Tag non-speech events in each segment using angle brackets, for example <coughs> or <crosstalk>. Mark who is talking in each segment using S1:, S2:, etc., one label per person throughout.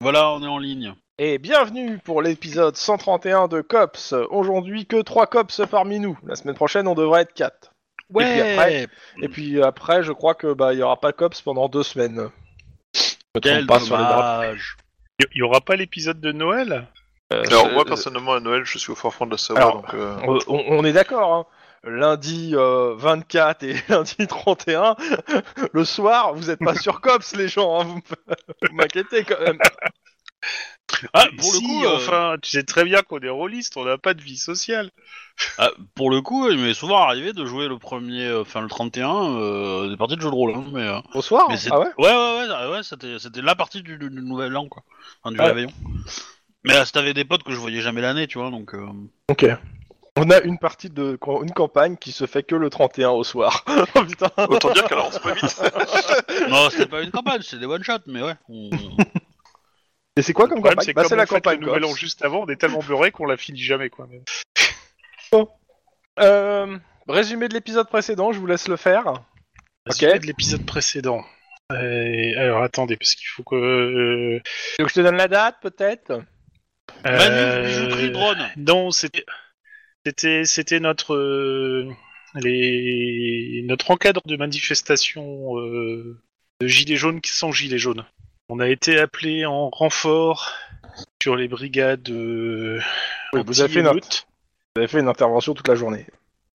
S1: Voilà, on est en ligne.
S2: Et bienvenue pour l'épisode 131 de Cops. Aujourd'hui, que 3 Cops parmi nous. La semaine prochaine, on devrait être 4. Ouais.
S1: Et puis après,
S2: Et puis après, je crois que bah il y aura pas Cops pendant deux semaines. Je me
S1: quel
S2: trompe pas sur le drap.
S1: dommage.
S3: Il y aura pas l'épisode de Noël
S2: Euh,
S4: Alors,
S2: euh,
S4: moi, personnellement, à Noël, je suis au fort fond de la Savoie,
S2: Alors,
S4: donc... euh,
S2: euh, on, on est d'accord. hein. Lundi euh, 24 et <laughs> lundi 31, le soir, vous êtes pas
S1: <laughs>
S2: sur Cops, les gens. hein, Vous, m- vous m'inquiétez quand même.
S3: Ah,
S1: pour le
S3: si,
S1: coup, euh,
S3: enfin, tu sais très bien qu'on est rôlistes, on n'a pas de vie sociale.
S1: Ah, pour le coup, il m'est souvent arrivé de jouer le premier, euh, enfin le 31, euh, des parties de jeu de rôle. hein, mais, euh,
S2: Au soir
S1: mais c'est-
S2: Ah ouais
S1: ouais, ouais, ouais, ouais, c'était, c'était la partie du, du- du nouvel an, quoi. Enfin, du
S2: Ah.
S1: réveillon. Mais là, c'était avec des potes que je voyais jamais l'année, tu vois, donc. euh,
S2: Ok. On a une partie de une campagne qui se fait que le 31 au soir. <laughs> oh putain.
S4: <laughs> Autant dire qu'elle
S3: <laughs>
S4: avance pas vite.
S1: Non, c'était pas une campagne, c'était des one shots, mais ouais. on-
S2: Et c'est quoi comme
S3: Le problème,
S2: campagne
S3: c'est
S2: Bah
S3: comme
S2: c'est
S3: on
S2: la
S3: fête
S2: campagne.
S3: le nouvel
S2: Cops.
S3: an juste avant, on est tellement beurré qu'on la finit jamais, quoi. Mais-
S2: Euh, résumé de l'épisode précédent, je vous laisse le faire.
S3: Résumé de l'épisode précédent. Euh, alors, attendez, parce qu'il faut que... euh,
S2: Donc je te donne la date peut-être
S1: Manu,
S3: euh,
S1: bijouterie drone.
S3: Non, c'était... C'était, c'était notre... euh, les, notre encadre de manifestation euh, de gilets jaunes qui sont gilets jaunes. On a été appelé en renfort sur les brigades... euh,
S2: Oui, vous, avez fait une,
S3: anti-émeutes.
S2: vous avez fait une intervention toute la journée.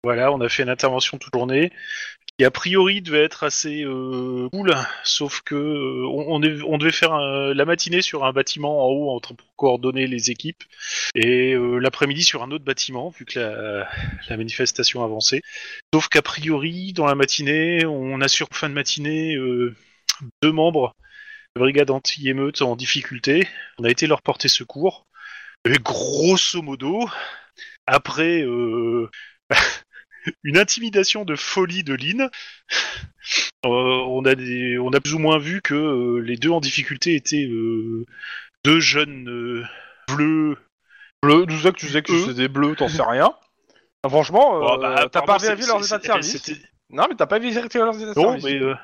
S3: Voilà, on a fait une intervention toute journée qui a priori devait être assez euh, cool, sauf que euh, on, on est- on devait faire un- la matinée sur un bâtiment en haut entre, pour coordonner les équipes et euh, l'après-midi sur un autre bâtiment vu que la, la manifestation avançait. Sauf qu'a priori dans la matinée, on a sur fin de matinée euh, deux membres de brigade anti-émeute en difficulté. On a été leur porter secours. Et grosso modo, après euh, <laughs> une intimidation de folie de Lynn. <laughs> Euh, on, a des- on a plus ou moins vu que euh, les deux en difficulté étaient euh, deux jeunes euh, bleus.
S2: Bleu, tout ça que tu sais que
S3: Euh.
S2: c'est des bleus, <laughs> t'en sais rien. Ah, franchement, euh,
S3: Bon, bah,
S2: t'as pas
S3: apparemment, c'est-
S2: vérifié leurs
S3: c'est-
S2: états de
S3: c'est-
S2: service.
S3: c'était-
S2: Non, mais t'as pas vérifié leurs états de
S3: Non,
S2: service.
S3: mais euh,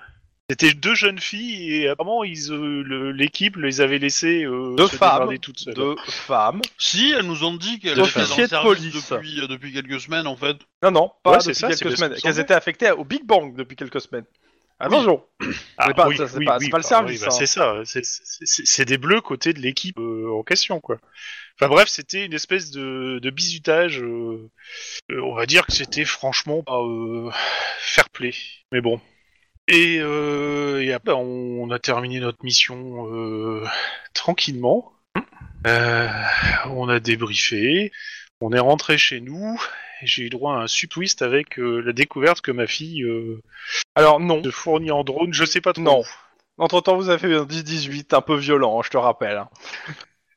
S3: c'était deux jeunes filles et apparemment ils, euh, le- l'équipe les avait laissées euh,
S2: Deux
S3: se
S2: femmes,
S3: démerder toutes seules.
S2: Deux femmes.
S1: Si, elles nous ont dit qu'elles
S2: Officier
S1: étaient dans le
S2: de
S1: service
S2: police.
S1: depuis, euh, depuis quelques semaines, en fait.
S2: Non, non, pas
S3: Ouais, c'est
S2: depuis
S3: ça, c'est
S2: quelques
S3: bien ce
S2: semaines.
S3: qui me
S2: Qu'elles
S3: semblait.
S2: étaient affectées au Big Bang depuis quelques semaines. Attention
S3: Ah,
S2: mais pas- ça, c'est pas- c'est pas le
S3: bah,
S2: service,
S3: bah,
S2: hein.
S3: c'est ça, c'est- c'est c'est- c'est des bleus côté de l'équipe euh, en question, quoi. Enfin bref, c'était une espèce de, de bizutage. euh, euh, on va dire que c'était franchement pas euh, fair play, mais bon. Et, euh, et après, on a terminé notre mission euh, tranquillement. Euh, on a débriefé, on est rentré chez nous. et J'ai eu droit à un sub-twist avec euh, la découverte que ma fille euh,
S2: Alors, non.
S3: de fournir en drone, je sais pas trop.
S2: Non. Entre temps, vous avez fait un 10-18, un peu violent, hein, je te rappelle. hein.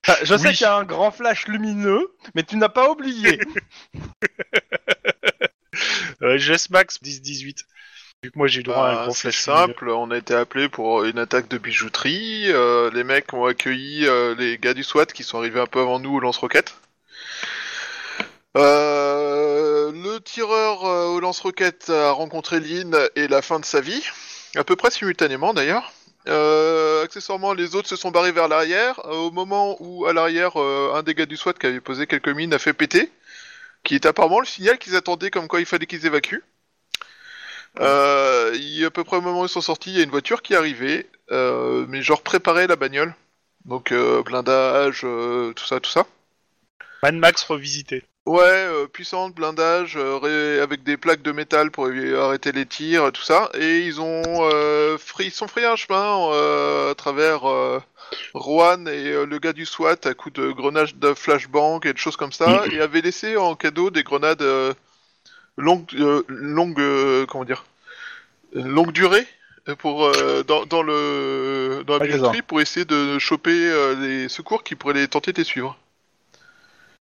S2: Ah, Je sais
S3: Oui.
S2: qu'il y a un grand flash lumineux, mais tu n'as pas oublié.
S3: Euh, je laisse Max 10-18. Vu que moi j'ai le droit à un
S4: Bah,
S3: gros
S4: c'est
S3: flash.
S4: simple, on a été appelé pour une attaque de bijouterie, euh, les mecs ont accueilli euh, les gars du SWAT qui sont arrivés un peu avant nous au lance-roquettes. Euh, le tireur euh, au lance-roquettes a rencontré Lynn et la fin de sa vie, à peu près simultanément d'ailleurs. Euh, accessoirement, les autres se sont barrés vers l'arrière, euh, au moment où à l'arrière, euh, un des gars du SWAT qui avait posé quelques mines a fait péter, qui est apparemment le signal qu'ils attendaient comme quoi il fallait qu'ils évacuent. Euh, il y a à peu près au moment où ils sont sortis, il y a une voiture qui est arrivée, euh, mais genre préparer la bagnole. Donc euh, blindage, euh, tout ça, tout ça.
S3: Man Max revisité.
S4: Ouais, euh, puissante, blindage, euh, ré- avec des plaques de métal pour évi- arrêter les tirs, tout ça. Et ils ont euh, fri- ils sont frayés un chemin euh, à travers euh, Rouen et euh, le gars du SWAT à coups de grenades de flashbang et de choses comme ça.
S2: Mm.
S4: Et avaient laissé en cadeau des grenades euh, longue, euh, longue, euh, comment dire, longue durée pour euh, dans, dans le dans la
S2: Magasin.
S4: bijouterie pour essayer de choper euh, les secours qui pourraient les tenter de les suivre.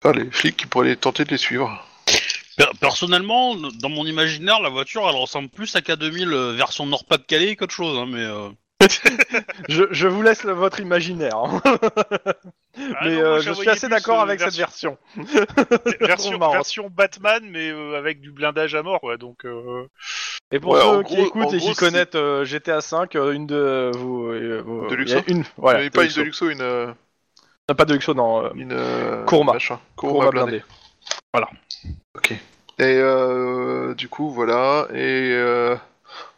S4: Enfin, les flics qui pourraient les tenter de les suivre.
S1: Per- Personnellement, dans mon imaginaire, la voiture, elle ressemble plus à K2000 euh, version Nord-Pas-de-Calais qu'autre chose, hein, mais... euh,
S2: je, je vous laisse le- votre imaginaire. hein. <laughs>
S3: Ah
S2: mais euh, je suis assez d'accord avec cette version.
S3: version.
S2: trop
S3: Version,
S2: marrant.
S3: version Batman, mais euh, avec du blindage à mort, ouais, donc. euh,
S2: Et pour
S4: Ouais, en
S2: ceux qui
S4: gros-
S2: écoutent
S4: en
S2: et
S4: gros,
S2: qui
S4: c'est-
S2: connaissent euh, GTA V, euh, une de vous, euh, vous-
S4: Deluxe,
S2: il y a une, voilà,
S4: Mais pas une
S2: Deluxe.
S4: Deluxo, une. euh,
S2: Ah, Pas de Luxo, non. euh,
S4: Une, euh,
S2: Courma.
S4: machin. Courma
S2: Courma
S4: blindée.
S2: blindé.
S4: Et euh, du coup, voilà. Et euh,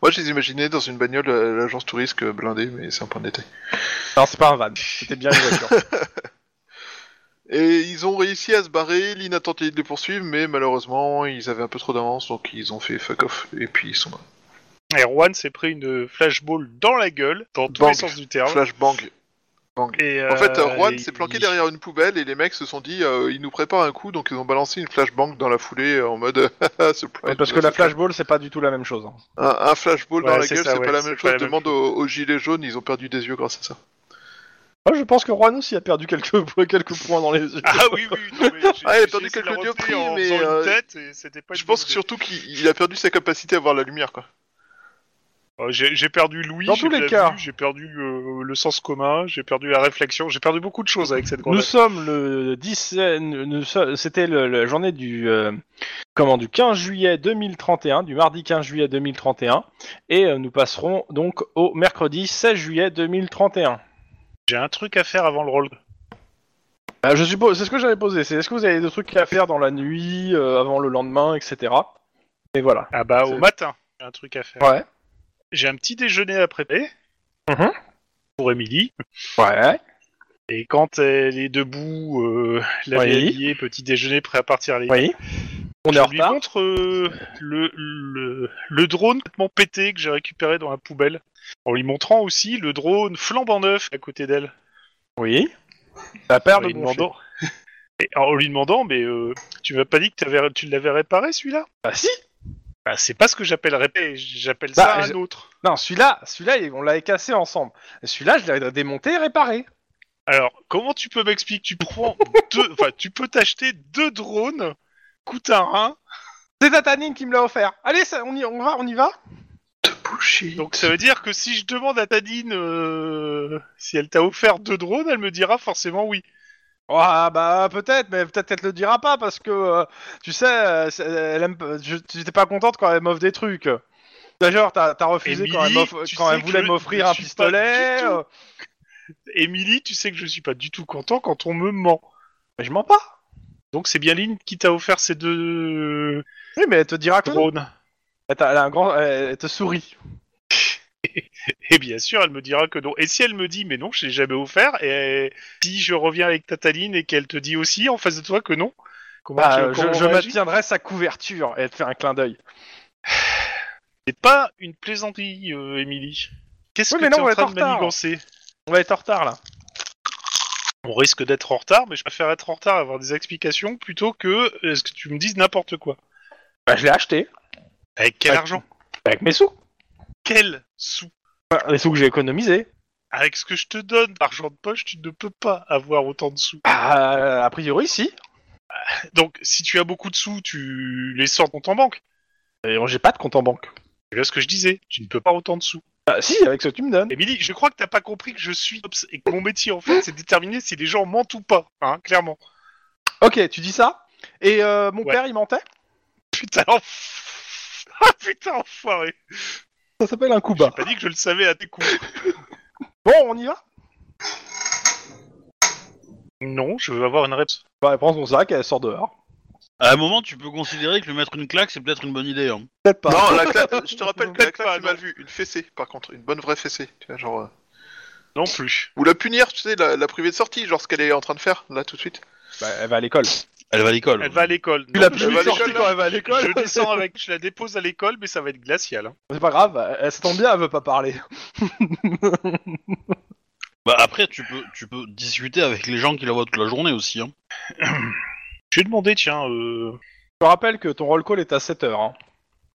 S4: moi, je les imaginais dans une bagnole à l'agence touriste blindée, mais c'est un point de détail.
S2: Non, c'est pas un van. C'était bien une voiture.
S4: Et ils ont réussi à se barrer. Lynn a tenté de les poursuivre, mais malheureusement, ils avaient un peu trop d'avance, donc ils ont fait fuck off. Et puis ils sont morts.
S3: Et Juan s'est pris une flashball dans la gueule, dans tous
S4: Bang.
S3: les sens du terme.
S4: Flash bang.
S3: Et,
S4: En fait,
S3: euh,
S4: Juan
S3: et
S4: s'est planqué
S3: il-
S4: derrière une poubelle et les mecs se sont dit, euh, ils nous préparent un coup, donc ils ont balancé une flashbang dans la foulée euh, en mode <laughs> haha, surprise.
S2: <laughs> Ouais, parce que la flashball, c'est pas du tout la même chose. hein.
S4: Un, un flashball dans
S3: Ouais,
S4: la
S3: c'est
S4: gueule,
S3: ça,
S4: c'est
S3: ouais,
S4: pas la
S3: c'est
S4: même
S3: pas
S4: chose.
S3: la même
S4: Demande aux, aux gilets jaunes, ils ont perdu des yeux grâce à ça.
S2: Moi, je pense que Juan aussi a perdu quelques, <laughs> quelques points dans les yeux.
S3: Ah oui, oui, non,
S4: <laughs>
S3: mais j'ai-
S4: Ah, il
S3: j'ai
S4: a perdu
S3: essayé de
S4: quelques
S3: la
S4: dioptries,
S3: retenir en
S4: mais,
S3: faisant une
S4: euh,
S3: tête et c'était pas
S4: Je
S3: une
S4: pense
S3: bonne
S4: que surtout qu'il il a perdu sa capacité à voir la lumière, quoi.
S3: idée. Euh, J'ai j'ai perdu Louis,
S2: Dans
S3: j'ai
S2: tous les
S3: perdu-
S2: cas.
S3: j'ai perdu euh, le sens commun, j'ai perdu la réflexion, j'ai perdu beaucoup de choses avec cette
S2: Nous
S3: grenade.
S2: sommes le 10, euh, nous- nous so- c'était le- la journée du, euh, comment, du 15 juillet 2031, du mardi 15 juillet 2031, et euh, nous passerons donc au mercredi 16 juillet 2031.
S3: J'ai un truc à faire avant le roll.
S2: Euh, je suppose, c'est ce que j'avais posé, c'est est-ce que vous avez des trucs à faire dans la nuit, euh, avant le lendemain, etc. Et voilà.
S3: Ah bah
S2: C'est-
S3: au matin, j'ai un truc à faire.
S2: Ouais.
S3: J'ai un petit déjeuner à préparer
S2: Mhm.
S3: pour Émilie.
S2: Ouais.
S3: Et quand elle est debout, euh, la
S2: Oui.
S3: habillée, petit déjeuner prêt à partir à l'école.
S2: Oui. On est
S3: Je
S2: en
S3: lui
S2: retard.
S3: montre euh, le, le, le drone complètement pété que j'ai récupéré dans la poubelle. En lui montrant aussi le drone flambant neuf à côté d'elle.
S2: Oui. La paire
S3: En
S2: de
S3: lui
S2: bons
S3: demandant. <laughs> Et en lui demandant, mais euh, tu m'as pas dit que t'avais- tu l'avais réparé celui-là
S2: Bah si
S3: Bah, c'est pas ce que j'appelle réparer, j'appelle
S2: Bah,
S3: ça un
S2: je-
S3: autre.
S2: Non, celui-là, celui-là, il- on l'avait cassé ensemble. Celui-là, je l'avais démonté et réparé.
S3: Alors, comment tu peux m'expliquer que Tu prends deux. Enfin, tu peux t'acheter deux drones, coûte un rein.
S2: C'est Tatanine qui me l'a offert. Allez, ça- on, y, on va, on y va
S3: Donc ça veut dire que si je demande à Tadine euh, si elle t'a offert deux drones, elle me dira forcément oui.
S2: Ah bah peut-être, mais peut-être qu'elle te le dira pas parce que euh, tu sais, euh, c'est- elle aime, pas- je, tu t'es pas contente quand elle m'offre des trucs. D'ailleurs, t'as, t'as refusé quand elle,
S3: Émilie,
S2: m'offre-
S3: tu
S2: quand
S3: sais
S2: elle voulait
S3: que
S2: m'offrir
S3: je
S2: un
S3: suis pas du
S2: pistolet.
S3: tout-
S2: euh,
S3: Émilie, tu sais que je suis pas du tout content quand on me ment.
S2: mais je mens pas.
S3: Donc c'est bien Lynn qui t'a offert ces deux euh,
S2: Oui, mais elle te dira que non.
S3: drones.
S2: Elle, t'a- elle a un grand, elle, elle te sourit.
S3: Et bien sûr, elle me dira que non. Et si elle me dit mais non, je l'ai jamais offert, et si je reviens avec Tataline et qu'elle te dit aussi en face de toi que non, comment
S2: Bah,
S3: tu-
S2: euh,
S3: comment
S2: je je
S3: on réagit
S2: maintiendrai sa couverture et elle te fait un clin d'œil.
S3: C'est pas une plaisanterie, euh, Émilie. Qu'est-ce
S2: Oui,
S3: que
S2: mais non,
S3: tu es
S2: on
S3: en
S2: va être
S3: train
S2: en
S3: de
S2: retard.
S3: manigancer
S2: On va être en retard là.
S3: On risque d'être en retard, mais je préfère être en retard, avoir des explications, plutôt que euh, ce que tu me dises n'importe quoi.
S2: Bah, je l'ai acheté
S3: Avec quel
S2: Ouais.
S3: argent
S2: avec mes sous,
S3: Quel sous
S2: Enfin, les sous que j'ai économisés.
S3: Avec ce que je te donne d'argent de poche, tu ne peux pas avoir autant de sous.
S2: Ah, a priori, si.
S3: Donc, si tu as beaucoup de sous, tu les sors de ton compte en banque.
S2: Et j'ai pas de compte en banque.
S3: C'est bien ce que je disais, tu ne peux pas autant de sous.
S2: Ah, si, avec ce que tu me donnes.
S3: Émilie, je crois que t'as pas compris que je suis obs- et que mon métier, en fait, c'est de déterminer si les gens mentent ou pas, hein, clairement. <laughs>
S2: Ok, tu dis ça. Et euh, mon
S3: Ouais.
S2: père, il mentait
S3: Putain, enf- <laughs> ah, putain, enfoiré.
S2: Ça s'appelle un coup bas.
S3: T'as dit que je le savais à tes coups.
S2: Bon, on y va
S3: Non, je veux avoir une réponse.
S2: Bah, elle prend son sac, elle sort dehors.
S1: À un moment, tu peux considérer que lui mettre une claque, c'est peut-être une bonne idée. hein.
S2: Peut-être pas.
S4: Non, la claque, je te rappelle que la
S3: Peut-être pas,
S4: claque, c'est
S3: non.
S4: mal vu. Une fessée, par contre, une bonne vraie fessée. Tu vois, genre, euh,
S3: Non plus.
S4: Ou la punir, tu sais, la, la privée de sortie, genre ce qu'elle est en train de faire, là, tout de suite.
S2: Bah, elle va à l'école.
S1: Elle va à l'école.
S3: Elle va à l'école.
S2: Tu
S3: Non,
S2: l'as
S3: mais
S2: plus
S3: je vais
S4: va à
S2: sortie
S4: l'école,
S2: quand elle va à l'école
S3: Je descends avec, je la dépose à l'école, mais ça va être glacial. hein.
S2: <laughs> C'est pas grave, elle se tombe bien, elle veut pas parler.
S1: Bah, après, tu peux, tu peux discuter avec les gens qui la voient toute la journée aussi. hein.
S3: J'ai demandé, tiens, euh...
S2: Je te rappelle que ton roll call est à 7h. Hein.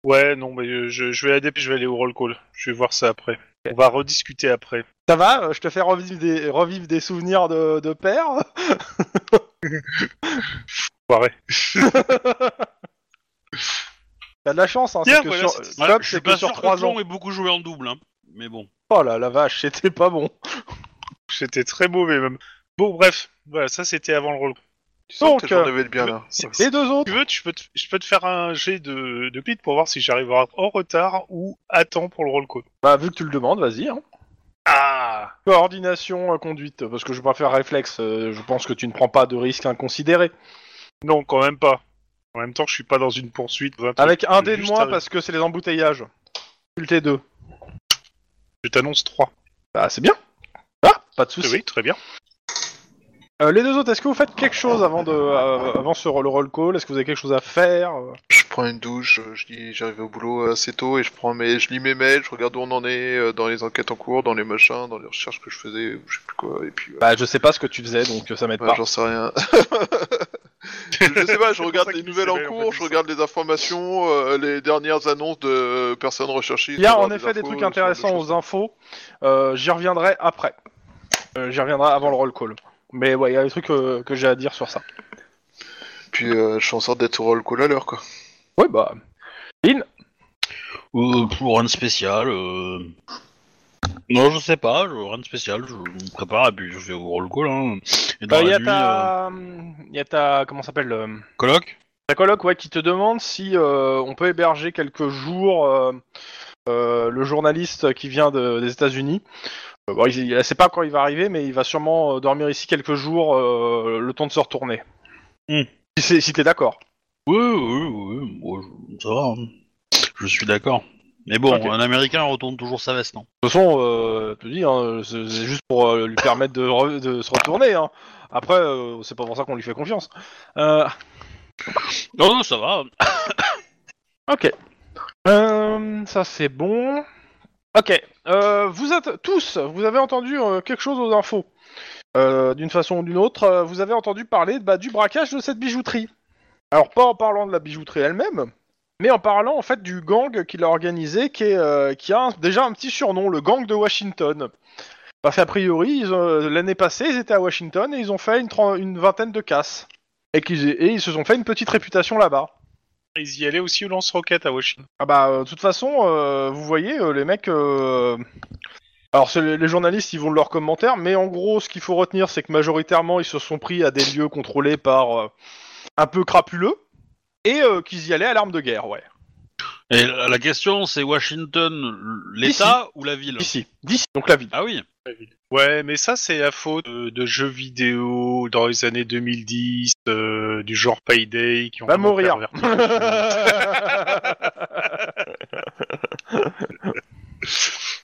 S3: ouais, non, mais euh, je, je vais la dé- je vais aller au roll call. Je vais voir ça après. On va rediscuter après.
S2: Ça va euh, Je te fais revivre des, revivre des souvenirs de, de père
S3: Foiré.
S2: T'as de la chance, hein.
S3: Tiens,
S2: c'est que
S3: voilà,
S2: sur,
S3: c'était-
S1: Voilà,
S2: Stop,
S1: je
S2: c'est
S1: suis
S2: que
S1: pas
S2: sur
S1: sûr
S2: 3
S1: que
S2: ans.
S1: on ait beaucoup joué en double. hein. Mais bon.
S2: Oh là la vache, c'était pas bon.
S3: J'étais très mauvais même. Bon, bref, voilà, ça c'était avant le roll. call.
S4: Tu sens
S2: Donc,
S4: que j'en
S2: euh,
S4: devais être bien là.
S3: Si- si
S2: Les deux autres
S3: tu veux, tu peux te- je peux te faire un jet de, de bit pour voir si j'arrive en retard ou à temps pour le roll call.
S2: Bah, vu que tu le demandes, vas-y. hein.
S3: Ah, Ah
S2: Coordination euh, conduite, parce que je préfère réflexe, euh, je pense que tu ne prends pas de risque inconsidéré.
S3: Non, quand même pas. En même temps, je suis pas dans une poursuite. ou un truc.
S2: Avec un dé de
S3: Juste
S2: moins,
S3: un-
S2: parce que c'est les embouteillages. Culté 2.
S3: Je t'annonce 3.
S2: Bah, c'est bien. Ah, pas de soucis.
S3: Eh Oui, très bien.
S2: Euh, les deux autres, est-ce que vous faites quelque chose avant, de, euh, avant ce, le roll call Est-ce que vous avez quelque chose à faire
S4: Je prends une douche, euh, je dis j'arrive au boulot assez tôt et je prends mes, je lis mes mails, je regarde où on en est euh, dans les enquêtes en cours, dans les machins, dans les recherches que je faisais, ou je sais plus quoi, et puis euh,
S2: Bah, je sais pas ce que tu faisais, donc euh, ça m'aide
S4: ouais,
S2: pas.
S4: j'en sais <laughs> rien. je sais pas, je
S3: C'est pour
S4: regarde
S3: ça
S4: les
S3: qu'il
S4: nouvelles
S3: s'est
S4: en
S3: mêlé, en
S4: cours,
S3: fait,
S4: je
S3: il
S4: regarde les informations, euh, les dernières annonces de personnes recherchées.
S2: Il y a
S4: avoir
S2: en effet des
S4: infos,
S2: trucs
S4: ce genre de
S2: intéressants
S4: choses.
S2: aux infos. Euh, J'y reviendrai après. Euh, J'y reviendrai avant le roll call. Mais ouais, il y a des trucs euh, que j'ai à dire sur ça.
S4: Puis euh, je suis en sorte d'être au roll call à l'heure quoi.
S2: Oui, bah.
S1: Euh, pour rien de spécial. euh, Non, je sais pas, je- rien de spécial. Je me prépare et puis je fais au roll call. Hein. Et dans
S2: Il Bah, y
S1: la
S2: a
S1: nuit, euh,
S2: ta. Il y a ta. Comment ça s'appelle euh,
S1: colloque
S2: Ta coloc, ouais, qui te demande si euh, on peut héberger quelques jours euh, euh, le journaliste qui vient de- des États-Unis. Euh, bon, il ne sait pas quand il va arriver, mais il va sûrement euh, dormir ici quelques jours, euh, le temps de se retourner.
S1: Hmm.
S2: Si, c'est- si t'es d'accord.
S1: Oui, oui, oui, moi, je- ça va. hein. Je suis d'accord. Mais bon,
S2: Ok.
S1: un Américain retourne toujours sa veste, non
S2: De toute façon, euh, je te dis, hein, c'est c'est juste pour euh, lui permettre de, re- de se retourner. hein. Après, euh, c'est pas pour ça qu'on lui fait confiance. Euh,
S1: Non, non, ça va.
S2: Ok. Euh, ça c'est bon. Ok. Euh, vous êtes tous, vous avez entendu euh, quelque chose aux infos. Euh, d'une façon ou d'une autre, euh, vous avez entendu parler bah, du braquage de cette bijouterie. Alors pas en parlant de la bijouterie elle-même, mais en parlant en fait du gang qui l'a organisé, qui, est, euh, qui a un- déjà un petit surnom, le gang de Washington. Parce qu'a priori, ils ont- l'année passée, ils étaient à Washington et ils ont fait une, tren- une vingtaine de casses. Et, qu'ils- et ils se sont fait une petite réputation là-bas.
S3: Ils y allaient aussi au lance-roquettes à Washington.
S2: Ah bah, euh, de toute façon, euh, vous voyez, euh, les mecs... euh, Alors, c'est les les journalistes, ils vont de leurs commentaires, mais en gros, ce qu'il faut retenir, c'est que majoritairement, ils se sont pris à des lieux contrôlés par euh, un peu crapuleux, et euh, qu'ils y allaient à l'arme de guerre, ouais.
S1: Et la la question, c'est Washington, l'État ou la ville
S2: D'ici. D'ici,
S1: <laughs>
S2: donc la ville.
S1: Ah oui.
S3: Ouais, mais ça, c'est la faute euh, de, jeux vidéo dans les années 2010, euh, du genre Payday, qui ont...
S2: Va
S3: vraiment
S2: mourir.
S3: pervers.
S2: <laughs>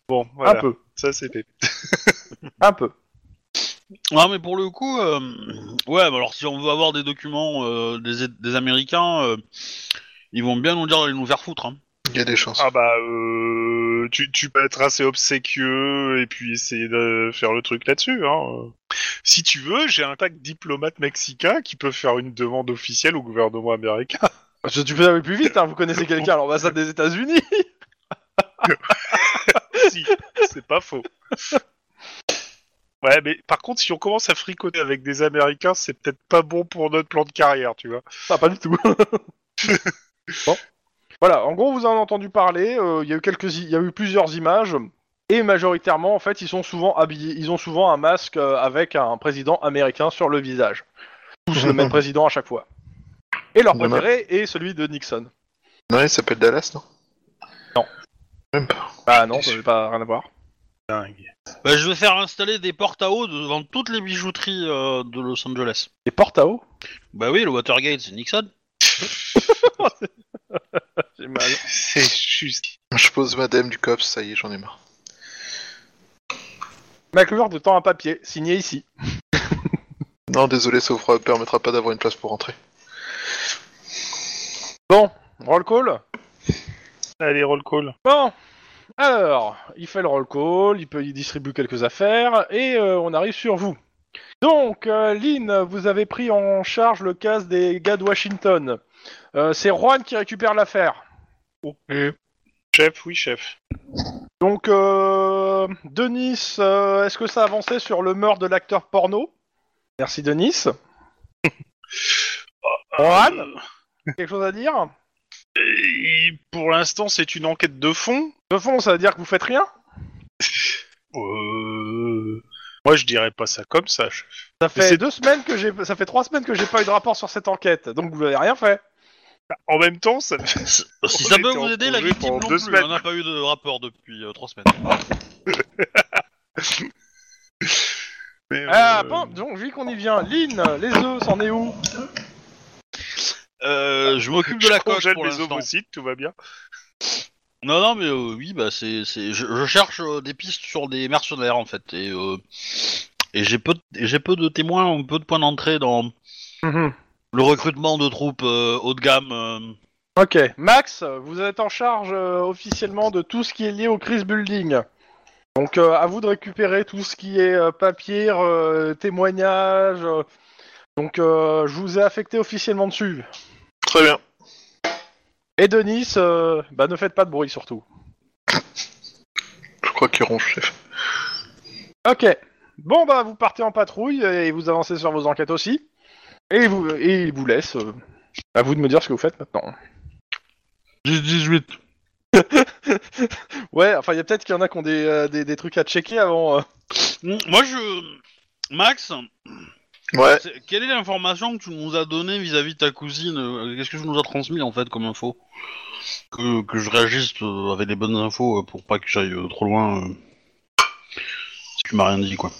S3: bon,
S2: un
S3: voilà,
S2: peu,
S3: ça c'était...
S2: un peu.
S1: Non, mais pour le coup, euh, ouais, bah alors si on veut avoir des documents euh, des, des Américains, euh, ils vont bien nous dire d'aller nous faire foutre. Hein.
S4: Il y a des chances.
S3: Ah bah, euh, tu, tu peux être assez obséquieux et puis essayer de faire le truc là-dessus. Hein. Si tu veux, j'ai un tac diplomate mexicain qui peut faire une demande officielle au gouvernement américain.
S2: Parce que tu peux aller plus vite, hein, vous connaissez quelqu'un à l'ambassade des États-Unis
S3: si, c'est pas faux. Ouais, mais par contre, si on commence à fricoter avec des Américains, c'est peut-être pas bon pour notre plan de carrière, tu vois.
S2: Ah, pas du tout. <laughs> Bon. Voilà, en gros, vous en avez entendu parler, euh, il y a eu quelques, i- il y a eu plusieurs images, et majoritairement, en fait, ils sont souvent habillés, ils ont souvent un masque euh, avec un président américain sur le visage. Tous le <laughs> même président à chaque fois. Et leur
S4: Dommage.
S2: préféré est celui de Nixon.
S4: Non, il s'appelle Dallas, non
S2: Non.
S4: Même pas.
S2: Ah non, ça n'a pas rien à voir.
S3: Dingue.
S1: Bah, je vais faire installer des portes à eau devant toutes les bijouteries euh, de Los Angeles.
S2: Les portes à eau
S1: Bah oui, le Watergate, c'est
S3: <laughs>
S1: Nixon.
S2: J'ai <laughs> mal.
S3: C'est juste.
S4: Je pose madame du COPS, ça y est, j'en ai marre.
S2: McClure te tend un papier, signé ici.
S4: Non, désolé, ça vous fera- permettra pas d'avoir une place pour rentrer.
S2: Bon, roll call
S3: Allez, roll call.
S2: Bon, alors, il fait le roll call, il, peut, il distribue quelques affaires, et euh, on arrive sur vous. Donc, euh, Lynn, vous avez pris en charge le cas des gars de Washington. Euh, c'est Juan qui récupère l'affaire.
S3: Chef, oui, chef.
S2: Donc, euh, Denis, euh, est-ce que ça avançait sur le meurtre de l'acteur porno Merci,
S3: <laughs>
S2: Denis.
S3: Ah,
S2: Juan Quelque chose à dire
S3: Et pour l'instant, c'est une enquête de fond.
S2: De fond, ça veut dire que vous faites rien
S3: Euh, Moi, je dirais pas ça comme ça. je-
S2: Ça
S3: Mais
S2: fait
S3: c'est-
S2: deux semaines que j'ai, ça fait trois semaines que j'ai pas eu de rapport sur cette enquête, donc vous n'avez rien fait.
S3: En même temps, ça...
S1: Si
S3: On
S1: ça peut
S3: était en
S1: vous aider, la
S3: congé
S1: victime
S3: pendant
S1: non
S3: deux
S1: plus.
S3: semaines.
S1: On n'a pas eu de rapport depuis euh, trois semaines.
S3: Mais,
S2: Ah,
S3: euh,
S2: bon, donc, vu qu'on y vient, Lynn, les œufs, c'en est où
S1: Euh, je m'occupe de la
S3: je congèle
S1: coque pour
S3: mes
S1: l'instant.
S3: ovocytes, tout va bien.
S1: Non, non, mais euh, oui, bah c'est, c'est, je, je cherche euh, des pistes sur des mercenaires en fait, et euh, et j'ai peu, de- et j'ai peu de témoins, ou peu de points d'entrée dans le recrutement de troupes euh, haut de gamme. euh.
S2: Ok, Max, vous êtes en charge euh, officiellement de tout ce qui est lié au Chris Building. Donc euh, à vous de récupérer tout ce qui est euh, papier, euh, témoignage. euh. Donc euh, je vous ai affecté officiellement dessus.
S4: Très bien.
S2: Et Denis, euh, bah, ne faites pas de bruit surtout.
S4: Je crois qu'il ronge, chef.
S2: Ok. Bon bah vous partez en patrouille et vous avancez sur vos enquêtes aussi. Et il vous, et il vous laisse. euh, à vous de me dire ce que vous faites maintenant.
S1: 10-18.
S2: Ouais, enfin il y a peut-être qu'il y en a qui ont des, euh, des, des trucs à checker avant. euh.
S1: Mm, Moi, je, Max,
S4: Ouais.
S1: c'est- quelle est l'information que tu nous as donnée vis-à-vis de ta cousine euh, Qu'est-ce que tu nous as transmis en fait comme info que, que je réagisse euh, avec les bonnes infos euh, pour pas que j'aille euh, trop loin. euh, Si tu m'as rien dit quoi.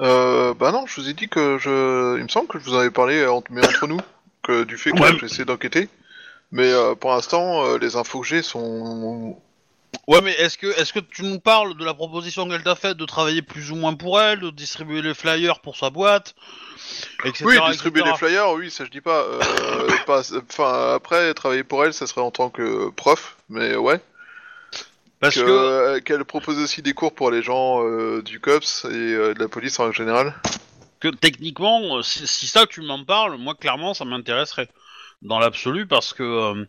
S4: Euh, bah non, je vous ai dit que je. Il me semble que je vous en avais parlé euh, entre, mais entre nous, que du fait que
S1: Ouais.
S4: j'essaie d'enquêter. Mais euh, pour l'instant, euh, les infos que j'ai sont.
S1: Ouais, mais est-ce que, est-ce que tu nous parles de la proposition qu'elle t'a faite de travailler plus ou moins pour elle, de distribuer les flyers pour sa boîte, etc.
S4: Oui, distribuer
S1: etc.
S4: les flyers, oui, ça je dis pas.
S1: <laughs>
S4: Euh, pas- Enfin, après, travailler pour elle, ça serait en tant que prof, mais ouais.
S1: Parce
S4: Que,
S1: que,
S4: euh, Qu'elle propose aussi des cours pour les gens euh, du COPS et euh, de la police en général.
S1: que techniquement, euh, si, si ça tu m'en parles, moi clairement ça m'intéresserait. Dans l'absolu, parce que euh,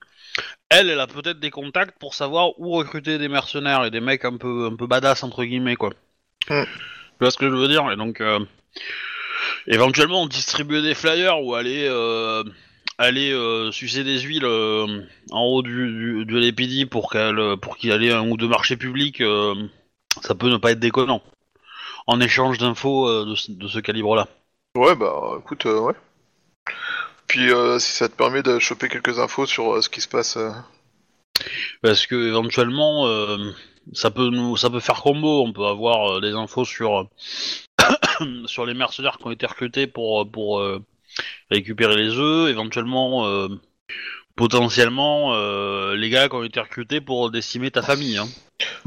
S1: elle, elle a peut-être des contacts pour savoir où recruter des mercenaires et des mecs un peu, un peu badass entre guillemets quoi.
S4: Mm.
S1: Tu vois ce que je veux dire Et donc, euh, éventuellement distribuer des flyers ou aller, euh, aller euh, sucer des huiles euh, en haut du, du, du LAPD pour qu'elle, euh, pour qu'il y ait un ou deux marchés publics, euh, ça peut ne pas être déconnant. En échange d'infos euh, de ce- de ce calibre-là.
S4: Ouais, bah écoute, euh, ouais. Puis euh, si ça te permet de choper quelques infos sur euh, ce qui se passe. euh,
S1: parce que éventuellement euh, ça peut nous ça peut faire combo on peut avoir euh, des infos sur <coughs> euh, sur les mercenaires qui ont été recrutés pour euh, pour euh, récupérer les œufs éventuellement euh, potentiellement euh, les gars qui ont été recrutés pour décimer ta famille hein.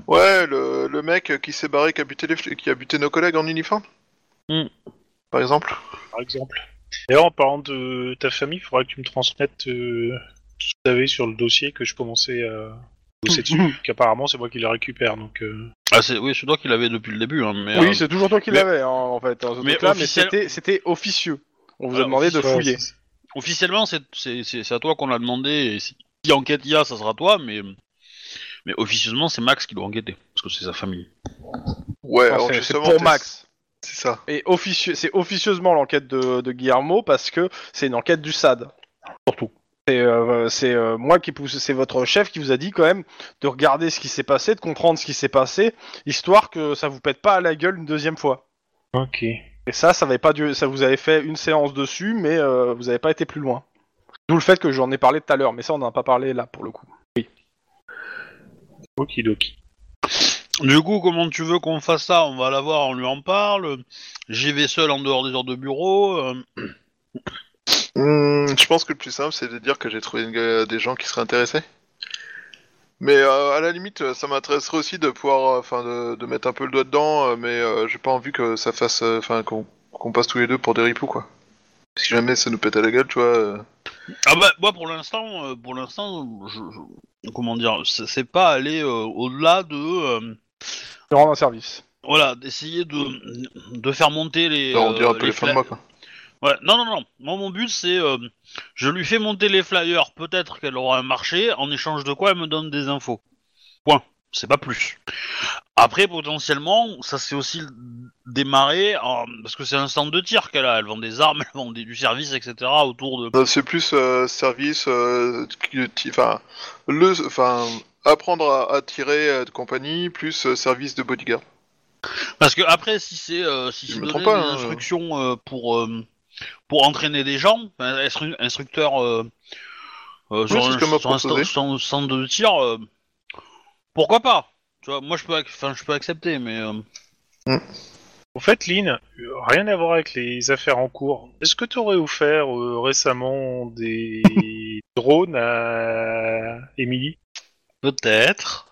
S4: Ouais, le, le mec qui s'est barré, qui a, buté les fl- qui a buté nos collègues en uniforme
S1: Hmm.
S4: Par exemple
S3: par exemple. D'ailleurs, en parlant de ta famille, il faudra que tu me transmettes euh, ce que tu avais sur le dossier que je commençais à bosser
S2: Mhm.
S3: dessus, qu'apparemment c'est moi qui le récupère. Donc, euh,
S1: ah c'est oui c'est toi qui l'avais depuis le début hein, mais euh,
S2: Oui, c'est toujours toi qui
S1: mais-
S2: l'avais hein, en fait. hein, ce
S1: mais
S2: truc-là, mais
S1: officiel-
S2: c'était- c'était officieux. On vous a
S1: Ah,
S2: demandé de
S3: ouais,
S2: fouiller.
S3: c'est-
S1: officiellement c'est c'est- c'est- c'est à toi qu'on l'a demandé et si, si enquête il y a ça sera toi mais mais officieusement c'est Max qui doit enquêter parce que c'est sa famille
S4: Ouais,
S2: Enfin,
S4: alors
S2: c'est- c'est
S4: justement,
S2: pour
S4: t'es-
S2: Max.
S4: C'est ça.
S2: Et officieux, c'est officieusement l'enquête de, de Guillermo parce que c'est une enquête du SAD. Surtout. C'est euh, c'est, euh, moi qui pousse, c'est votre chef qui vous a dit quand même de regarder ce qui s'est passé, de comprendre ce qui s'est passé, histoire que ça vous pète pas à la gueule une deuxième fois.
S3: Ok.
S2: Et ça, ça, avait pas dû, ça vous avait fait une séance dessus, mais euh, vous n'avez pas été plus loin. D'où le fait que j'en ai parlé tout à l'heure, mais ça on n'en a pas parlé là pour le coup.
S3: Okidoki.
S1: Du coup, comment tu veux qu'on fasse ça On va la voir, on lui en parle. J'y vais seul en dehors des heures de bureau. euh,
S4: Hmm, je pense que le plus simple, c'est de dire que j'ai trouvé une gue- des gens qui seraient intéressés. Mais euh, à la limite, euh, ça m'intéresserait aussi de pouvoir, euh, enfin, de, de mettre un peu le doigt dedans, euh, mais euh, j'ai pas envie que ça fasse, euh, enfin, qu'on qu'on passe tous les deux pour des ripoux, quoi. Si jamais ça nous pète à la gueule, tu vois. euh.
S1: Ah bah, moi pour l'instant, euh, pour l'instant, je, je- comment dire, c'est c'est pas aller euh, au-delà de, euh,
S2: Je rendre un service.
S1: voilà, d'essayer de, de faire monter les.
S4: Alors, on
S1: euh,
S4: dirait un peu les fins
S1: fla-
S4: de moi, quoi.
S1: Ouais, non, non, non. Moi, mon but, c'est. euh, je lui fais monter les flyers, peut-être qu'elle aura un marché, en échange de quoi elle me donne des infos. Point. C'est pas plus. Après, potentiellement, ça c'est aussi le- démarré, en- parce que c'est un centre de tir qu'elle a. Elle vend des armes, <laughs> elle vend des- du service, etc. autour de.
S4: Non, C'est plus euh, service, euh, qui- qui- enfin, le, enfin, apprendre à, à tirer euh, de compagnie, plus euh, service de bodyguard.
S1: Parce que, après, si c'est. euh, si
S4: Je
S1: c'est
S4: me
S1: donner
S4: trompe
S1: des
S4: pas, hein.
S1: instructions euh, pour. euh, pour entraîner des gens, un instru- instructeur. euh, euh, sur,
S4: c'est ce
S1: un,
S4: que m'a
S1: sur un sta-
S4: proposé.
S1: sur un centre de tir, euh, pourquoi pas Tu vois, moi je peux, ac- enfin, je peux accepter, mais. euh,
S4: Mm.
S3: En fait, Lynn, euh, rien à voir avec les affaires en cours. Est-ce que tu aurais offert euh,
S2: <laughs>
S3: récemment des drones à Émilie
S4: <laughs>
S1: Peut-être.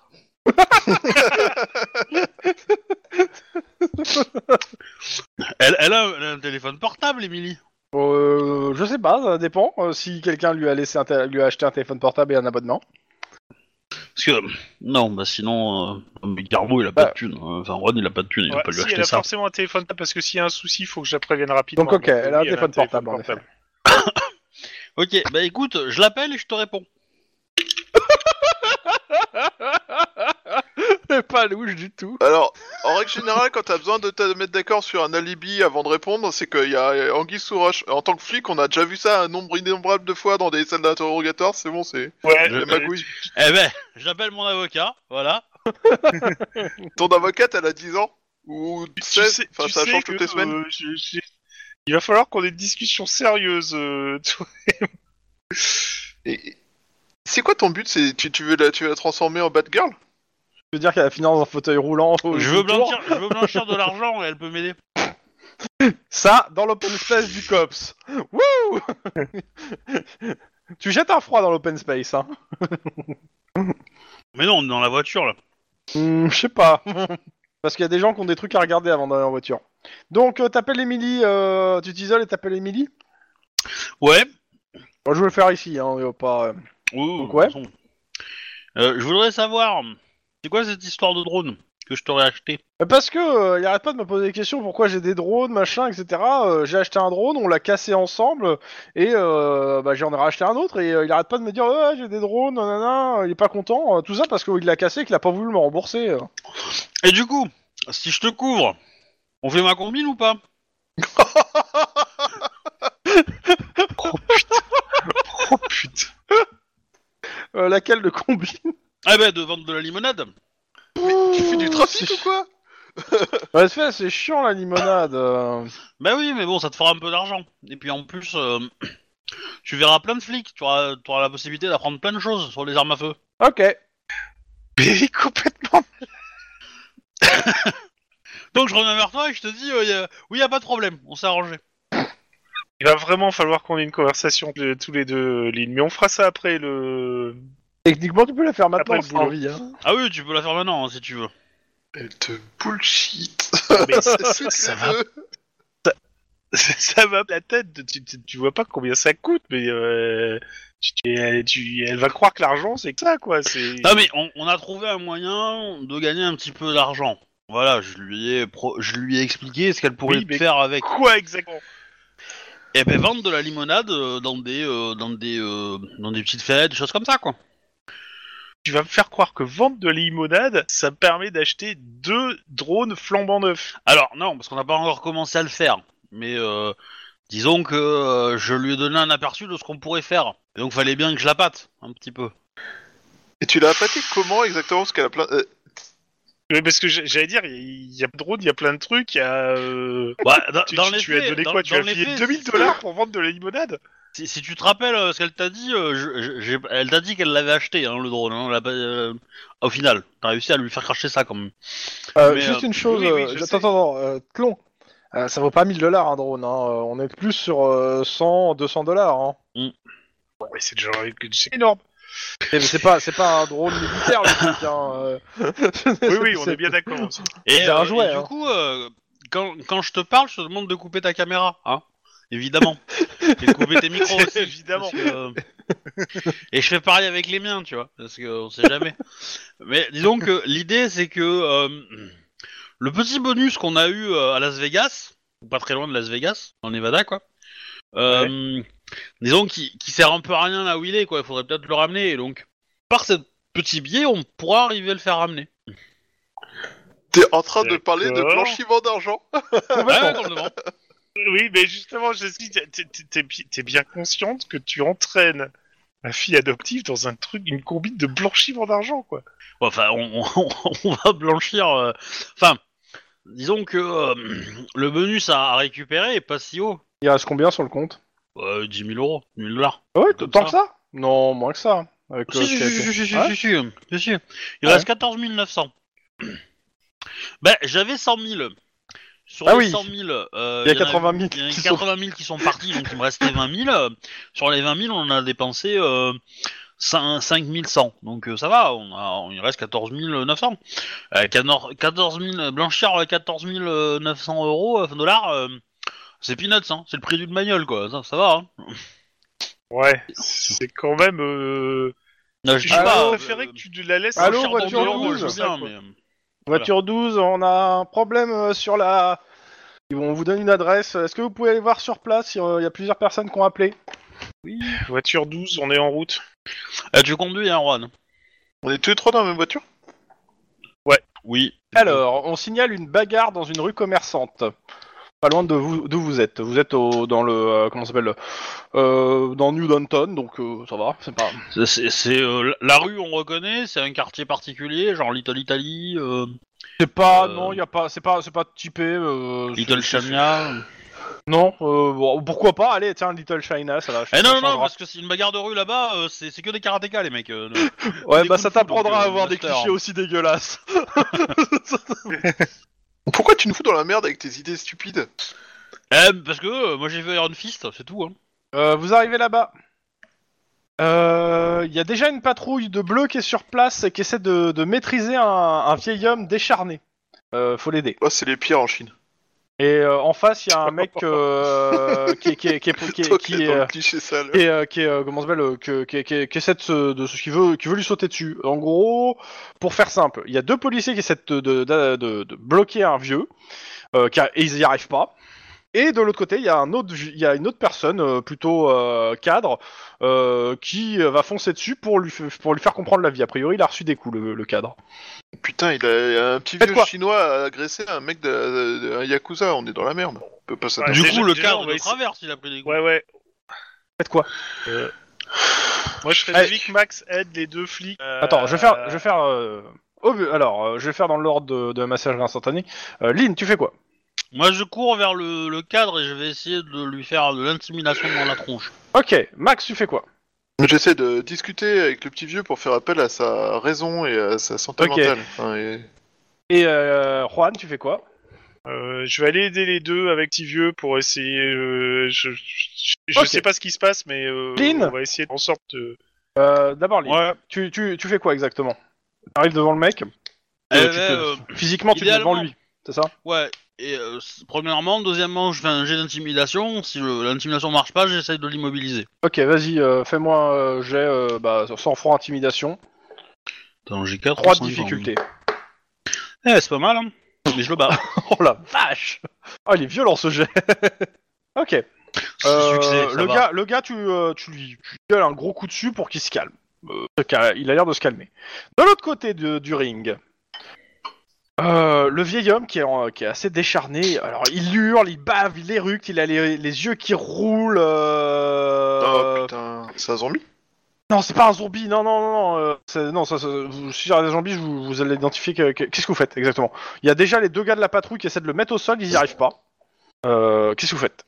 S1: elle, elle a, elle a un téléphone portable, Émilie.
S2: Euh, je sais pas, ça dépend. euh, si quelqu'un lui a laissé un tél- lui a acheté un téléphone portable et un abonnement.
S1: Parce que, non, bah sinon, euh, mais Garbo il a pas
S2: Bah.
S1: de thune. euh, Enfin, Ron il a pas de thune, il va
S3: Ouais,
S1: pas lui
S3: si, elle
S1: acheter
S3: a
S1: ça.
S3: forcément un téléphone portable, parce que s'il y a un souci, il faut que je la prévienne rapidement.
S2: Donc ok, elle a un
S3: oui,
S2: téléphone portable, en effet.
S1: Ok, bah écoute, je l'appelle et je te réponds.
S2: C'est <laughs> pas louche du tout.
S4: Alors, en règle générale, quand t'as besoin de te mettre d'accord sur un alibi avant de répondre, c'est qu'il y a Anguille sous roche. En tant que flic, on a déjà vu ça un nombre innombrable de fois dans des salles d'interrogatoire, c'est bon, c'est
S3: Ouais,
S4: la
S1: Je-
S4: magouille.
S1: Eh ben, j'appelle mon avocat, voilà.
S4: Ton avocate, elle a 10 ans Ou
S3: Tu
S4: 16
S3: sais-
S4: Enfin,
S3: tu
S4: ça
S3: sais
S4: change
S3: que,
S4: toutes les semaines
S3: euh, j'ai- j'ai- Il va falloir qu'on ait une discussion sérieuse. euh, toi.
S4: Et- C'est quoi ton but c'est... Tu, tu veux la, tu veux la transformer en Batgirl
S2: Je veux dire qu'elle finance en fauteuil roulant. au-
S1: Je veux
S2: autour.
S1: blanchir, je veux blanchir de l'argent et elle peut m'aider.
S2: Ça dans l'open space du
S4: <laughs>
S2: cops. Wouh Tu jettes un froid dans l'open space, hein
S1: Mais non, on est dans la voiture là.
S2: Hmm, Je sais pas. <laughs> Parce qu'il y a des gens qui ont des trucs à regarder avant d'aller en voiture. Donc euh, t'appelles Émilie, euh, tu t'isoles et t'appelles Émilie
S1: Ouais.
S2: Moi je vais le faire ici, hein, et pas. euh,
S1: Oui,
S2: Donc, ouais.
S1: de toute façon. Euh, je voudrais savoir, c'est quoi cette histoire de drone que je t'aurais acheté
S2: Parce que euh, il arrête pas de me poser des questions pourquoi j'ai des drones, machin, etc. Euh, j'ai acheté un drone, on l'a cassé ensemble, et euh, bah, j'en ai racheté un autre, et euh, il arrête pas de me dire ouais, j'ai des drones, nanana, il est pas content, euh, tout ça parce qu'il l'a cassé et qu'il a pas voulu me rembourser. euh.
S1: Et du coup, si je te couvre, on fait ma combine ou pas
S3: Oh putain.
S2: Euh, laquelle de combi
S1: Eh ben, de vendre de la limonade.
S4: <laughs> Tu fais du trafic ou quoi
S2: Oh, <laughs> Ouais, c'est fait, c'est chiant la limonade. euh.
S1: Bah oui, mais bon, ça te fera un peu d'argent. Et puis en plus, euh, <clears throat> tu verras plein de flics. Tu auras, tu auras la possibilité d'apprendre plein de choses sur les armes à feu.
S2: Ok.
S3: <laughs> Mais il est complètement.
S1: Donc je reviens vers toi et je te dis, euh, y a- oui, y a pas de problème, on s'est arrangé.
S3: Il va vraiment falloir qu'on ait une conversation de- tous les deux, Lynn. Mais on fera ça après le.
S2: Techniquement, tu peux la faire maintenant
S3: Après le
S2: si
S3: boulot.
S2: t'as envie, hein.
S1: Ah oui, tu peux la faire maintenant hein, si tu veux.
S4: Elle te bullshit
S3: <laughs> Mais ça,
S4: Toutes
S3: ça
S4: les
S3: va,
S4: deux.
S3: ça, ça va la tête. de- Tu, tu- tu vois pas combien ça coûte, mais euh, tu- tu- elle, tu- elle va croire que l'argent c'est que ça, quoi. C'est.
S1: Non mais on, on a trouvé un moyen de gagner un petit peu d'argent. Voilà, je lui ai, pro- je lui ai expliqué ce qu'elle pourrait
S3: Oui, mais-
S1: faire avec.
S3: <laughs> Quoi exactement
S1: Et ben vendre de la limonade euh, dans des euh, dans des euh, dans des petites fêtes, des choses comme ça quoi.
S3: Tu vas me faire croire que vendre de la limonade, ça permet d'acheter deux drones flambant neufs.
S1: Alors non, parce qu'on n'a pas encore commencé à le faire. Mais euh, disons que euh, je lui ai donné un aperçu de ce qu'on pourrait faire. Et donc fallait bien que je la pâte un petit peu.
S4: Et tu l'as appâté comment exactement Parce qu'elle a plein. euh,
S3: Oui, parce que j'ai- j'allais dire, il y a plein de drones, il y a plein de trucs, il y a. euh, <laughs>
S1: Bah, dans,
S3: Tu,
S1: dans
S3: tu-
S1: les
S3: tu as
S1: faits-
S3: donné
S1: dans-
S3: quoi Tu
S1: dans
S3: as
S1: les
S3: payé
S1: faits,
S3: 2000 dollars pour vendre de la limonade
S1: Si, si tu te rappelles euh, ce qu'elle t'a dit, euh, je- je- j'ai- elle t'a dit qu'elle l'avait acheté, hein, le drone. hein, elle l'a pas- euh, au final, t'as réussi à lui faire cracher ça quand même.
S2: Euh,
S1: Mais,
S2: juste
S1: euh,
S2: une chose,
S3: oui, oui,
S2: euh,
S3: je sais.
S2: attends, attends, euh, Tlon, euh, ça vaut pas 1000 dollars un drone, hein, euh, on est plus sur euh, 100, 200 dollars. Hein.
S3: Ouais, c'est déjà
S2: <laughs>
S3: c'est énorme.
S2: Eh, mais c'est pas, c'est pas un drone militaire le truc. Hein, euh.
S1: <laughs>
S3: Oui, oui, on est bien d'accord.
S1: Et,
S2: C'est un
S1: euh,
S2: jouet,
S1: et
S2: hein.
S1: du coup, euh, quand, quand je te parle, je te demande de couper ta caméra, hein,
S2: <laughs>
S1: évidemment. et de couper tes micros aussi,
S3: Évidemment.
S1: parce que, euh, Et je fais pareil avec les miens, tu vois, parce qu'on sait jamais. Mais disons que l'idée, c'est que euh, le petit bonus qu'on a eu euh, à Las Vegas, ou pas très loin de Las Vegas, en Nevada, quoi. euh, Disons qui, qui sert un peu à rien là où il est, quoi. Il faudrait peut-être le ramener. Et donc, par ce petit biais, on pourra arriver à le faire ramener.
S4: T'es en train de parler de
S3: D'accord.
S4: blanchiment d'argent
S1: Ouais, complètement.
S3: Oui, mais justement, je suis. t'es- t'es- T'es bi- t'es bien consciente que tu entraînes ma fille adoptive dans un truc, une combine de blanchiment d'argent, quoi.
S1: Bon, Enfin, on, on- on va blanchir. euh, Enfin, disons que euh, le bonus à, à récupérer est pas si haut.
S2: Il reste combien sur le compte
S1: Euh, 10 000 euros, 10 000 dollars.
S2: ah Ouais,
S1: Comme
S2: tant
S1: ça.
S2: que ça Non, moins que ça. Avec, euh,
S1: Si, si,
S2: ce qui a
S1: si,
S2: été-
S1: si, si, si,
S2: Ouais.
S1: si, si, si, si. Il
S2: Ouais.
S1: reste 14 900. Ben, j'avais 100 000. Sur
S2: Ah
S1: les
S2: oui.
S1: 100 000, euh,
S2: Il y a
S1: en
S2: 80 000
S1: il y en a
S2: qui sont
S1: 80 000 qui sont partis, donc il me restait 20 000. euh, Sur les 20 000, on en a dépensé euh, 5 5 100. Donc euh, ça va, on a, on- il reste 14 900. Euh, canor- 14 000, blanchir euh, 14 900 euros, euh, dollars, euh, c'est peanuts, hein, c'est le prix d'une bagnole, quoi. Ça, ça va, hein.
S3: Ouais, c'est quand même. euh,
S1: Non, je dis
S3: J'aurais
S1: pas,
S3: préféré
S1: euh,
S3: que tu la laisses.
S2: Allô,
S3: en charbon
S2: voiture
S3: ambulant,
S2: rouge.
S3: je sais pas,
S1: bien,
S3: quoi.
S1: mais, euh,
S2: Voiture 12, on a un problème euh, sur la. On vous donne une adresse. Est-ce que vous pouvez aller voir sur place euh, Il y a plusieurs personnes qui ont appelé.
S3: Voiture 12, on est en route.
S1: ah, tu conduis, hein, Juan
S4: On est tous les trois dans la même voiture
S1: Oui.
S2: Alors, on signale une bagarre dans une rue commerçante. Pas loin de vous, d'où vous êtes. Vous êtes au, dans le. euh, comment ça s'appelle euh, Dans New Downton, donc euh, ça va, c'est pas.
S1: C'est- C'est c'est, euh, la rue, on reconnaît, c'est un quartier particulier, genre Little Italy, euh,
S2: C'est pas.
S1: Euh.
S2: Non, il y a pas. C'est pas, c'est pas typé. euh,
S1: Little
S2: c'est-
S1: Chania.
S2: Non, euh, bon, pourquoi pas Allez, tiens, Little China, ça va.
S1: Eh non, non,
S2: changera.
S1: non, parce que c'est une bagarre de rue là-bas, euh, c'est c'est que des karatékas, les mecs. euh, non.
S2: Ouais,
S1: des
S2: bah ça
S1: kung-fu, donc,
S2: t'apprendra à
S1: euh,
S2: avoir des
S1: master.
S2: clichés aussi dégueulasses.
S4: Pourquoi tu nous fous dans la merde avec tes idées stupides
S1: Eh, parce que euh, moi j'ai vu Iron Fist, c'est tout. Hein.
S2: Euh, vous arrivez là-bas. Euh, Il y a déjà une patrouille de bleus qui est sur place et qui essaie de, de maîtriser un, un vieil homme décharné. Euh, faut l'aider.
S4: Oh, c'est les pires en Chine.
S2: Et euh, en face, il y a un mec euh, qui est- qui est- qui est- qui est-
S4: <laughs> Toi
S2: qui
S4: qui es
S2: est,
S4: dans le
S2: euh,
S4: cliché sale.
S2: et euh, qui est, euh, comment ça s'appelle euh, que- qui, qui- qui essaie de se, de ce qui veut qui veut lui sauter dessus. En gros, pour faire simple, il y a deux policiers qui essaient de, de- de- de- de bloquer un vieux, euh, qui a- et ils n'y arrivent pas. Et de l'autre côté, il y a un autre, vi- il y a une autre personne euh, plutôt euh, cadre euh, qui euh, va foncer dessus pour lui f- pour lui faire comprendre la vie. A priori, il a reçu des coups le, le cadre.
S4: Putain, il a un petit
S2: Faites
S4: vieux
S2: quoi
S4: chinois a agressé un mec d'un de, de- un Yakuza, on est dans la merde. On peut pas s'attendre.
S1: du
S3: déjà-
S1: coup, le
S3: déjà, on
S1: cadre
S3: va
S1: de
S3: essayer-
S1: traverse, il a pris des coups.
S3: Ouais, ouais.
S2: Faites quoi
S3: Moi, je serais
S2: Allez.
S3: d'avis que Max aide les deux flics. euh,
S2: Attends, je vais faire, je vais faire. euh, au bu- alors, euh, je vais faire dans l'ordre de, de massage instantané. Euh, Lynn, tu fais quoi
S1: Moi je cours vers le, le cadre et je vais essayer de lui faire de l'intimidation dans la tronche.
S2: Ok, Max, tu fais quoi
S4: J'essaie de discuter avec le petit vieux pour faire appel à sa raison et à sa santé
S2: Ok.
S4: mentale. Enfin, et-
S2: Et euh, Juan, tu fais quoi
S3: euh, je vais aller aider les deux avec petit vieux pour essayer. euh, je je, je
S2: Ok.
S3: sais pas ce qui se passe, mais euh,
S2: Lynn
S3: on va essayer de faire en sorte de.
S2: Euh, D'abord, Lynn,
S1: Ouais.
S2: tu, tu, tu fais quoi exactement T'arrives devant le mec,
S1: Eh
S2: euh,
S1: ben,
S2: tu
S1: euh,
S2: te- physiquement tu es devant
S1: idéalement.
S2: lui, c'est ça
S1: ouais. Et euh, c- premièrement, deuxièmement, je fais un jet d'intimidation. Si le- l'intimidation marche pas, j'essaye de l'immobiliser.
S2: Ok, vas-y, euh, fais-moi euh, j'ai euh, bah, sans franc intimidation,
S1: Attends, j'ai 4
S2: 3 de difficulté.
S1: Eh, c'est pas mal, hein. Mais je le <laughs> bats.
S2: <laughs> Oh la vache Ah, il est violent ce jet <laughs> Ok. Euh,
S1: succès, ça
S2: le,
S1: va.
S2: gars, le gars, tu, euh, tu lui tu lui gueules un gros coup dessus pour qu'il se calme. Euh, se cal- il a l'air de se calmer. De l'autre côté de- du ring, euh, le vieil homme qui est, en- qui est assez décharné, alors il hurle, il bave, il éructe, il a les, les yeux qui roulent. euh,
S4: Oh putain, c'est un zombie
S2: non, c'est pas un zombie, non, non, non, non, euh, c'est- non, ça, ça- vous- si c'est un zombie, je vous, vous allez identifier. que- que- Qu'est-ce que vous faites exactement Il y a déjà les deux gars de la patrouille qui essaient de le mettre au sol, ils n'y arrivent pas. Euh, Qu'est-ce que vous faites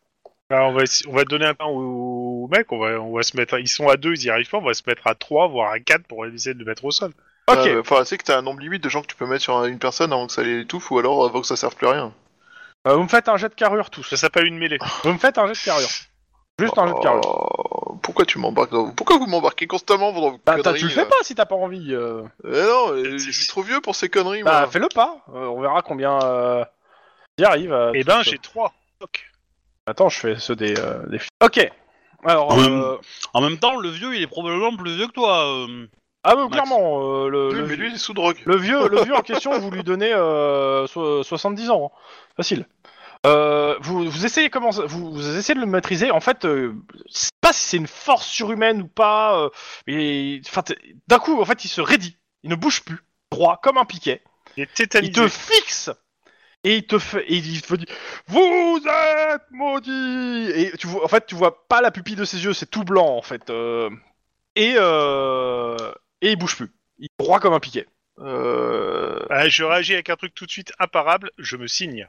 S3: Bah, on va essa- on va donner un pain au, au mec. On va on va se mettre. Ils sont à deux, ils y arrivent pas. On va se mettre à trois, voire à quatre pour essayer de le mettre au sol.
S2: Ok,
S1: Euh,
S4: Ouais, Euh, Enfin, c'est que t'as un nombre limite de gens que tu peux mettre sur une personne avant que ça les étouffe ou alors avant que ça serve plus à rien.
S2: euh, vous me faites un jet de carrure tous.
S3: Ça s'appelle une mêlée.
S2: Vous me faites un jet de carrure. Juste un jet de carrure.
S4: Oh, pourquoi tu m'embarques dans... Pourquoi vous m'embarquez constamment dans vos
S2: Bah, t'as-
S4: conneries
S2: tu le
S4: là
S2: fais pas si t'as pas envie. euh.
S4: Eh non, euh, je suis trop vieux pour ces conneries
S2: Bah,
S4: moi.
S2: fais-le pas. euh, on verra combien. Euh... J'y arrive. euh,
S3: Eh
S2: tous,
S3: ben,
S2: euh.
S3: j'ai trois. Fuck.
S2: Attends, je fais ceux des. euh, des... Ok. Alors.
S1: En même-
S2: euh,
S1: En même temps, le vieux, il est probablement plus vieux que toi. euh.
S2: Ah, bah,
S1: Max.
S2: clairement, euh, le,
S4: Oui,
S2: le-
S4: mais lui il est sous drogue.
S2: Le vieux, le vieux en question, vous lui donnez euh, so- 70 ans, hein. facile. Euh, vous, vous essayez comment vous, vous essayez de le maîtriser. En fait, euh, je sais pas si c'est une force surhumaine ou pas. euh, mais enfin, t'es- d'un coup, en fait, il se raidit, il ne bouge plus, droit comme un piquet.
S3: Il est
S2: Il
S3: tétanisé.
S2: te fixe et il te fait, et il te dit vous êtes maudit. Et tu vois, en fait, tu vois pas la pupille de ses yeux, c'est tout blanc en fait. euh, et euh, et il bouge plus, il est droit comme un piquet.
S4: Euh...
S3: Ah, je réagis avec un truc tout de suite imparable. Je me signe.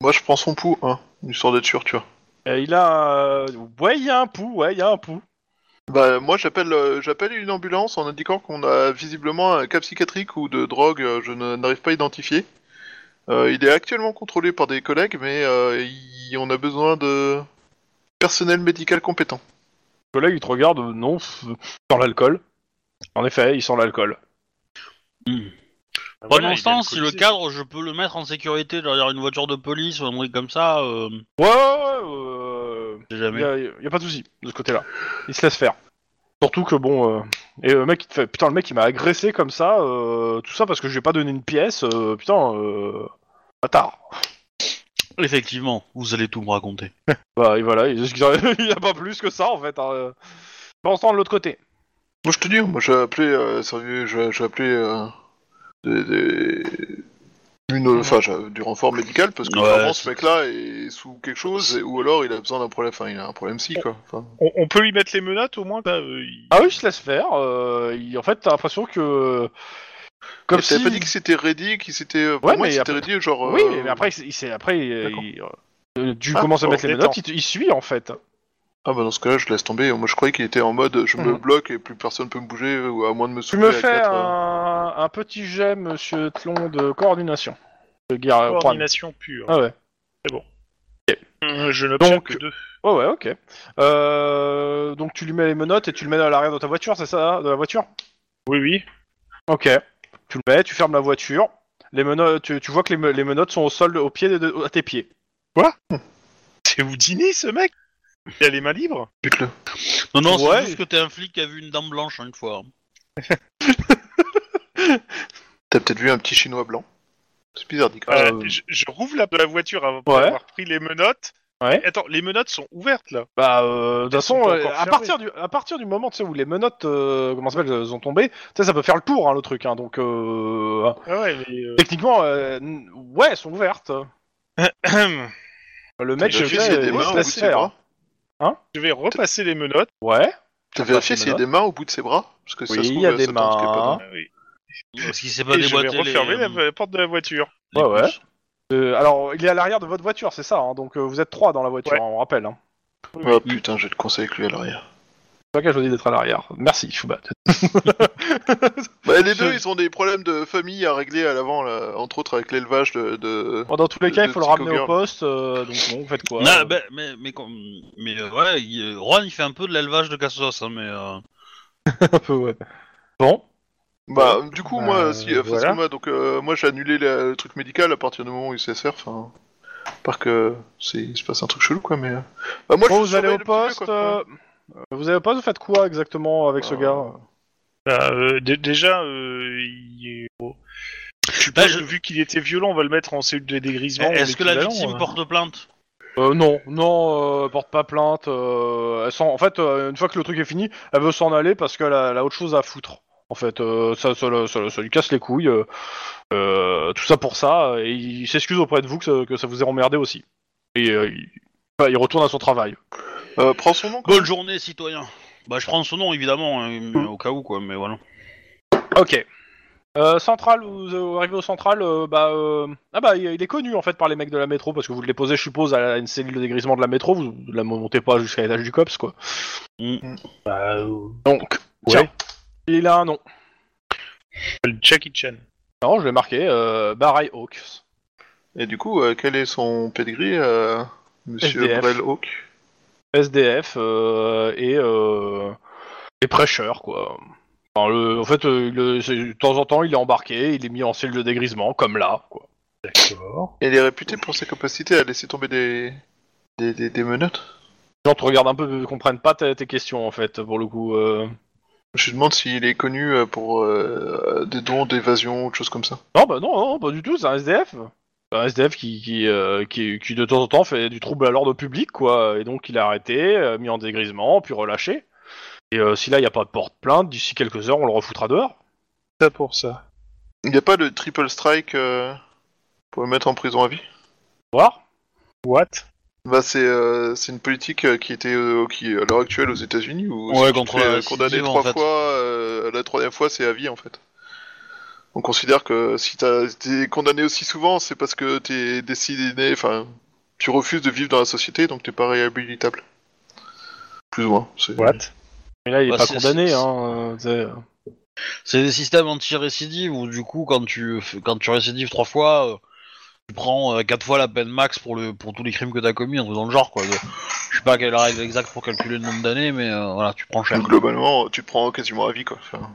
S4: Moi je prends son pouls, hein, histoire d'être sûr, tu vois.
S2: Euh, il a un... Ouais, il y a un pouls, ouais, il y a un pouls.
S4: Bah moi j'appelle euh, j'appelle une ambulance en indiquant qu'on a visiblement un cas psychiatrique ou de drogue, euh, je ne- n'arrive pas à identifier. Euh, il est actuellement contrôlé par des collègues, mais euh, il- on a besoin de personnel médical compétent.
S2: Le collègue, il te regarde, euh, non, pff, sans l'alcool. En effet, il sent l'alcool. Ah
S1: Pendant ce temps, si le cadre, je peux le mettre en sécurité derrière une voiture de police ou un truc comme ça, euh,
S2: Ouais, ouais, ouais,
S1: j'ai
S2: il
S1: jamais.
S2: y, a, y a pas de souci de ce côté-là. Il se laisse faire. Surtout que bon, euh, et le mec, il te fait, putain, le mec, il m'a agressé comme ça, euh, tout ça parce que je lui ai pas donné une pièce, euh, putain, euh, bâtard.
S1: Effectivement, vous allez tout me raconter.
S2: Bah et voilà, il <laughs> n'y a pas plus que ça en fait. Hein. Pendant ce temps, de l'autre côté.
S4: Moi, je te dis, moi, j'ai appelé, euh, sérieux, j'ai j'ai appelé euh, des- des- une, enfin, j'ai- du renfort médical parce que
S1: Ouais,
S4: vraiment,
S1: c'est-
S4: ce mec-là est sous quelque chose, et- ou alors il a besoin d'un problème, enfin, il a un problème psy, quoi. Enfin,
S3: On, on peut lui mettre les menottes au moins. là, euh, il-
S2: Ah oui, je te laisse faire. euh, il- en fait, t'as l'impression que comme
S4: et t'avais
S2: si.
S4: pas dit que c'était Reddy, qu'il s'était, euh, pour
S2: Ouais,
S4: moi,
S2: mais
S4: c'était
S2: après-
S4: Reddy, genre.
S2: Oui,
S4: euh,
S2: mais après, il, s'est- après, il,
S4: D'accord.
S2: il- euh, tu
S4: Ah,
S2: commences à
S4: bon,
S2: mettre les
S3: détente.
S2: menottes, il, te- il suit en fait.
S4: Ah bah dans ce cas-là, je laisse tomber. Moi, je croyais qu'il était en mode, je me
S2: Mhm.
S4: bloque et plus personne peut me bouger, ou à moins de me
S2: Tu me
S4: soulever à
S2: fais
S4: quatre, euh.
S2: un, un petit jet, monsieur Tlon, de coordination. De guerre- euh,
S3: Coordination pure.
S2: Ah ouais.
S3: Euh, Je n'obtiens
S2: Donc-
S3: que deux.
S2: Ouais, Oh ouais, ok. Euh, donc tu lui mets les menottes et tu le mets à l'arrière de ta voiture, c'est ça De la voiture
S3: Oui, oui.
S2: Ok. Tu le mets, tu fermes la voiture. Les menottes, tu, tu vois que les, me- les menottes sont au sol, au pied de- à tes pieds.
S3: C'est Houdini, ce mec Il a les mains libres
S4: Bute-le.
S1: Non, non, c'est
S2: Ouais.
S1: juste que t'es un flic qui a vu une dame blanche hein, une fois.
S4: T'as peut-être vu un petit chinois blanc. C'est bizarre, dit
S3: Euh, je, je rouvre la, la voiture avant
S2: Ouais.
S3: d'avoir pris les menottes.
S2: Ouais.
S3: Attends, les menottes sont ouvertes, là.
S2: Bah, euh, de toute
S3: sont
S2: façon,
S3: pas
S2: euh,
S3: encore
S2: à
S3: fermées.
S2: partir du à partir du moment tu sais, où les menottes, euh, comment ça s'appelle, sont tombées, tu sais, ça peut faire le tour, hein, le truc. Hein, donc, euh,
S3: Ah ouais, mais... euh,
S2: techniquement, euh, n- ouais, elles sont
S4: <coughs>
S2: ouvertes.
S3: je
S2: Le mec, je
S4: vérifié s'il y a des
S2: il
S4: mains
S2: se
S4: au bout de
S2: laisse
S4: ses
S2: faire.
S4: bras.
S3: vais repasser les menottes.
S2: Ouais.
S4: T'as
S2: T'as
S4: vérifié
S2: pas
S4: s'il y a
S2: de
S4: des mains au bout de ses bras Parce que ça
S2: Oui,
S4: se
S2: il
S4: trouve, euh,
S2: y a des
S4: ça tente qu'il y ait pas
S2: mains.
S3: Ah oui.
S1: Parce qu'il s'est pas
S3: Et je vais
S1: déboîté les- euh,
S3: refermer la, la porte de la voiture.
S1: les
S2: Ouais, ouais.
S1: pouces.
S2: Euh, alors, il est à l'arrière de votre voiture, c'est ça. hein, donc, euh, vous êtes trois dans la voiture,
S3: Ouais.
S2: hein, on rappelle. Hein.
S4: de- Oh putain, j'ai le conseil avec lui à l'arrière.
S2: C'est pas que je vous dis d'être à l'arrière. Merci, Chouba.
S4: Bah, les
S2: Je-
S4: deux, ils ont des problèmes de famille à régler à l'avant, là, entre autres avec l'élevage de. de-
S2: Bon, dans tous les cas,
S4: De-
S2: il faut
S4: de
S2: le ramener au
S4: Psychogirl.
S2: poste. euh, donc, bon, vous faites quoi
S1: Non,
S2: euh,
S1: bah, mais, mais, quand- mais, euh, ouais, il- euh, Ron il fait un peu de l'élevage de cassos, hein, mais. euh,
S2: un peu, ouais. Bon.
S4: Bah, du coup, moi,
S2: Euh,
S4: si, enfin,
S2: voilà.
S4: excuse-moi, donc, euh, moi, j'ai annulé la- le truc médical à partir du moment où il s'est servi, enfin. Par que c'est- il se passe un truc chelou, quoi, mais. euh, Bah, moi,
S2: Bon,
S4: je
S2: vous allez
S4: surveille
S2: au
S4: le petit vieux,
S2: poste.
S4: quoi.
S2: euh, Vous allez au poste, vous faites quoi exactement avec ce
S4: Euh,
S2: gars
S3: Bah, euh, dé- déjà, euh, il... bon. Je
S1: Bah,
S3: pense
S1: je- Eh,
S3: que vu qu'il était violent, on va le mettre en cellule de dégrisement. ou
S1: Est-ce que la
S3: l'équivalent,
S1: victime
S3: hein.
S1: porte plainte
S2: Euh, non, non, euh, porte pas plainte. euh, elle s'en- en fait, euh, une fois que le truc est fini, elle veut s'en aller parce qu'elle a, elle a autre chose à foutre. En fait, euh, ça, ça, le- ça le- ça lui casse les couilles. euh, euh, tout ça pour ça. Et il s'excuse auprès de vous que ça, que ça vous ait emmerdé aussi. Et euh, il, enfin, il retourne à son travail.
S4: Euh, prends son nom,
S1: Bonne journée, citoyen Bah, je prends son nom évidemment, hein, mais au cas où quoi, mais voilà.
S2: Ok. Euh, central, vous euh, arrivez au central, euh, bah, euh, ah bah, il il est connu en fait par les mecs de la métro parce que vous le déposez, je suppose, à la- une cellule de dégrisement de la métro. Vous la montez pas jusqu'à l'étage du cops, quoi.
S3: Bah, euh,
S2: Donc,
S3: Ouais.
S2: tiens, il a un nom.
S3: le E. Jackie Chan.
S2: Non, je l'ai marqué, euh, Barry Hawks.
S4: Et du coup, euh, quel est son pedigree, euh, Monsieur
S2: SDF.
S4: Brel Hawk
S2: SDF euh, et, euh, et prêcheur, quoi. Enfin, le, en fait, euh, le- c'est- de temps en temps, il est embarqué, il est mis en cellule de dégrisement, comme là, quoi.
S3: D'accord.
S4: Et Il est réputé pour ses capacités à laisser tomber des, des, des, des menottes.
S2: Les gens te regardent un peu, ne comprennent pas ta- tes questions, en fait, pour le coup. euh.
S4: Je lui demande s'il est connu euh, pour euh, des dons d'évasion ou des choses comme ça.
S2: Non, bah non, non, pas du tout, c'est un SDF. C'est Un SDF qui, qui, euh, qui, qui, de temps en temps, fait du trouble à l'ordre public, quoi. Et donc, il est arrêté, euh, mis en dégrisement, puis relâché. Et euh, si là, il n'y a pas de porte-plainte, d'ici quelques heures, on le refoutra dehors.
S3: Ça pour ça.
S4: Il n'y a pas de triple strike euh, pour le mettre en prison à vie
S2: Voir
S3: What
S4: bah, c'est, euh, c'est une politique euh, qui était euh, qui, à l'heure actuelle aux États-Unis où
S1: Ouais,
S4: si tu te
S1: contre
S4: fais,
S1: la
S4: euh, condamner
S1: récidive, en
S4: trois
S1: fait.
S4: fois, euh, la troisième fois c'est à vie en fait. On considère que si t'as- t'es condamné aussi souvent, c'est parce que t'es décidé, enfin, tu refuses de vivre dans la société donc t'es pas réhabilitable. Plus ou moins. c'est-
S3: What
S2: Mais là, il est
S1: Bah,
S2: pas
S1: c'est-
S2: condamné,
S1: c'est-
S2: hein. euh, c'est-
S1: C'est des systèmes anti-récidives où du coup quand tu f- quand tu récidives trois fois, euh, tu prends 4 fois la peine max pour, le, pour tous les crimes que t'as commis, un truc dans le genre, quoi. Je je sais pas quelle règle exacte pour calculer le nombre d'années, mais euh, voilà, tu prends cher.
S4: Globalement, tu prends quasiment à vie, quoi. Enfin,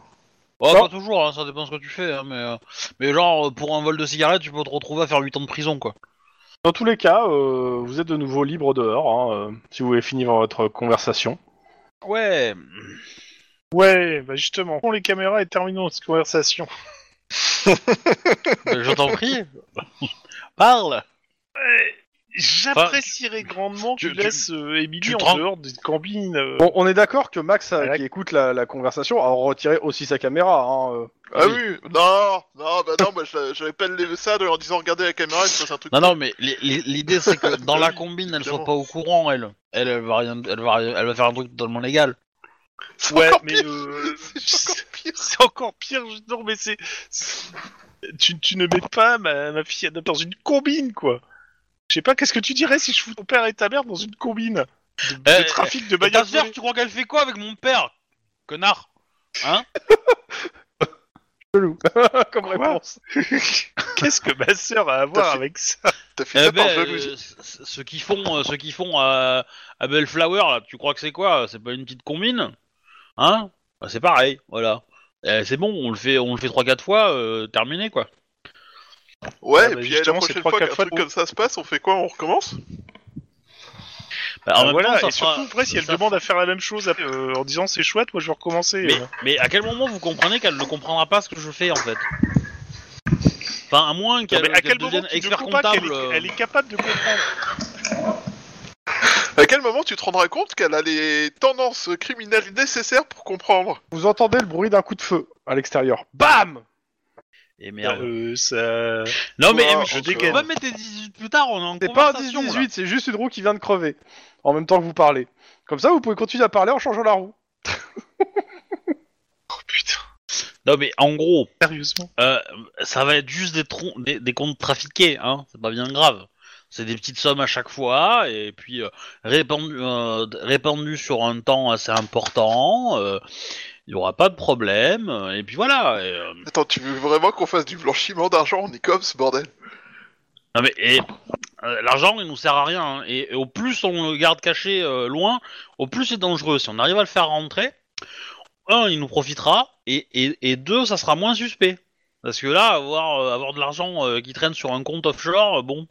S1: Oh,
S2: Non.
S1: pas toujours, hein, ça dépend ce que tu fais, hein, mais, euh, mais genre, euh, pour un vol de cigarette, tu peux te retrouver à faire 8 ans de prison, quoi.
S2: Dans tous les cas, euh, vous êtes de nouveau libre dehors, hein, euh, si vous voulez finir votre conversation.
S1: Ouais,
S3: Ouais, bah justement, prenons les caméras et terminons cette conversation.
S1: euh, je t'en prie, <laughs> parle
S3: J'apprécierais grandement que
S1: tu-
S3: tu
S1: tu-
S3: laisses euh, Emily
S1: tu te
S3: en
S1: rends-
S3: dehors des cambines. euh,
S2: Bon, on est d'accord que Max, euh,
S3: Ouais.
S2: qui écoute la, la conversation, a retiré aussi sa caméra. hein, euh.
S4: Ah oui, non, non, bah non, bah, je- j'appelle les- ça de leur disant regardez la caméra, et c'est un truc.
S1: Non, non, mais li- li- l'idée c'est que dans la combine, elle soit
S4: évidemment.
S1: pas au courant, elle. Elle, elle va rien, elle va, rien- elle va faire un truc totalement légal.
S4: C'est <laughs>
S3: Ouais,
S4: encore
S3: mais
S4: pire.
S1: <laughs>
S3: euh,
S4: C'est encore pire.
S3: <laughs> c'est encore pire. je- Non, mais c'est. c'est- Tu, tu ne mets pas ma, ma fille dans une combine, quoi. Je sais pas, qu'est-ce que tu dirais si je fous ton père et ta mère dans une combine de, de
S1: Eh,
S3: trafic de
S1: Mais
S3: bagnole
S1: ta sœur, tu crois qu'elle fait quoi avec mon père Connard Hein
S2: Chelou. Comme
S3: Quoi
S2: réponse.
S3: <laughs> Qu'est-ce que ma sœur a à voir
S4: T'as fait-
S3: avec ça
S4: T'as fait
S1: Eh
S4: ça
S1: ben,
S4: par
S1: euh,
S4: jalousie.
S1: c- c- ceux qui font, euh, ceux qui font à, à Bellflower, là, tu crois que c'est quoi C'est pas une petite combine Hein Bah, C'est pareil, voilà. Eh, c'est bon, on le fait, on le fait trois quatre fois, euh, terminé quoi.
S4: Ouais,
S3: Ah,
S4: et
S3: bah,
S4: puis eh, la
S3: justement, c'est
S4: prochaine
S3: trois,
S4: fois qu'un
S3: quatre fois
S4: truc
S3: de-
S4: comme ça se passe, on fait quoi On recommence
S1: Bah,
S3: Ah,
S1: en même
S3: voilà,
S1: temps, ça
S3: et
S1: fera-
S3: surtout après, si elle
S1: ça
S3: demande à faire la même chose après, euh, en disant c'est chouette, moi je vais recommencer.
S1: Mais,
S3: euh.
S1: mais à quel moment vous comprenez qu'elle ne comprendra pas ce que je fais en fait Enfin, à moins
S3: Non,
S1: qu'elle
S3: mais à
S1: qu'elle
S3: quel moment
S1: devienne
S3: tu ne
S1: expert
S3: comprends pas qu'elle
S1: comptable.
S3: est,
S1: euh,
S3: elle est capable de comprendre
S4: À quel moment tu te rendras compte qu'elle a les tendances criminelles nécessaires pour comprendre
S2: Vous entendez le bruit d'un coup de feu à l'extérieur. Bam
S1: Et merde.
S3: Euh, ça...
S1: non mais
S4: Ouah,
S1: je
S4: encore.
S1: dégaine. Même tes 18 plus tard, on est en
S2: C'est pas un
S1: conversation, là.
S2: 18, c'est juste une roue qui vient de crever. En même temps que vous parlez. Comme ça, vous pouvez continuer à parler en changeant la roue.
S3: Oh putain,
S1: Non mais en gros,
S3: sérieusement.
S1: euh, ça va être juste des, tron- des, des comptes trafiqués, hein. C'est pas bien grave. C'est des petites sommes à chaque fois et puis euh, répandu euh, répandu sur un temps assez important. euh, Il y aura pas de problème. euh, Et puis voilà. et, euh,
S4: Attends, tu veux vraiment qu'on fasse du blanchiment d'argent en ICOM, ce bordel
S1: Non mais et, euh, l'argent il nous sert à rien hein. et, et au plus on le garde caché euh, loin, au plus c'est dangereux. Si on arrive à le faire rentrer, un il nous profitera et, et, et deux ça sera moins suspect parce que là avoir euh, avoir de l'argent euh, qui traîne sur un compte offshore, euh, bon.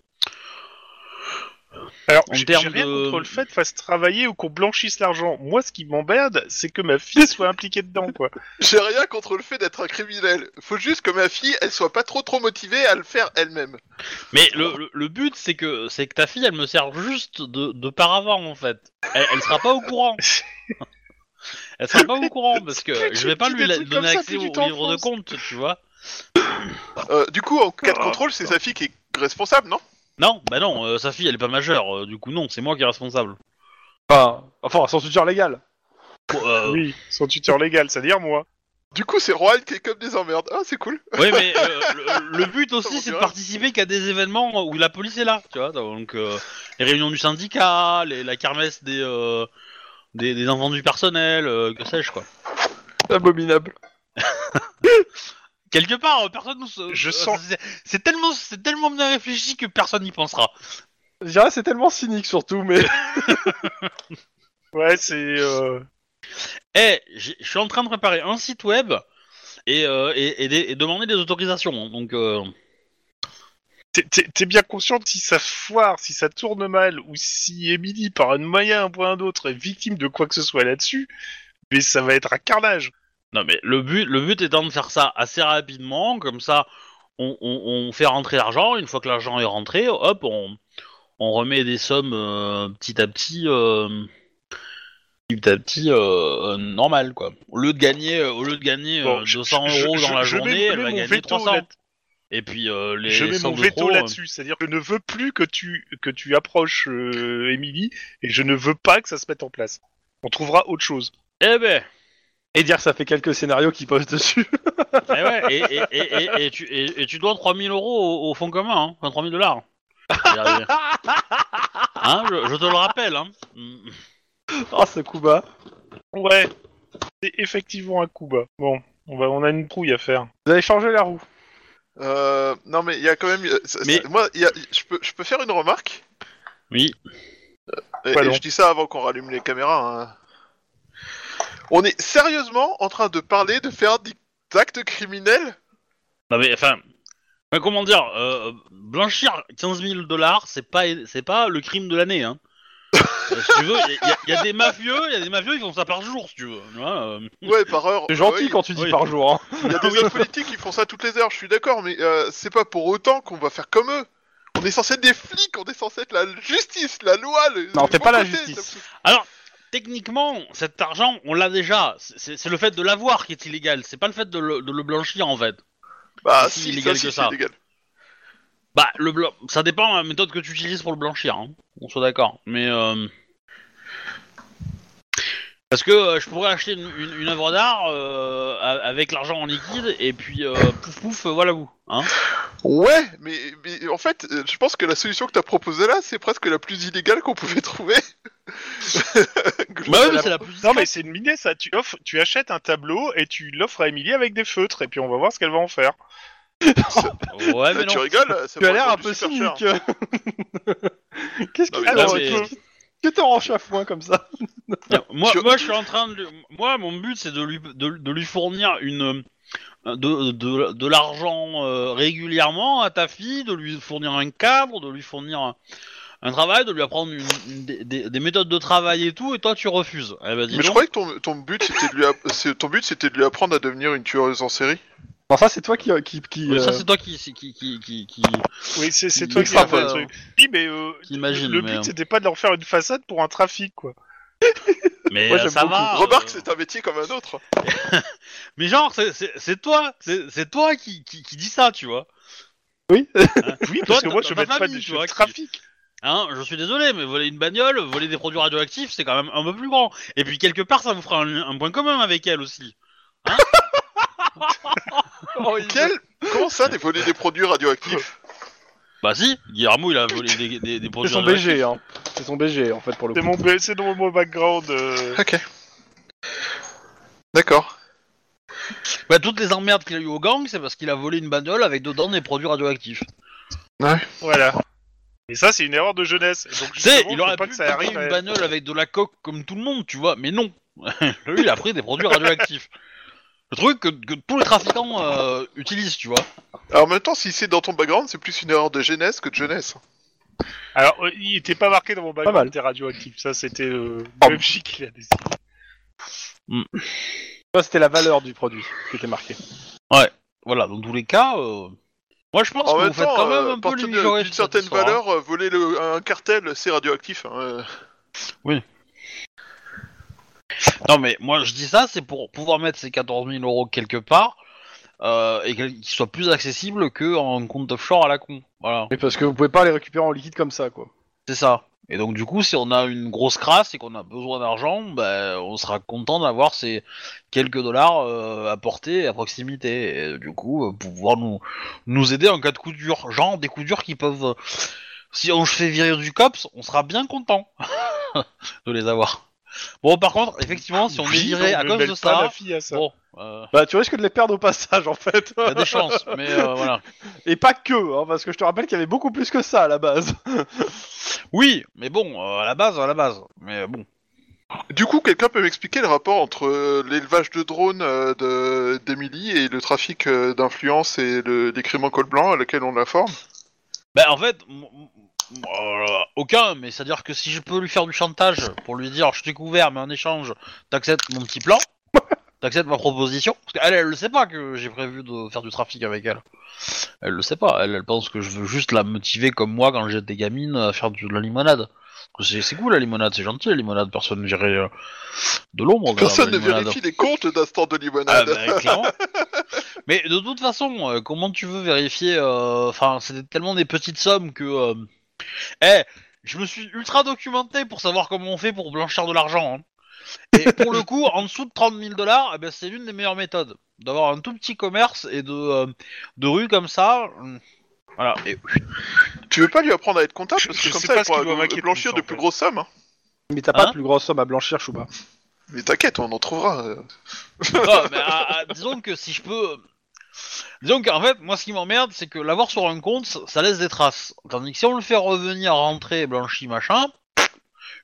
S3: Alors,
S1: En
S3: j'ai j'ai
S1: termes
S3: rien
S1: de-
S3: contre le fait de fasse travailler ou qu'on blanchisse l'argent. Moi, ce qui m'emmerde, c'est que ma fille soit impliquée dedans, quoi.
S4: J'ai rien contre le fait d'être un criminel. Faut juste que ma fille, elle soit pas trop trop motivée à le faire elle-même.
S1: Mais le, le, le but c'est que c'est que ta fille elle me sert juste de, de paravent en fait. Elle, elle sera pas au courant.
S3: <laughs>
S1: Elle sera pas au courant parce que je vais pas
S3: Tu
S1: lui
S3: dis des
S1: la-
S3: trucs comme
S1: donner
S3: ça,
S1: accès
S3: puis
S1: au
S3: tu t'enfonces.
S1: livre de compte, tu vois.
S4: Euh, du coup, en cas de
S3: Oh,
S4: contrôle, c'est sa fille qui est responsable, non
S1: Non, bah non, euh, sa fille elle est pas majeure, euh, du coup non, c'est moi qui est responsable.
S2: Enfin, enfin sans tuteur légal.
S1: Euh, oui.
S3: <laughs> Oui, son tuteur légal, c'est-à-dire moi.
S4: Du coup, c'est Roald qui est comme des emmerdes. Ah, c'est cool.
S1: mais euh, le, le but aussi
S4: Comment
S1: c'est de
S4: dirais-je
S1: participer qu'à des événements où la police est là, tu vois. Donc euh, les réunions du syndicat, les- la carmesse des, euh, des des enfants du personnel, euh, que sais-je quoi.
S2: Abominable.
S1: Quelque part, euh, personne nous. euh,
S3: Je
S1: euh,
S3: sens-
S1: c'est- C'est tellement, c'est tellement bien réfléchi que personne n'y pensera.
S2: Je dirais c'est tellement cynique surtout, mais...
S3: Ouais, c'est... euh,
S1: Eh, j'ai- je suis en train de préparer un site web et euh, et, et des- et demander des autorisations. hein, Donc euh,
S3: t'es- T'es t'es bien consciente si ça foire, si ça tourne mal, ou si Emily, par un moyen un point ou un autre, est victime de quoi que ce soit là-dessus, mais ça va être un carnage.
S1: Non mais le but, le but étant de faire ça assez rapidement, comme ça on, on- on fait rentrer l'argent, une fois que l'argent est rentré, hop, on, on remet des sommes euh, petit à petit, euh, petit à petit, euh, euh, normal quoi. Au lieu de gagner, euh, au lieu de gagner
S3: Bon,
S1: euh,
S3: je-
S1: 200
S3: je-
S1: euros
S3: je-
S1: dans la
S3: je mets-
S1: journée,
S3: je
S1: elle
S3: mets
S1: va
S3: mon
S1: gagner
S3: veto
S1: 300.
S3: là-
S1: Et puis euh, les
S3: je mets
S1: 100
S3: mon veto
S1: euros, euh,
S3: là-dessus, c'est-à-dire que je ne veux plus que tu que tu approches euh, Emily et je ne veux pas que ça se mette en place. On trouvera autre chose.
S1: Eh ben,
S2: Et dire que ça fait quelques scénarios qui posent dessus.
S1: eh ouais, et, et, et, et- et tu, et, et tu dois 3000 euros au, au fonds commun, hein, enfin 3000 dollars. hein, je, je te le rappelle. Hein. Mm.
S2: Oh, ce coup bas.
S3: Ouais, c'est effectivement un coup bas. Bon, on va on a une prouille à faire.
S2: Vous avez changé la roue.
S4: Euh, non, mais il y a quand même. euh, ça- ça-
S1: Mais-
S4: Moi, il y a- je peux, je peux faire une remarque.
S1: Oui.
S4: Et,
S3: Pardon.
S4: et je dis ça avant qu'on rallume les caméras. hein. On est sérieusement en train de parler de faire des actes criminels
S1: Non mais enfin, enfin, comment dire, euh, blanchir 15 000 dollars, c'est pas c'est pas le crime de l'année. Hein. Euh, si tu veux, il y, a- y a des mafieux, il y a des mafieux, ils font ça par jour, si tu veux. tu vois, euh.
S4: Ouais, par heure.
S2: C'est gentil
S4: Ouais,
S2: quand tu dis
S1: oui.
S2: par jour. Hein.
S4: Il y a des hommes politiques qui font ça toutes les heures, je suis d'accord, mais euh, c'est pas pour autant qu'on va faire comme eux. On est censé être des flics, on est censé être la justice, la loi. Le,
S2: Non,
S4: le
S2: t'es
S4: bon
S2: pas la
S4: côté,
S2: justice.
S4: ça-
S1: Techniquement, cet argent, on l'a déjà. C'est c'est le fait de l'avoir qui est illégal. C'est pas le fait de le, de le blanchir en fait.
S4: Bah,
S1: Si,
S4: si,
S1: illégal
S4: ça,
S1: que
S4: si,
S1: ça.
S4: c'est légal.
S1: Bah, le blan- ça dépend de la méthode que tu utilises pour le blanchir, hein. on soit d'accord. Mais. euh, Parce que euh, je pourrais acheter une, une- une œuvre d'art euh, a- avec l'argent en liquide et puis euh, pouf pouf, euh, voilà vous. Hein.
S4: Ouais, mais, mais en fait, euh, je pense que la solution que t'as proposée là, c'est presque la plus illégale qu'on pouvait trouver.
S1: Bah oui,
S2: la-
S1: c'est la plus.
S3: Non, mais c'est une idée, ça. Tu, offres, tu achètes un tableau et tu l'offres à Émilie avec des feutres, et puis on va voir ce qu'elle va en faire.
S1: Ouais, Ah, mais non.
S4: Ah, tu rigoles
S2: Tu
S4: ça
S2: as
S4: pourrait
S2: l'air un
S4: vendre
S2: peu
S4: du super
S2: cynique. <laughs> Qu'est-ce
S4: Non,
S2: que
S4: mais
S1: là,
S2: Alors,
S1: c'est-
S2: que- que t'es en chafouin comme ça
S4: <laughs>
S1: Moi,
S4: Tu-
S1: moi, je suis en train de. lui- Moi, mon but, c'est de lui, de, de lui fournir une. euh, De, de, de l'argent euh, régulièrement à ta fille, de lui fournir un cadre, de lui fournir un, un travail, de lui apprendre une- une- des, des- des méthodes de travail et tout, et toi tu refuses. Eh ben, dis
S4: Mais je
S1: donc.
S4: croyais que ton, ton but c'était de lui app- c'est- ton but c'était de lui apprendre à devenir une tueuse en série.
S2: Non, ça c'est toi qui. qui, qui
S1: Mais
S2: euh,
S1: Ça, c'est toi qui, qui, qui, qui, qui-
S3: Oui, c'est c'est
S1: Il
S3: toi qui as fait
S1: extrapole.
S3: le truc. Oui, mais euh,
S1: qui imagine.
S3: le
S1: mais,
S3: but, c'était pas de leur faire une façade pour un trafic, quoi.
S1: mais,
S2: Moi,
S1: euh,
S2: j'aime
S1: ça
S2: beaucoup.
S1: va.
S4: Ah, Remarque,
S1: euh,
S4: c'est un métier comme un autre.
S1: Mais genre, c'est- c'est c'est toi, c'est c'est toi qui, qui, qui dis ça, tu vois. Hein
S2: Oui.
S3: Oui, parce
S1: Toi,
S3: que moi,
S1: dans
S3: je
S1: ta
S3: mets pas
S1: famille,
S3: des
S1: tu
S3: je
S1: vois, qui-
S3: trafic.
S1: Hein, je suis désolé, mais voler une bagnole, voler des produits radioactifs, c'est quand même un peu plus grand. Et puis quelque part, ça vous fera un, un point commun avec elle aussi. Oh,
S4: Quel...
S1: <laughs>
S4: Comment ça, des volets des produits radioactifs
S1: Bah si, Guillermo, il a volé des, des, des
S2: C'est
S1: produits
S2: son
S1: radioactifs.
S2: BG, hein. C'est son BG en fait pour le
S3: C'est
S2: coup.
S3: mon, c'est dans mon background. euh. <laughs>
S4: Ok. D'accord.
S1: Bah toutes les emmerdes qu'il a eu au gang, c'est parce qu'il a volé une bagnole avec dedans des produits radioactifs.
S3: Voilà. Et ça, c'est une erreur de jeunesse. Donc,
S1: Tu sais,
S3: justement,
S1: il
S3: faut
S1: aurait
S3: pas
S1: pu
S3: que ça
S1: prendre
S3: arrive.
S1: une
S3: à-
S1: bagnole avec de la coque comme tout le monde, tu vois, mais non. <laughs> Lui, il a pris des produits radioactifs. Le truc que, que tous les trafiquants euh, utilisent, tu vois.
S4: Alors en même temps, si c'est dans ton background, c'est plus une erreur de jeunesse que de jeunesse.
S3: Alors, euh, il était pas marqué dans mon
S2: Pas mal.
S3: background, il était radioactif. Ça, c'était euh,
S2: Oh.
S3: même chic qui l'a décidé.
S2: Toi, c'était la valeur du produit qui était marquée.
S1: Voilà, dans tous les cas, euh, moi je pense
S4: En
S1: que
S4: même
S1: vous faites quand
S4: temps,
S1: même
S4: euh,
S1: un peu
S4: partir
S1: les
S4: de-
S1: mijaurés
S4: d'une
S1: sur cette
S4: certaine
S1: histoire, hein.
S4: valeur, euh, voler le- un cartel, c'est radioactif. hein, euh.
S1: Non, mais moi je dis ça, c'est pour pouvoir mettre ces 14 000 euros quelque part euh, et qu'il soit plus accessible qu'en compte offshore à la con. Voilà,
S2: Mais parce que vous pouvez pas les récupérer en liquide comme ça, quoi.
S1: c'est ça. Et donc, du coup, si on a une grosse crasse et qu'on a besoin d'argent, bah, on sera content d'avoir ces quelques dollars euh, à portée et à proximité. Et, du coup, euh, pouvoir nous, nous aider en cas de coup dur. Genre des coups durs qui peuvent. euh, Si on se fait virer du COPS, on sera bien content <laughs> de les avoir. Bon, par contre, effectivement, si on est
S3: Oui,
S1: viré
S3: donc
S1: à
S3: ne
S1: cause
S3: mêle
S1: de
S3: pas
S1: ça.
S3: la fille à ça.
S1: Bon, euh,
S2: Bah, tu risques de les perdre au passage, en fait.
S1: y a des chances, mais euh, voilà.
S2: Et pas que, hein, parce que je te rappelle qu'il y avait beaucoup plus que ça à la base.
S1: Oui, mais bon, euh, à la base, à la base. Mais euh, bon.
S4: Du coup, quelqu'un peut m'expliquer le rapport entre euh, l'élevage de drones euh, de- d'Emily et le trafic euh, d'influence et le, les crimes en col blanc à lequel on la forme
S1: Bah en fait, m- m- euh, aucun, mais c'est-à-dire que si je peux lui faire du chantage pour lui dire je t'ai couvert, mais en échange, t'acceptes mon petit
S4: <laughs>
S1: plan, t'acceptes ma proposition, parce qu'elle, elle le sait pas que j'ai prévu de faire du trafic avec elle. Elle le sait pas, elle, elle pense que je veux juste la motiver comme moi quand j'étais gamine à faire du- de la limonade. Parce que C'est c'est cool la limonade, c'est gentil la limonade, personne ne dirait euh, de l'ombre. de la- de la
S4: Personne ne
S1: limonade.
S4: vérifie les comptes d'un stand de
S1: Ah,
S4: limonade.
S1: bah, clairement. Mais de toute façon, euh, comment tu veux vérifier euh, Enfin, c'était tellement des petites sommes que. euh, Eh, je me suis ultra documenté pour savoir comment on fait pour blanchir de l'argent. hein. Et pour le coup, en dessous de 30 000 dollars, eh ben, c'est l'une des meilleures méthodes. D'avoir un tout petit commerce et de, euh, de rue comme ça. euh, Voilà. Et
S4: tu veux pas lui apprendre à être comptable Parce
S3: Je-
S4: que
S3: je
S4: comme
S3: sais
S4: ça,
S3: pas
S4: elle
S3: ce qui
S4: pourra
S3: doit m'inquiéter,
S4: blanchir
S3: en
S4: de
S3: fait.
S4: plus grosses sommes. hein.
S2: Mais t'as pas
S1: Hein
S2: de plus grosse somme à blanchir, Chouba.
S4: Mais t'inquiète, on en trouvera. euh.
S1: <laughs> ah, Non, mais, ah, ah, disons que si je peux. Disons qu'en fait, moi, ce qui m'emmerde, c'est que l'avoir sur un compte, ça, ça laisse des traces. Tandis que si on le fait revenir, rentrer, blanchi, machin,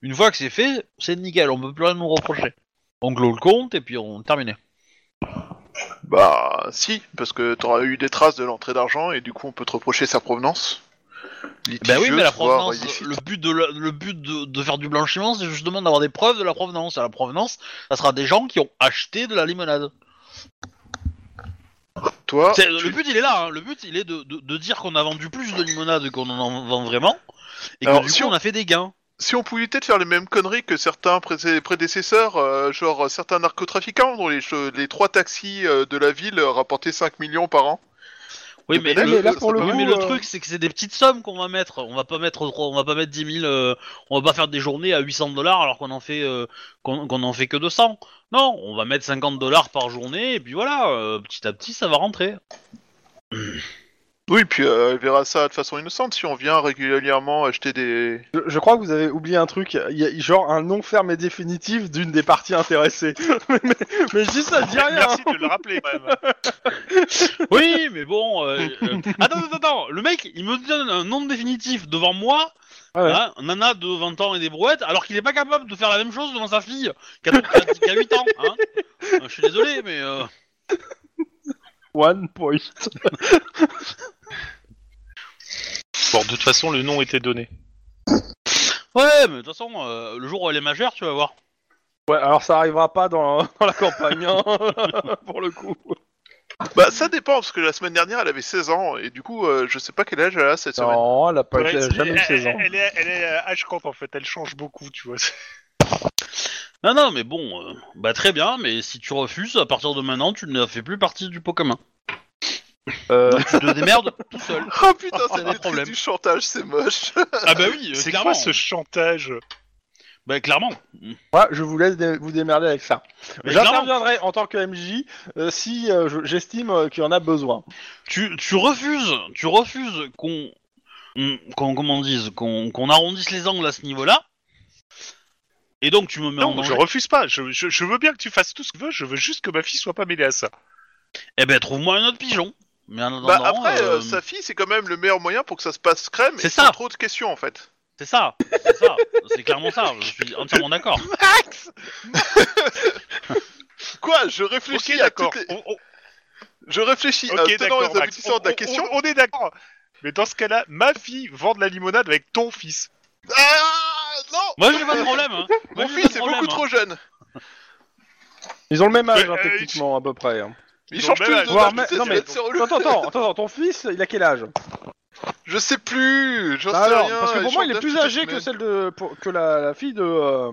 S1: une fois que c'est fait, c'est nickel, on peut plus rien nous reprocher. On clôt le compte et puis on terminé.
S4: Bah si, parce que t'auras eu des traces de l'entrée d'argent et du coup on peut te reprocher sa provenance.
S1: Ben oui,
S4: Litigieuse,
S1: mais la
S4: voire
S1: provenance,
S4: illicite.
S1: le but, de, la- le but de, de faire du blanchiment, c'est justement d'avoir des preuves de la provenance. Et la provenance, ça sera des gens qui ont acheté de la limonade.
S4: Toi,
S1: C'est- le but, il est là. hein. Le but, il est de, de- de dire qu'on a vendu plus de limonade qu'on en vend vraiment. Et que
S4: Alors,
S1: du
S4: si
S1: coup,
S4: on-
S1: on a fait des gains.
S4: si on pouvait peut-être faire les mêmes conneries que certains pré- prédécesseurs, euh, genre certains narcotrafiquants dont les, che- les trois taxis euh, de la ville euh, rapportaient 5 millions par an.
S1: Oui, mais,
S4: Mais là,
S1: le,
S4: là, pour
S2: le
S1: oui,
S2: coup,
S1: mais le
S2: euh,
S1: truc, c'est que c'est des petites sommes qu'on va mettre. On va pas mettre, trop- on va pas mettre 10 000, euh, on va pas faire des journées à 800 dollars alors qu'on en fait, euh, qu'on qu'on en fait que 200. Non, on va mettre 50 dollars par journée et puis voilà, euh, petit à petit, ça va
S2: <laughs>
S1: rentrer.
S4: Oui, puis euh, elle verra ça de façon innocente si on vient régulièrement acheter des...
S2: Je, je crois que vous avez oublié un truc, il y a genre un nom ferme et définitif d'une des parties intéressées. <laughs> mais, mais, mais je dis ça, je dis rien.
S3: Merci de le <laughs> rappeler quand même.
S1: oui, mais bon. euh, euh, Attends, attends, attends. Le mec, il me donne un nom définitif devant moi,
S2: Ah ouais.
S1: hein, nana de 20 ans et des brouettes, alors qu'il est pas capable de faire la même chose devant sa fille qui a, qui a 8 ans. hein. Euh, Je suis désolé, mais. euh,
S2: One point.
S3: Bon, de toute façon, le nom était donné.
S1: Ouais, mais de toute façon, euh, le jour où elle est majeure, tu vas voir.
S2: Ouais, alors ça arrivera pas dans, <laughs> dans la campagne, hein, pour le coup.
S4: Bah ça dépend, parce que la semaine dernière elle avait 16 ans, et du coup euh, je sais pas quel âge elle a cette semaine.
S2: Non, elle a pas
S3: Ouais,
S2: elle a
S3: c'est-
S2: jamais eu 16 ans.
S3: Elle, elle est, elle est euh, âge quand en fait, elle change beaucoup, tu vois.
S1: Non, non, mais bon, euh, bah très bien, mais si tu refuses, à partir de maintenant, tu ne fais plus partie du pot commun.
S2: Euh,
S1: Donc, tu te démerdes tout seul.
S4: Oh putain,
S3: <laughs>
S1: Pas de
S4: c'est
S1: problème.
S4: du chantage, c'est moche.
S1: Ah bah oui, euh,
S3: C'est
S1: clairement.
S3: quoi ce chantage
S1: Bah clairement.
S2: voilà, je vous laisse dé- vous démerder avec ça.
S1: Mais clairement,
S2: J'interviendrai en tant que MJ euh, si euh, je- j'estime euh, qu'il y en a besoin.
S1: tu, tu refuses, tu refuses qu'on, on- qu'on comment on dise, qu'on qu'on arrondisse les angles à ce niveau-là. Et donc tu me mets en
S3: Non,
S1: danger.
S3: je refuse pas. Je, je- je veux bien que tu fasses tout ce que tu veux. Je veux juste que ma fille soit pas mêlée à ça.
S1: Eh ben trouve-moi un autre pigeon. Mais en
S4: Bah
S1: attendant,
S4: après, euh,
S1: euh,
S4: sa fille, c'est quand même le meilleur moyen pour que ça se passe crème.
S1: C'est
S4: et
S1: ça.
S4: sans trop de questions en fait.
S1: c'est ça, c'est ça, c'est clairement ça. Je suis entièrement d'accord.
S4: Quoi Je
S3: Ok,
S4: réfléchis à
S3: d'accord.
S4: toutes les- euh,
S3: On- on-
S4: Je réfléchis
S3: Ok,
S4: à tenant
S3: d'accord,
S4: et
S3: Max.
S4: aboutissant de
S3: On-
S4: la
S3: on-
S4: question.
S3: On, on est d'accord. Mais dans ce cas-là, ma fille vend de la limonade avec ton fils.
S4: Ah non
S1: Moi j'ai pas de problème. Hein. Moi,
S4: Mon
S1: j'ai
S4: fils
S1: pas de
S4: est
S1: problème,
S4: beaucoup
S1: hein.
S4: trop jeune.
S2: Ils ont le même âge,
S3: Mais,
S2: hein,
S3: euh,
S2: techniquement, à peu près. hein.
S4: Il
S3: Ils ont
S4: change
S3: le
S4: tous
S3: même
S4: les
S3: âge.
S4: deux
S2: Voire
S4: ans,
S2: même-
S4: tu sais,
S2: non,
S4: tu
S2: mais-
S4: vas être sur Oh, le-
S2: Attends, attends, attends, ton fils, il a quel âge
S4: <laughs> Je sais plus, j'en sais
S2: Bah alors,
S4: rien.
S2: Parce que pour moi,
S4: change
S2: il est
S4: d'âge
S2: plus
S4: toutes les
S2: âgé que
S4: semaines.
S2: celle de pour- que la, la fille de. euh,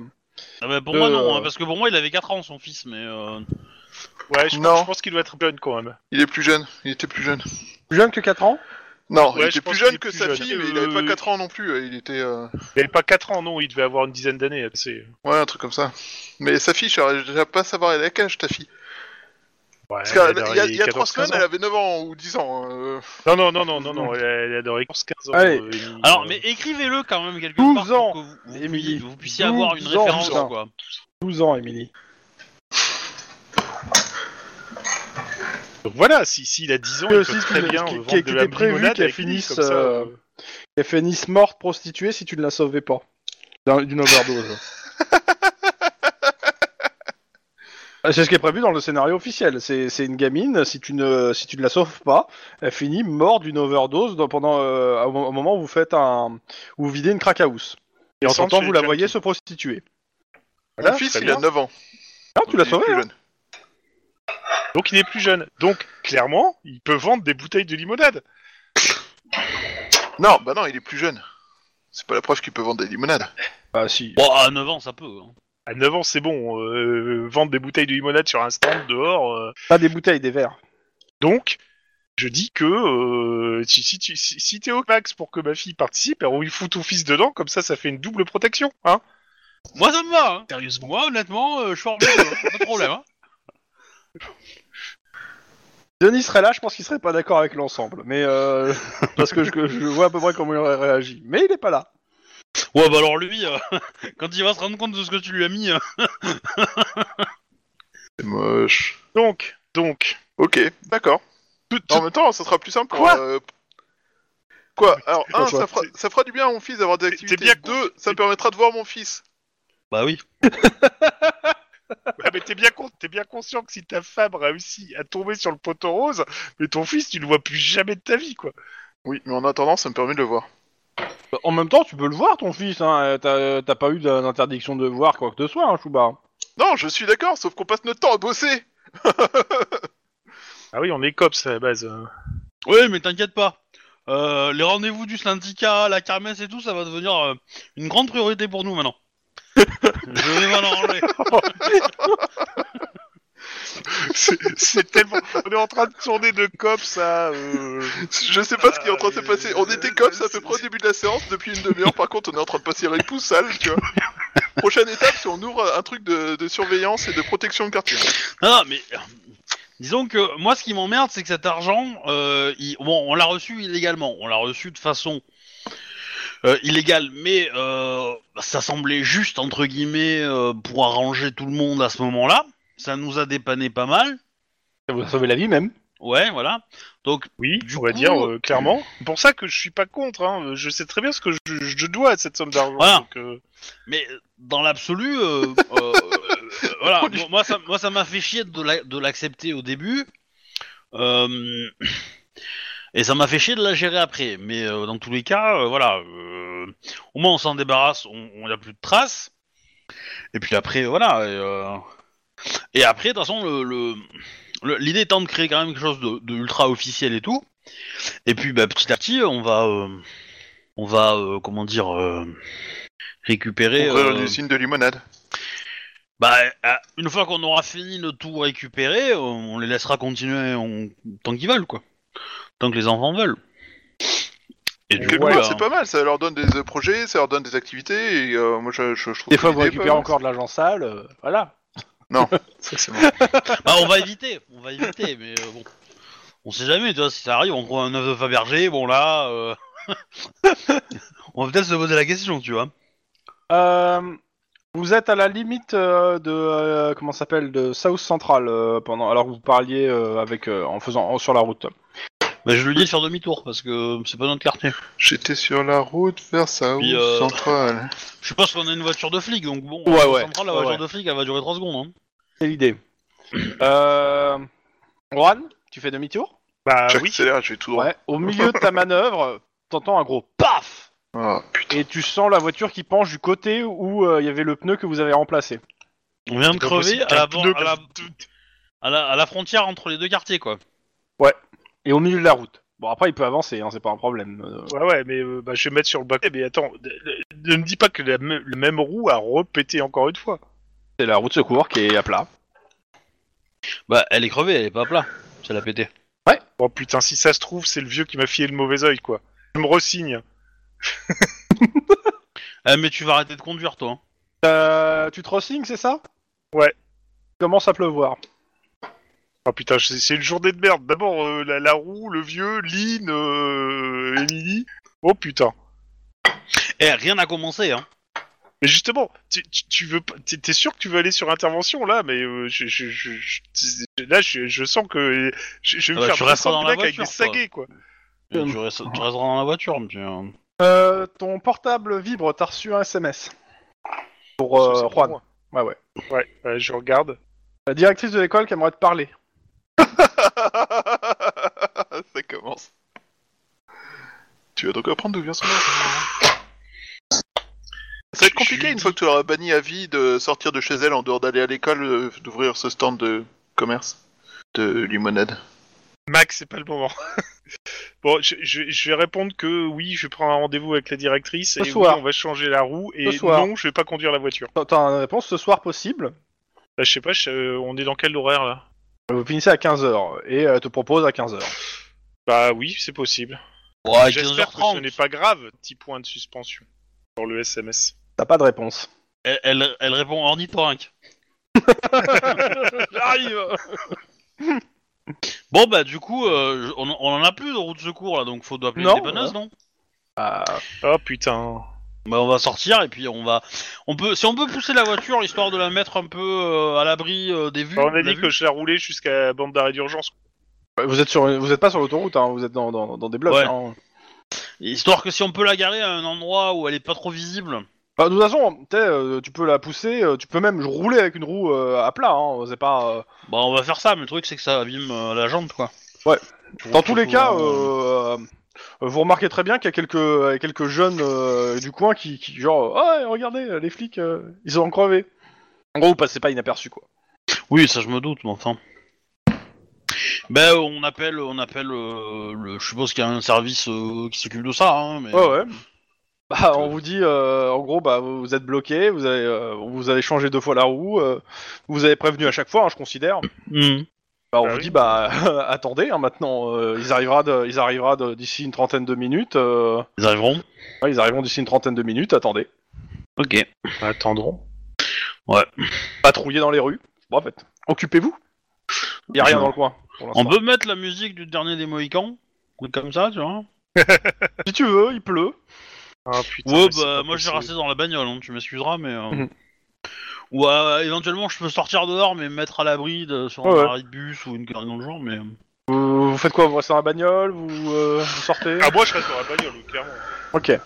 S1: Ah bah, pour
S2: de-
S1: moi non, hein, parce que pour moi il avait 4 ans son fils, mais euh,
S3: Ouais, je,
S4: Non.
S3: je pense qu'il doit être jeune quand même.
S4: Il est plus jeune, il était plus jeune.
S2: plus jeune que 4 ans.
S4: Non,
S3: Ouais,
S4: il
S3: je
S4: était
S3: pense
S4: plus
S3: qu'il
S4: jeune
S3: est
S4: que
S3: plus
S4: sa
S3: jeune.
S4: fille, mais il avait pas
S3: Euh,
S4: 4 ans non plus. euh, Il était. euh,
S3: Il avait pas 4 ans, non. Il devait avoir une dizaine d'années. C'est...
S4: Ouais, un truc comme ça. Mais sa fille, je saurais déjà pas savoir elle a quel âge ta fille.
S3: Ouais, elle
S4: Parce qu'il y a,
S3: aurait
S4: il y a 3
S3: 14-15
S4: semaines, elle avait 9 ans ou 10 ans. euh,
S3: ans. Non, non, non, non, non, non. Elle, elle a dans les 14-15 ans.
S2: Allez.
S3: euh,
S1: Alors,
S3: euh,
S1: mais écrivez-le quand même quelque
S2: 12
S1: part
S2: ans,
S1: pour que vous, vous
S2: Émilie.
S1: puissiez, vous puissiez avoir une
S2: 12 ans,
S1: référence,
S2: putain.
S1: quoi.
S2: 12 ans, Émilie.
S3: Donc voilà, si, s'il a 10 ans,
S2: Que
S3: il
S2: si
S3: peut très
S2: tu-
S3: bien
S2: qui-
S3: vendre
S2: qui-
S3: de
S2: qui
S3: la
S2: était prévu
S3: limonade
S2: qu'elle
S3: avec lui,
S2: finisse,
S3: comme ça,
S2: euh,
S3: euh,
S2: Elle fait Nice morte prostituée si tu ne la sauvais pas. D'un- D'une <laughs> overdose. Ah, C'est ce qui est prévu dans le scénario officiel. C'est c'est une gamine, si tu, ne, si tu ne la sauves pas, elle finit morte d'une overdose dans- pendant, euh, au mo- au moment où vous faites un. où vous videz une crack house. Et
S3: Il
S2: en
S3: semble
S2: temps,
S3: chez
S2: vous la
S3: Jack.
S2: voyez se prostituer.
S4: mon
S3: Voilà,
S4: fils,
S3: très
S4: il
S3: bien.
S4: a 9 ans.
S2: Ah, tu l'as
S4: Il est
S2: sauvée
S4: plus
S2: hein.
S4: jeune.
S3: Donc il est plus jeune. Donc clairement, il peut vendre des bouteilles de limonade.
S4: Non, bah non, il est plus jeune. C'est pas la preuve qu'il peut vendre des limonades.
S2: Bah si.
S1: Bon, à 9 ans, ça peut. hein.
S3: À 9 ans, c'est bon. euh, vendre des bouteilles de limonade sur un stand dehors. euh.
S2: Pas des bouteilles, des verres.
S3: Donc, je dis que euh, si, si, tu- si, si t'es au max pour que ma fille participe, alors il fout ton fils dedans, comme ça, ça fait une double protection. Hein
S1: Moi, ça me va, hein. Sérieusement. Moi, honnêtement, euh, je suis en bien, hein. pas de problème. Hein.
S2: Denis serait là, je pense qu'il serait pas d'accord avec l'ensemble, mais <laughs> euh, parce que je, je vois à peu près comment il aurait réagi. Mais il est pas là.
S1: <laughs> Ouais, bah alors lui, euh, <laughs> quand il va se rendre compte de ce que tu lui as mis... euh,
S4: C'est moche.
S3: Donc, <laughs> donc,
S4: Ok, d'accord. En même temps, ça sera plus simple.
S2: Quoi
S4: pour, euh, Quoi Alors, un,
S3: Quoi
S4: ça fera, ça fera du bien à mon fils d'avoir des
S3: T'es- t'es
S4: activités.
S3: bien con-
S4: Deux, ça me permettra de voir mon fils.
S1: Bah oui.
S3: Ah, mais t'es bien, con- t'es bien conscient que si ta femme réussit à tomber sur le poteau rose, mais ton fils, tu le vois plus jamais de ta vie, quoi.
S4: Oui, mais en attendant, ça me permet de le voir.
S2: Bah, En même temps, tu peux le voir, ton fils. Hein. euh, T'as t'as pas eu d'interdiction de voir quoi que ce soit, hein, Chouba.
S4: Non, je suis d'accord, sauf qu'on passe notre temps à bosser.
S3: Ah oui, on est cops à la base. hein.
S1: Oui, mais t'inquiète pas. Euh, les rendez-vous du syndicat, la kermesse et tout, ça va devenir euh, une grande priorité pour nous maintenant. <laughs> Je vais m'en arranger.
S3: C'est c'est tellement. On est en train de tourner de cops à. euh,
S4: Je sais pas ce qui est en train de se
S3: Ah,
S4: passer. On était
S3: euh,
S4: comme ça à
S3: c'est-
S4: peu près au début de la séance, depuis une demi-heure. Par contre, on est en train de passer les pouces sales, tu vois. Prochaine étape, c'est on ouvre un truc de, de surveillance et de protection de quartier.
S1: Ah, mais euh, disons que moi, ce qui m'emmerde, c'est que cet argent, euh, il- bon, on l'a reçu illégalement, on l'a reçu de façon euh, illégale, mais euh, ça semblait juste entre guillemets euh, pour arranger tout le monde à ce moment-là. Ça nous a dépanné pas mal.
S2: Ça vous a sauvé la vie même.
S1: Ouais, voilà. Donc,
S3: Oui,
S1: Du
S3: on va
S1: coup,
S3: dire euh, clairement. C'est pour ça que je suis pas contre. Hein. Je sais très bien ce que je, je dois à cette somme d'argent.
S1: Voilà.
S3: donc, euh,
S1: Mais dans l'absolu, euh, euh, euh, euh, voilà, moi- moi ça, moi ça m'a fait chier de la- de l'accepter au début, Euh, et ça m'a fait chier de la gérer après. Mais euh, dans tous les cas, euh, voilà, euh, au moins on s'en débarrasse, on on n'a plus de traces. Et puis après, voilà. Et, euh, et après, de toute façon, le- le- le- l'idée étant de créer quand même quelque chose de, de ultra officiel et tout. Et puis bah, petit à petit, on va, euh, on va, euh, comment dire. euh, récupérer
S4: Ouvrir
S1: euh,
S4: une usine de limonade.
S1: bah, euh, une fois qu'on aura fini de tout récupérer, euh, on les laissera continuer on- tant qu'ils veulent, quoi. Tant que les enfants veulent. Et du
S4: Quelque
S1: coup,
S2: Ouais,
S4: part,
S1: bah,
S4: c'est pas mal. Ça leur donne des euh, projets, ça leur donne des activités. Et euh, moi, je, je, je trouve
S2: Des fois,
S4: que
S2: vous
S4: l'idée est
S2: récupérez
S4: pas mal.
S2: encore de l'argent sale. euh, voilà.
S1: bah, on va éviter, on va éviter, <laughs> mais euh, bon. On sait jamais, tu vois, si ça arrive, on croit un œuf de Fabergé, bon là. euh, <laughs> on va peut-être se poser la question, tu vois.
S2: Euh, vous êtes à la limite euh, de euh, comment ça s'appelle de South Central euh, pendant alors que vous parliez euh, avec euh, en faisant en- sur la route.
S1: Bah, je lui dis de faire demi-tour, parce que c'est pas notre quartier.
S4: J'étais sur la route vers Sao
S1: Puis, euh,
S4: Central.
S1: Je pense qu'on a une voiture de flic, donc bon,
S2: Ouais,
S1: en
S2: ouais.
S1: centrale, la
S2: Ouais,
S1: voiture
S2: ouais.
S1: de flic, elle va durer 3 secondes. hein.
S2: C'est l'idée. euh, Juan, tu fais demi-tour
S1: ah
S3: bah oui.
S4: J'accélère, je vais tout droit.
S2: Ouais. Au milieu de ta manœuvre, t'entends un gros paf
S4: Ah, putain.
S2: et tu sens la voiture qui penche du côté où euh, il y avait le pneu que vous avez remplacé.
S1: On vient de
S3: C'est pas
S1: crever
S3: possible
S1: à la,
S3: qu'un pneu
S1: ban- à la-
S3: comme-
S1: à la- à la frontière entre les deux quartiers, quoi.
S2: Et au milieu de la route. Bon après il peut avancer, hein, c'est pas un problème. euh.
S3: Ouais, ouais, mais euh, bah, je vais mettre sur le bac. Mais attends, ne- ne ne me dis pas que la, me- la même roue a repété encore une fois.
S2: C'est la route secours qui est à plat.
S1: Bah, elle est crevée, elle est pas plat. Ça l'a pété.
S3: Oh putain, si ça se trouve, c'est le vieux qui m'a filé le mauvais oeil, quoi. Je me ressigne.
S1: Eh, mais tu vas arrêter de conduire, toi. hein.
S2: Euh, tu te ressignes, c'est ça
S3: Ouais.
S2: Commence à pleuvoir.
S3: Oh putain, c'est c'est une journée de merde. D'abord, euh, la, la roue, le vieux, Lynn, euh, Emily. Oh putain.
S1: Eh, rien n'a commencé, hein.
S3: Mais justement, tu, tu, tu veux pas- t'es t'es sûr que tu veux aller sur intervention là Mais euh, je, je, je- je- là, je, je sens que je, je vais
S1: Ah
S3: me
S1: bah, tu
S3: faire
S1: resteras
S3: descendre
S1: dans la
S3: avec des
S1: voiture, toi.
S3: saguets quoi.
S1: Tu, restes- tu resteras dans la voiture, mais tu... hein.
S2: Euh, ton portable vibre, t'as reçu un SMS. Pour euh,
S3: Ça, c'est
S2: Juan.
S3: moi.
S2: Ouais, ouais.
S3: Ouais, ouais, je regarde.
S2: La directrice de l'école qui aimerait te parler.
S4: <laughs> ça commence. Tu vas donc apprendre d'où vient son nom. Ça va être
S3: Je-
S4: compliqué
S3: je-
S4: une fois que tu l'auras banni à vie de sortir de chez elle en dehors d'aller à l'école, euh, d'ouvrir ce stand de commerce de limonade.
S3: Max, c'est pas le moment. <laughs> bon, je, je, je vais répondre que oui, je prends un rendez-vous avec la directrice et
S2: Ce soir.
S3: oui, on va changer la roue et
S2: Ce soir.
S3: non, je vais pas conduire la voiture.
S2: T'as- T'as une réponse ce soir possible.
S3: Là, je sais pas, je- euh, on est dans quel horaire là
S2: Vous finissez à 15h et euh, te propose à 15h.
S3: Bah oui, c'est possible.
S1: Ouais,
S3: J'espère que ce
S1: 15h30.
S3: n'est pas grave. Petit point de suspension sur le SMS.
S2: T'as pas de réponse.
S1: Elle, elle, elle répond ornithorynque.
S2: J'arrive
S1: Bon, bah, du coup, euh, je- on, on en a plus de route de secours, là, donc faut appeler
S2: Non,
S1: les dépanneuses, non
S3: <laughs> Oh putain.
S1: Bah, on va sortir, et puis on va... On peut... Si on peut pousser la voiture, histoire de la mettre un peu euh, à l'abri euh, des vues...
S3: Bah, on a
S1: de la
S3: dit
S1: vue.
S3: que je la roulais jusqu'à la bande d'arrêt d'urgence.
S2: Euh, Vous êtes sur, vous êtes pas sur l'autoroute, hein, vous êtes dans, dans, dans des blocs.
S1: Ouais.
S2: hein.
S1: Histoire que si on peut la garer à un endroit où elle est pas trop visible.
S2: Bah, de toute façon, t'es, euh, tu peux la pousser, euh, tu peux même rouler avec une roue euh, à plat. hein, c'est pas. euh,
S1: Bah on va faire ça, mais le truc c'est que ça abîme euh, la jambe quoi.
S2: Ouais.
S1: Pour-
S2: Dans tous les
S1: pour-
S2: cas, euh, euh, vous remarquez très bien qu'il y a quelques, euh, quelques jeunes euh, du coin qui, qui genre, Oh, ouais, regardez, les flics, euh, ils ont crevé. En gros, vous passez pas inaperçu, quoi.
S1: Oui, ça je me doute, mais enfin. Ben on appelle, on appelle. euh, le... Je suppose qu'il y a un service euh, qui s'occupe de ça. Hein, mais...
S2: Ouais, <laughs> ouais. Bah, on vous dit, euh, en gros, bah, vous vous êtes bloqué, vous avez, euh, vous avez changé deux fois la roue, euh, vous avez prévenu à chaque fois, hein, je considère.
S1: Mhm.
S2: Bah, on
S3: Bah
S2: vous
S3: oui.
S2: dit, bah, <laughs> attendez, hein, maintenant, euh, ils arrivera de- ils arrivera de- d'ici une trentaine de minutes. euh,
S1: Ils arriveront.
S2: ouais, ils arriveront d'ici une trentaine de minutes, attendez.
S1: Ok.
S3: Ah, Attendrons.
S2: Patrouillez dans les rues. Bon, en fait, occupez-vous. Il y a rien
S1: Non.
S2: dans le hein. coin. pour l'instant.
S1: On peut mettre la musique du dernier des Mohicans ou comme ça, tu vois
S2: Si tu veux, il pleut.
S3: Ah, putain,
S1: Ouais,
S3: mais c'est
S1: bah
S3: pas
S1: moi je vais
S3: possible.
S1: rester dans la bagnole, hein, tu m'excuseras, mais. euh,
S2: Mhm.
S1: Ou euh, éventuellement je peux sortir dehors, mais me mettre à l'abri de- sur
S2: Ouais,
S1: un
S2: ouais.
S1: arrêt de bus ou une connerie dans le genre, mais. euh,
S2: Vous, vous faites quoi Vous restez dans la bagnole vous, euh, vous sortez
S3: Ah, moi je reste dans la bagnole, clairement.
S2: <laughs> Ok.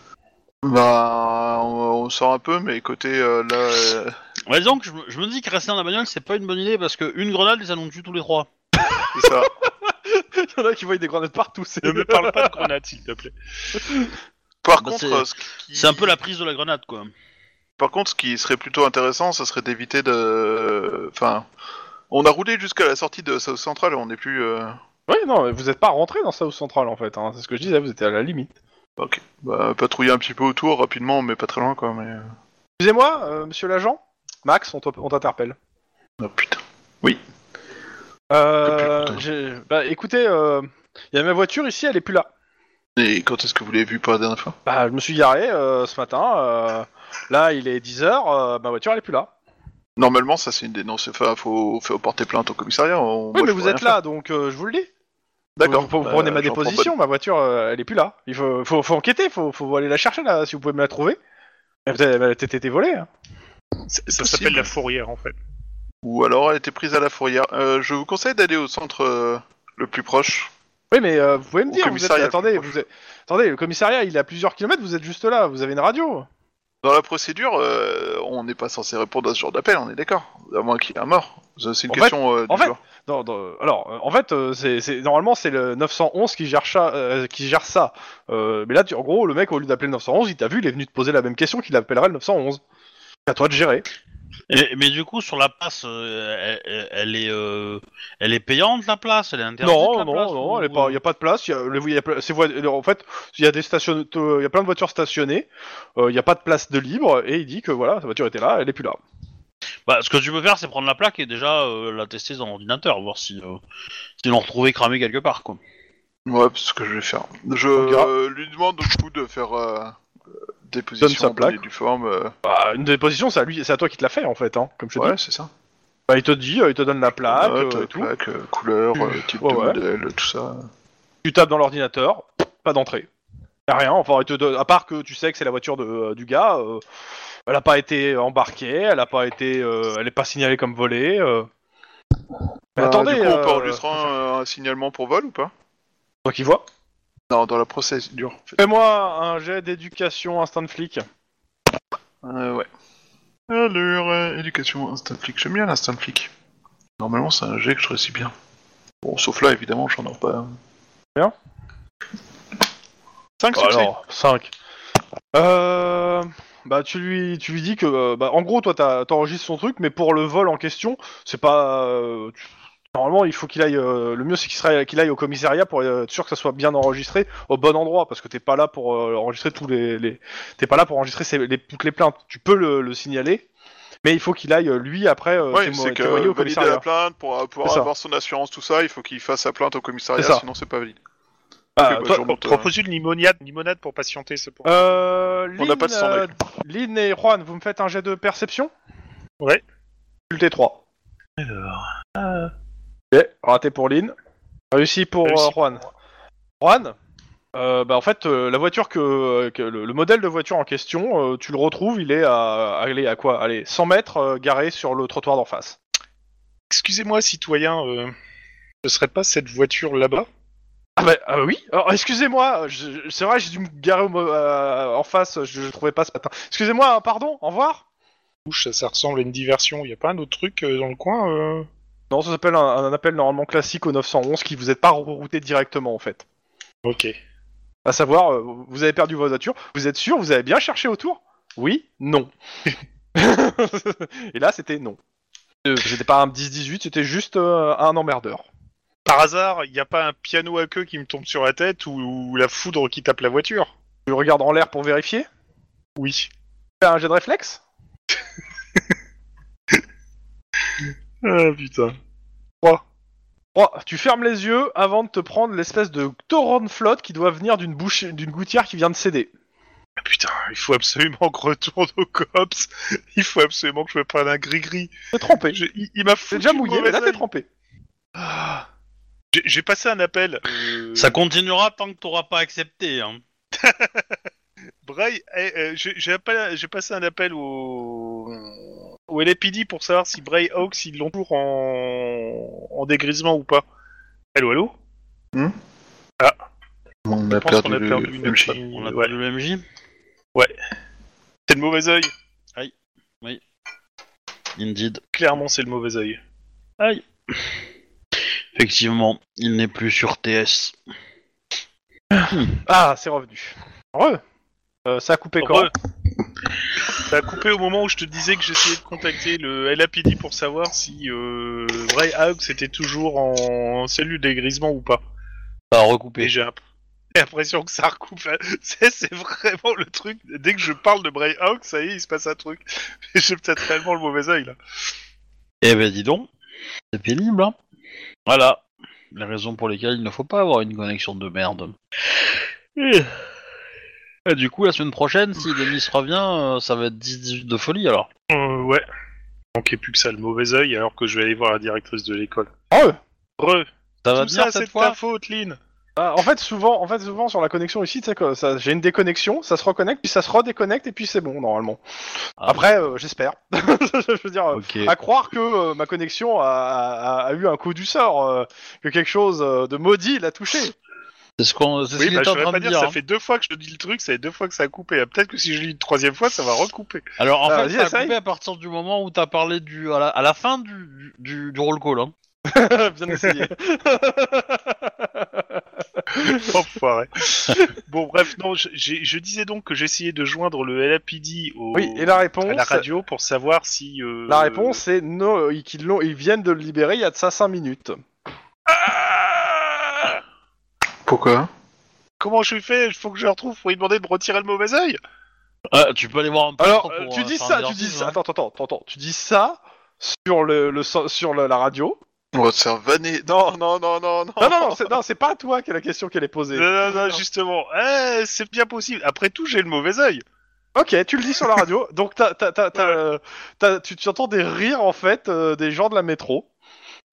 S4: Bah, on, on sort un peu, mais côté euh, là, euh,
S1: Ouais, disons que je, me- je me dis que rester dans la bagnole c'est pas une bonne idée parce que une grenade ça nous tue tous les trois.
S4: c'est ça.
S2: Il y en a qui voient des grenades partout. c'est- <laughs>
S3: Ne me parle pas de grenade, s'il te plaît.
S1: Bah,
S4: Par contre,
S1: c'est-
S4: euh, ce qui-
S1: C'est un peu la prise de la grenade quoi.
S4: Par contre, ce qui serait plutôt intéressant, ça serait d'éviter de. Enfin, on a roulé jusqu'à la sortie de South Central, on n'est plus. euh,
S2: Ouais, non, mais vous n'êtes pas rentré dans South Central en fait. hein, C'est ce que je disais, vous étiez à la limite.
S4: Ok. Bah, patrouiller un petit peu autour rapidement, mais pas très loin, quoi. Mais.
S2: Excusez-moi, euh, monsieur l'agent Max, on t'op- on t'interpelle.
S4: Oh, putain.
S2: Euh,
S4: Que putain.
S2: j'ai- bah écoutez, euh, il y a ma voiture ici, elle est plus là.
S4: Et quand est-ce que vous l'avez vu pour la dernière fois
S2: Bah, je me suis garé euh, ce matin. euh, là, il est 10h, ma voiture, elle est plus là.
S4: Normalement, ça c'est une dénonce. Enfin, faut, faut porter plainte au commissariat. on-
S2: Oui,
S4: moi,
S2: mais
S4: je
S2: vous
S4: peux
S2: êtes
S4: rien
S2: là, donc euh, je vous le dis.
S4: faire. D'accord.
S2: Vous, vous
S4: Bah,
S2: prenez ma
S4: j'en prends
S2: déposition, ma voiture, euh, elle est plus là. Il faut, faut, faut enquêter, faut, faut aller la chercher là, si vous pouvez me la trouver. Mais vous avez- elle T'étais volée. hein.
S3: C'est-
S4: C'est
S3: Ça
S4: possible.
S3: s'appelle la fourrière, en fait.
S4: bonne- Ou alors, elle était prise à la fourrière. Euh, je vous conseille d'aller au centre euh, le plus proche.
S2: Oui, mais euh, vous pouvez me
S4: Au
S2: dire, vous êtes,
S4: commissariat, le
S2: attendez,
S4: plus
S2: vous êtes- attendez, le commissariat, il est à plusieurs kilomètres, vous êtes juste là, vous avez une radio.
S4: Dans la procédure, euh, on n'est pas censé répondre à ce genre d'appel, on est d'accord. À moins qu'il y ait un mort. Ça, C'est une
S2: En fait-
S4: question euh, du
S2: en fait,
S4: genre.
S2: Non, non, alors, euh, en fait, euh, c'est c'est- normalement, c'est le 911 qui gère ça. euh, qui gère ça. Euh, mais là, tu, en gros, le mec, au lieu d'appeler le 911, il t'a vu, il est venu te poser la même question qu'il appellerait le 911. C'est à toi de gérer.
S1: Et- mais du coup sur la place, euh, elle- elle, elle est, euh, elle est payante la place, elle est interdite.
S2: Non,
S1: la
S2: non,
S1: place,
S2: non,
S1: ou-
S2: il n'y a pas de place. y a- le- y a ple- ces voies- en fait, il y, a des stations, il y a plein de voitures stationnées, euh, il n'y a pas de place de libre, et il dit que voilà, sa voiture était là, elle est plus là.
S1: Bah, ce que tu peux faire, c'est prendre la plaque et déjà euh, la tester dans l'ordinateur, voir si, euh, si l'on retrouvait cramé quelque part, quoi.
S4: Ouais, c'est ce que je vais faire. Je
S2: On dira.
S4: euh, lui demande du coup de faire euh, euh,
S2: Donne
S4: déposition
S2: sa plaque.
S4: donner du forme. euh,
S2: Bah, une déposition, c'est à, lui, c'est à toi qui te l'a fait, en fait, hein, comme je te
S4: Ouais,
S2: dis.
S4: c'est ça.
S2: Bah, il te dit, euh, il te donne la plaque,
S4: Note,
S2: euh, et tout.
S4: plaque, euh, couleur,
S2: Tu-
S4: euh, type
S2: ouais,
S4: de
S2: ouais.
S4: modèle, tout ça.
S2: tu tapes dans l'ordinateur, pas d'entrée. Y a rien, enfin, il te donne- à part que tu sais que c'est la voiture de, euh, du gars, euh, elle a pas été embarquée, elle a pas été, euh, elle est pas signalée comme volée. euh. Mais
S4: Bah,
S2: attendez,
S4: du coup, on peut
S2: euh,
S4: enregistrer un, un signalement pour vol ou pas
S2: toi qui vois.
S4: Non, dans la procédure. en fait.
S2: Fais-moi un jet d'éducation instinct de flic.
S4: Euh, ouais. Allure, euh, éducation, instant flic. J'aime bien l'instant flic. Normalement, c'est un jet que je réussis bien. Bon, sauf là, évidemment, j'en ai pas. hein.
S2: Bien.
S4: 5
S2: Bah
S4: succès.
S2: alors, 5. Euh, bah tu lui, tu lui dis que, euh, bah, en gros, toi, t'as- t'enregistres son truc, mais pour le vol en question, c'est pas. euh, tu- Normalement, il faut qu'il aille. euh, le mieux, c'est qu'il serait- qu'il aille au commissariat pour euh, être sûr que ça soit bien enregistré au bon endroit, parce que t'es pas là pour euh, enregistrer tous les, les- t'es pas là pour enregistrer ses- les- toutes les plaintes. Tu peux le, le signaler, mais il faut qu'il aille euh, lui après euh,
S4: Ouais,
S2: témo-
S4: c'est que
S2: témoigner au
S4: valider la
S2: commissariat.
S4: plainte pour euh, pouvoir
S2: C'est ça.
S4: avoir son assurance, tout ça, il faut qu'il fasse sa plainte au commissariat,
S2: C'est ça.
S4: sinon c'est pas valide.
S2: Ah,
S4: que, bah,
S2: toi-
S4: je remonte, euh,
S3: Propose une limonade, limonade pour patienter, c'est pour.
S2: euh,
S4: On n'a pas de
S2: Lynn,
S4: sang
S2: euh,
S4: d'œil.
S2: Lynn et Juan, vous me faites un jet de perception
S3: Ouais.
S2: Difficulté 3. Ok, raté pour Lynn. Réussi pour
S3: Réussi
S2: euh, Juan. Juan, euh, bah, en fait, euh, la voiture que, que le, le modèle de voiture en question, euh, tu le retrouves, il est à, allez, à quoi Allez, 100 mètres euh, garé sur le trottoir d'en face.
S3: Excusez-moi, citoyen, euh, Ce serait pas cette voiture là-bas
S2: Ah bah ah oui, Alors, excusez-moi, je- c'est vrai, j'ai dû me garer au mo- euh, en face, je ne trouvais pas ce matin. Excusez-moi, hein, pardon, au revoir
S3: Ouh, ça, ça ressemble à une diversion. Il y a pas un autre truc euh, dans le coin euh
S2: Non, ça s'appelle un, un appel normalement classique au 911 qui vous est pas rerouté directement en fait.
S3: Ok.
S2: À savoir, euh, vous avez perdu votre voiture, vous êtes sûr, vous avez bien cherché autour Oui, non. <laughs> Et là, c'était non. Euh, C'était pas un 10-18, c'était juste euh, un emmerdeur.
S3: Par hasard, il n'y a pas un piano à queue qui me tombe sur la tête ou, ou la foudre qui tape la voiture
S2: Je regarde en l'air pour vérifier.
S3: Oui.
S2: Faire un jet de réflexe
S3: Ah putain.
S2: Oh, tu fermes les yeux avant de te prendre l'espèce de torrent de flotte qui doit venir d'une bouche, d'une gouttière qui vient de céder.
S3: Ah, putain, il faut absolument que je retourne au COPS. Il faut absolument que je me prenne un gris-gris.
S2: T'es trempé.
S3: Je- il il m'a
S2: T'es
S3: foutu
S2: déjà
S3: de
S2: mouillé,
S3: mauvaise
S2: mais là t'es
S3: oeil.
S2: trempé.
S3: J'ai- J'ai passé un appel. Euh,
S1: Ça continuera tant que t'auras pas accepté. Hein.
S3: Braille, eh, euh, j'ai j'ai appelé- j'ai passé un appel au, au LAPD pour savoir si Bray Hawks ils l'ont toujours en, en dégrisement ou pas. Allô, allô
S4: On a
S3: Je pense qu'on a perdu
S4: le-
S3: une
S4: le-
S3: machine.
S1: On a
S3: Ouais.
S1: perdu le MJ.
S3: C'est le mauvais oeil.
S1: Indeed.
S3: Clairement, c'est le mauvais oeil.
S1: Aïe. Effectivement, il n'est plus sur TS.
S2: Ah, c'est revenu. Heureux. Euh, ça a coupé quand
S3: Re- Ça a coupé au moment où je te disais que j'essayais de contacter le LAPD pour savoir si euh, Bray Hawks était toujours en cellule dégrisement ou pas.
S1: Ça a
S3: Et
S1: recoupé.
S3: j'ai imp- j'ai l'impression que ça recoupe. la- <laughs> C'est c'est vraiment le truc. Dès que je parle de Bray Hawk, ça y est, il se passe un truc. <laughs> J'ai peut-être réellement le mauvais oeil là.
S1: Eh ben dis donc, c'est pénible. Hein voilà. Les raisons pour lesquelles il ne faut pas avoir une connexion de merde. Et... Et du coup, la semaine prochaine, si Denis revient, euh, ça va être 10-18 de folie alors.
S3: Euh, ouais. Il manquait plus que ça, le mauvais oeil, alors que je vais aller voir la directrice de l'école.
S2: Heureux.
S3: Re,
S1: Ça va
S3: tout
S1: venir
S3: ça, c'est
S1: cette
S3: de ta
S1: fois
S3: faute, Lynn.
S2: Ah, en fait, souvent, en fait, souvent sur la connexion ici, tu sais que ça, j'ai une déconnexion, ça se reconnecte, puis ça se redéconnecte, et puis c'est bon normalement.
S1: Ah.
S2: Après, euh, j'espère. <laughs> Je veux dire, euh,
S1: Ok.
S2: à croire que euh, ma connexion a, a- a eu un coup du sort, euh, que quelque chose euh, de maudit l'a touché. <laughs>
S1: C'est ce qu'on c'est ce
S3: Oui,
S1: qu'il
S3: bah,
S1: est
S3: je
S1: en
S3: voudrais
S1: train
S3: pas
S1: de
S3: dire,
S1: dire.
S3: ça
S1: hein.
S3: fait deux fois que je te dis le truc, ça fait deux fois que ça a coupé. Ah, Peut-être que si je lis une troisième fois, ça
S1: <laughs>
S3: va recouper. <laughs>
S1: Alors en
S2: Ah,
S1: fait,
S2: vas-y,
S1: ça a
S2: essaye.
S1: coupé à partir du moment où t'as parlé du à la, à la fin du, du, du roll call. Hein.
S2: Bien essayé.
S3: <laughs> Enfoiré. bon, bref, non, je, j'ai- je disais donc que j'essayais de joindre le LAPD au,
S2: oui, et la réponse,
S3: à Oh. la radio pour savoir si. euh,
S2: la réponse c'est non, euh, ils, qu'ils l'ont- ils viennent de le libérer il y a de ça 5 minutes.
S3: Ah
S4: Pourquoi
S3: Comment je fais Il faut que je le retrouve pour lui demander de me retirer le mauvais oeil
S1: Ah, tu peux aller voir un peu.
S2: Alors,
S1: pour,
S2: euh, tu
S1: euh,
S2: dis
S1: faire un
S2: ça, tu dis
S1: exercice,
S2: ça,
S1: hein.
S2: attends, attends, attends, attends, tu dis ça sur, le, le so- sur la-
S1: <laughs>
S2: la radio.
S4: On va se faire vanner. Non, non, non, non, non.
S2: Non, non, non, c'est, non, c'est pas à toi que la question qu'elle est posée.
S3: Non, non, non, justement. Eh, c'est bien possible. Après tout, j'ai le mauvais oeil.
S2: Ok, tu le dis sur
S1: <laughs>
S2: la radio. Donc, t'as, t'as, t'as, t'as, euh, t'as- tu, tu entends des rires, en fait, euh, des gens de la métro.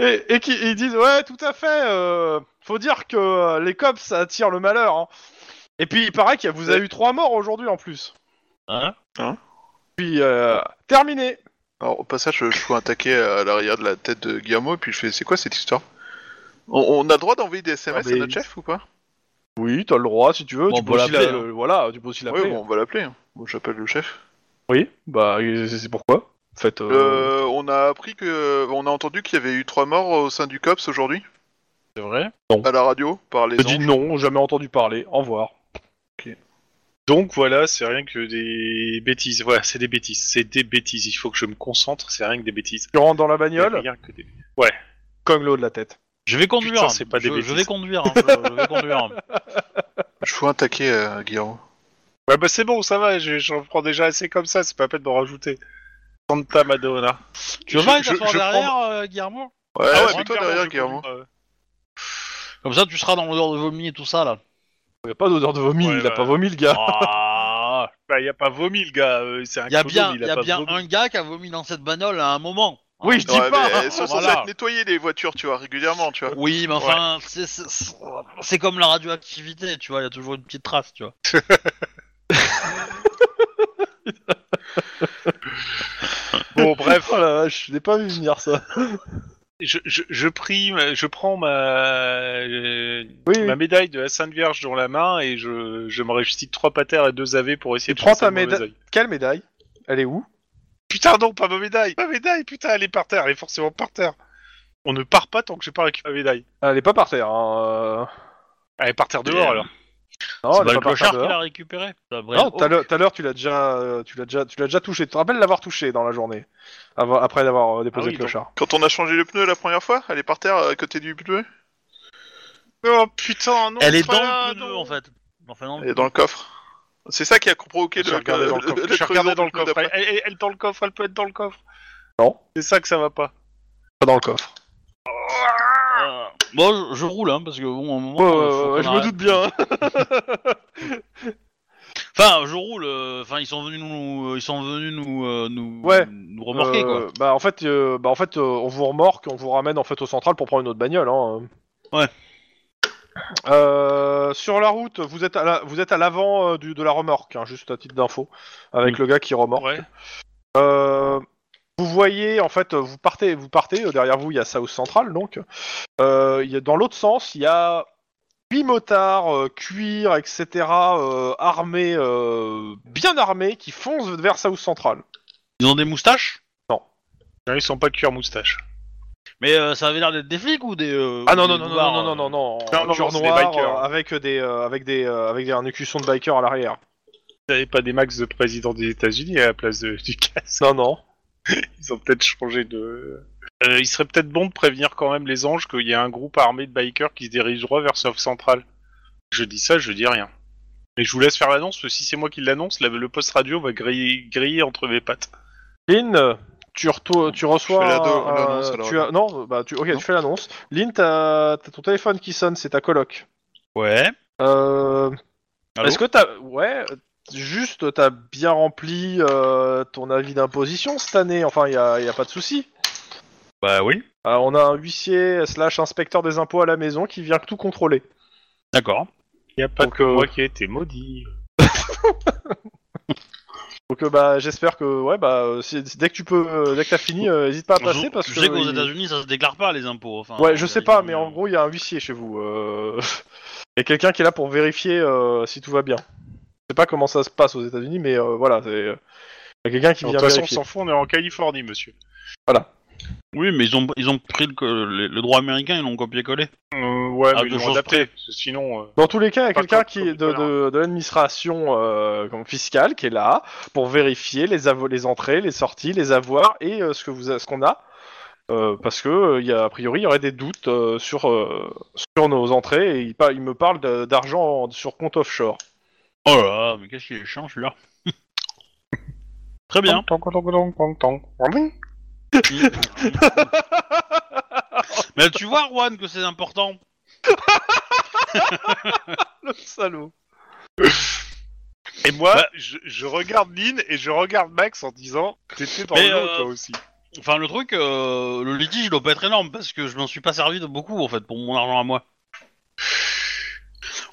S2: Et, et qui ils disent, ouais, tout à fait, euh, faut dire que euh, les cops, ça attire le malheur. hein. Et puis, il paraît que vous avez eu trois morts aujourd'hui, en plus.
S1: Hein
S2: Puis, euh, terminé.
S4: Alors, au passage, je fous un taquet à l'arrière de la tête de Guillermo et puis je fais C'est quoi cette histoire on, on a le droit d'envoyer des SMS
S3: Ah, mais-
S4: à notre chef ou pas
S2: Oui, t'as le droit, si tu veux.
S1: Bon,
S2: tu
S1: on
S2: peux
S1: peut
S2: aussi
S1: l'appeler,
S2: la-
S1: hein.
S2: le- voilà, tu peux aussi
S4: Oui,
S2: l'appeler.
S4: bon, on va l'appeler. hein. Bon, j'appelle le chef.
S2: Oui, bah, c'est, c'est pourquoi en fait, euh,
S4: Euh, on a appris que. On a entendu qu'il y avait eu trois morts au sein du COPS aujourd'hui,
S1: C'est vrai.
S4: à la radio, par les
S2: je dis
S4: anges.
S2: non, jamais entendu parler. Au revoir.
S3: Donc voilà, c'est rien que des bêtises. Voilà, c'est des bêtises. C'est des bêtises. Il faut que je me concentre. C'est rien que des bêtises.
S2: Tu rentres dans la bagnole,
S3: Rien que des...
S2: cogne l'eau de la tête.
S1: Je vais conduire.
S3: Putain,
S1: hein.
S3: c'est pas des
S1: je, je vais
S3: bêtises.
S1: conduire. hein. Je, je vais
S3: <laughs>
S1: conduire.
S4: Je fous un taquet à Guillermo.
S3: Ouais, bah c'est bon, ça va. je- J'en prends déjà assez comme ça. C'est pas la peine d'en rajouter. Santa Madonna.
S1: Tu veux pas aller
S3: Je- je-
S1: t'asseoir
S3: je
S1: derrière, euh, Guillermo
S4: Ouais,
S3: Ah
S4: c'est
S3: mais
S4: toi
S3: clairement,
S4: derrière,
S3: je
S4: Guillermo.
S3: conduis, euh,
S1: Comme ça, tu seras dans l'odeur de vomi et tout ça là.
S2: Il a pas d'odeur de vomi,
S3: Ouais,
S2: il a
S1: bah.
S3: ouais.
S2: pas vomi le gars.
S1: Ah.
S3: <laughs> Bah, y a pas vomi, le gars. euh,
S2: Ah,
S3: C'est un
S1: Il y a
S3: clodo,
S1: bien,
S3: mais
S1: y a
S3: pas
S1: bien
S3: vomi.
S1: un gars qui a vomi dans cette bagnole à un moment.
S2: Oui, je dis
S4: Ouais,
S2: pas. <laughs>
S4: mais elles sont censées
S1: Voilà.
S4: être nettoyées les voitures, tu vois, régulièrement, tu vois.
S1: Oui, mais enfin, c'est- c'est- c'est comme la radioactivité, tu vois, il y a toujours une petite trace, tu vois.
S3: Bon, bref.
S2: Oh la vache, je l'ai pas vu venir ça.
S3: je, je, je prie, je prends ma, euh,
S2: Oui, oui.
S3: ma médaille de la Sainte Vierge dans la main et je, je me réussis de trois patères et deux AV pour essayer
S2: Tu
S3: de
S2: prends
S3: chasser
S2: ta
S3: le mauvais
S2: médaille.
S3: œil.
S2: Quelle médaille Elle est où
S3: Putain, non, pas ma médaille Ma médaille, putain, elle est par terre, elle est forcément par terre. On ne part pas tant que j'ai pas récupéré ma médaille.
S2: Elle est pas par terre. hein, euh.
S3: Elle est par terre dehors,
S1: Et-
S3: alors.
S2: Non,
S1: C'est
S2: elle est
S1: pas le
S2: Oh, pas par terre
S1: clochard qui
S2: dehors.
S1: l'a récupéré. Bah, Brian.
S2: Non, tout à l'heure- tout à l'heure, tu l'as déjà, euh, tu l'as déjà, tu l'as déjà touché. Tu te rappelles l'avoir touché dans la journée, avant- après d'avoir euh, déposé
S3: Ah oui,
S2: le clochard.
S4: Quand on a changé le pneu la première fois, elle est par terre à côté du pneu.
S3: Oh putain, non
S1: Elle est dans
S3: Trala,
S1: le pneu
S3: non.
S1: en fait. Enfin, non.
S4: Elle est dans le coffre. C'est ça qui a provoqué
S3: J'ai
S4: le,
S3: regardé dans le
S4: le- le-
S3: coffre.
S4: la
S3: J'ai regardé
S4: crevaison
S3: dans le
S4: du pneu
S3: coffre. Elle,
S4: d'après.
S3: elle- elle est dans le coffre, elle peut être dans le coffre.
S2: Non.
S3: C'est ça que ça va pas.
S2: Pas dans le coffre.
S1: Euh, Bon, je, je roule hein, parce que bon, au moment.
S2: Ouais, ouais,
S1: euh, faut qu'on
S2: ouais, je me
S1: arrête.
S2: doute bien.
S1: <laughs> Enfin, je roule. euh, Enfin, ils sont venus nous, ils sont venus nous, euh, nous,
S2: Ouais.
S1: nous remorquer quoi.
S2: Euh, Bah en fait, euh, bah en fait, euh, on vous remorque, on vous ramène en fait au central pour prendre une autre bagnole. Hein.
S1: Ouais.
S2: Euh, sur la route, vous êtes à la- vous êtes à l'avant euh, du- de la remorque, hein, juste à titre d'info, avec le gars qui remorque.
S3: Ouais.
S2: Euh, vous voyez, en fait, vous partez, vous partez. euh, Derrière vous, il y a South Central, donc. Euh, il y a, dans l'autre sens, il y a huit motards, euh, cuir, etc., euh, armés, euh, bien armés, qui foncent vers South Central.
S1: Ils ont des moustaches.
S3: Non, ils sont pas cuir moustache.
S1: Mais euh, ça avait l'air d'être des flics ou des. euh,
S2: Ah
S1: ou
S2: non
S1: des
S2: non non non
S1: louvards,
S2: non
S1: euh.
S2: non non non
S3: Non, non,
S2: tueur
S3: non, c'est
S2: noir,
S3: des bikers.
S2: euh, avec des euh, avec des euh, avec des incursions de bikers à l'arrière.
S3: Ils n'avaient pas des max de président des États-Unis à la place de- du casque.
S2: Non non.
S3: <laughs> Ils ont peut-être changé de. Euh, il serait peut-être bon de prévenir quand même les anges qu'il y a un groupe armé de bikers qui se dirige droit vers South Central. Je dis ça, je dis rien. Mais je vous laisse faire l'annonce, parce que si c'est moi qui l'annonce, la- le poste radio va griller, griller entre mes pattes.
S2: Lynn, tu reto- tu reçois
S4: fais la do-
S2: un-
S4: l'annonce,
S2: un-
S4: alors.
S2: tu as- non bah tu OK,
S4: Non.
S2: tu fais l'annonce. Lynn, t'as t'as ton téléphone qui sonne, c'est ta coloc.
S1: Ouais.
S2: Euh,
S1: Allô
S2: est-ce que t'as ouais euh, juste t'as bien rempli euh, ton avis d'imposition cette année, enfin il y a, y a pas de souci.
S1: Bah oui.
S2: Euh, on a un huissier slash inspecteur des impôts à la maison qui vient tout contrôler.
S1: D'accord.
S3: Il n'y a pas
S2: Donc,
S3: que
S2: euh,
S3: moi qui a été maudit.
S2: Donc euh, bah j'espère que ouais bah euh, si- dès que tu peux euh, dès que t'as fini euh, hésite pas à passer
S1: Je-
S2: parce
S1: je
S2: que
S1: sais qu'aux
S2: il-
S1: États-Unis, hein, ça se déclare pas les impôts. Enfin, euh,
S2: ouais je sais
S1: ils
S2: pas
S1: ont-
S2: mais en gros il y a un huissier chez vous euh... <laughs> il y a quelqu'un qui est là pour vérifier euh, si tout va bien je sais pas comment ça se passe aux États-Unis mais euh, voilà c'est il y a quelqu'un qui
S3: De
S2: vient
S3: toute façon, on
S2: vérifier
S3: s'en fout, on est en Californie, monsieur.
S1: Oui, mais ils ont, ils ont pris le, le- le droit américain, ils l'ont copié-collé.
S3: Euh, ouais,
S1: Ah, deux
S3: mais ils l'ont
S1: choses
S3: adapté. parce que Sinon, euh,
S2: dans tous les cas il y a
S3: Pas
S2: quelqu'un
S3: comme-
S2: qui
S3: comme
S2: de,
S3: tout à
S2: de, de l'administration euh, comme fiscale qui est là pour vérifier les avo- les entrées les sorties les avoirs et euh, ce que vous a- ce qu'on a Euh, parce que euh, il y a, a priori il y aurait des doutes euh, sur euh, sur nos entrées et il, par- il me parle de- d'argent sur compte offshore
S1: Oh là là, mais qu'est-ce qu'il est chiant celui-là. <laughs> Très
S2: <laughs>
S1: bien. mais tu vois, Juan, que c'est important.
S2: le salaud
S3: Et moi,
S1: Bah-
S3: je, je regarde Lynn et je regarde Max en disant T'étais dans
S1: Mais,
S3: l'eau,
S1: euh,
S3: toi aussi.
S1: Enfin, le truc, euh, le litige, il doit pas être énorme parce que je m'en suis pas servi de beaucoup en fait pour mon argent à moi.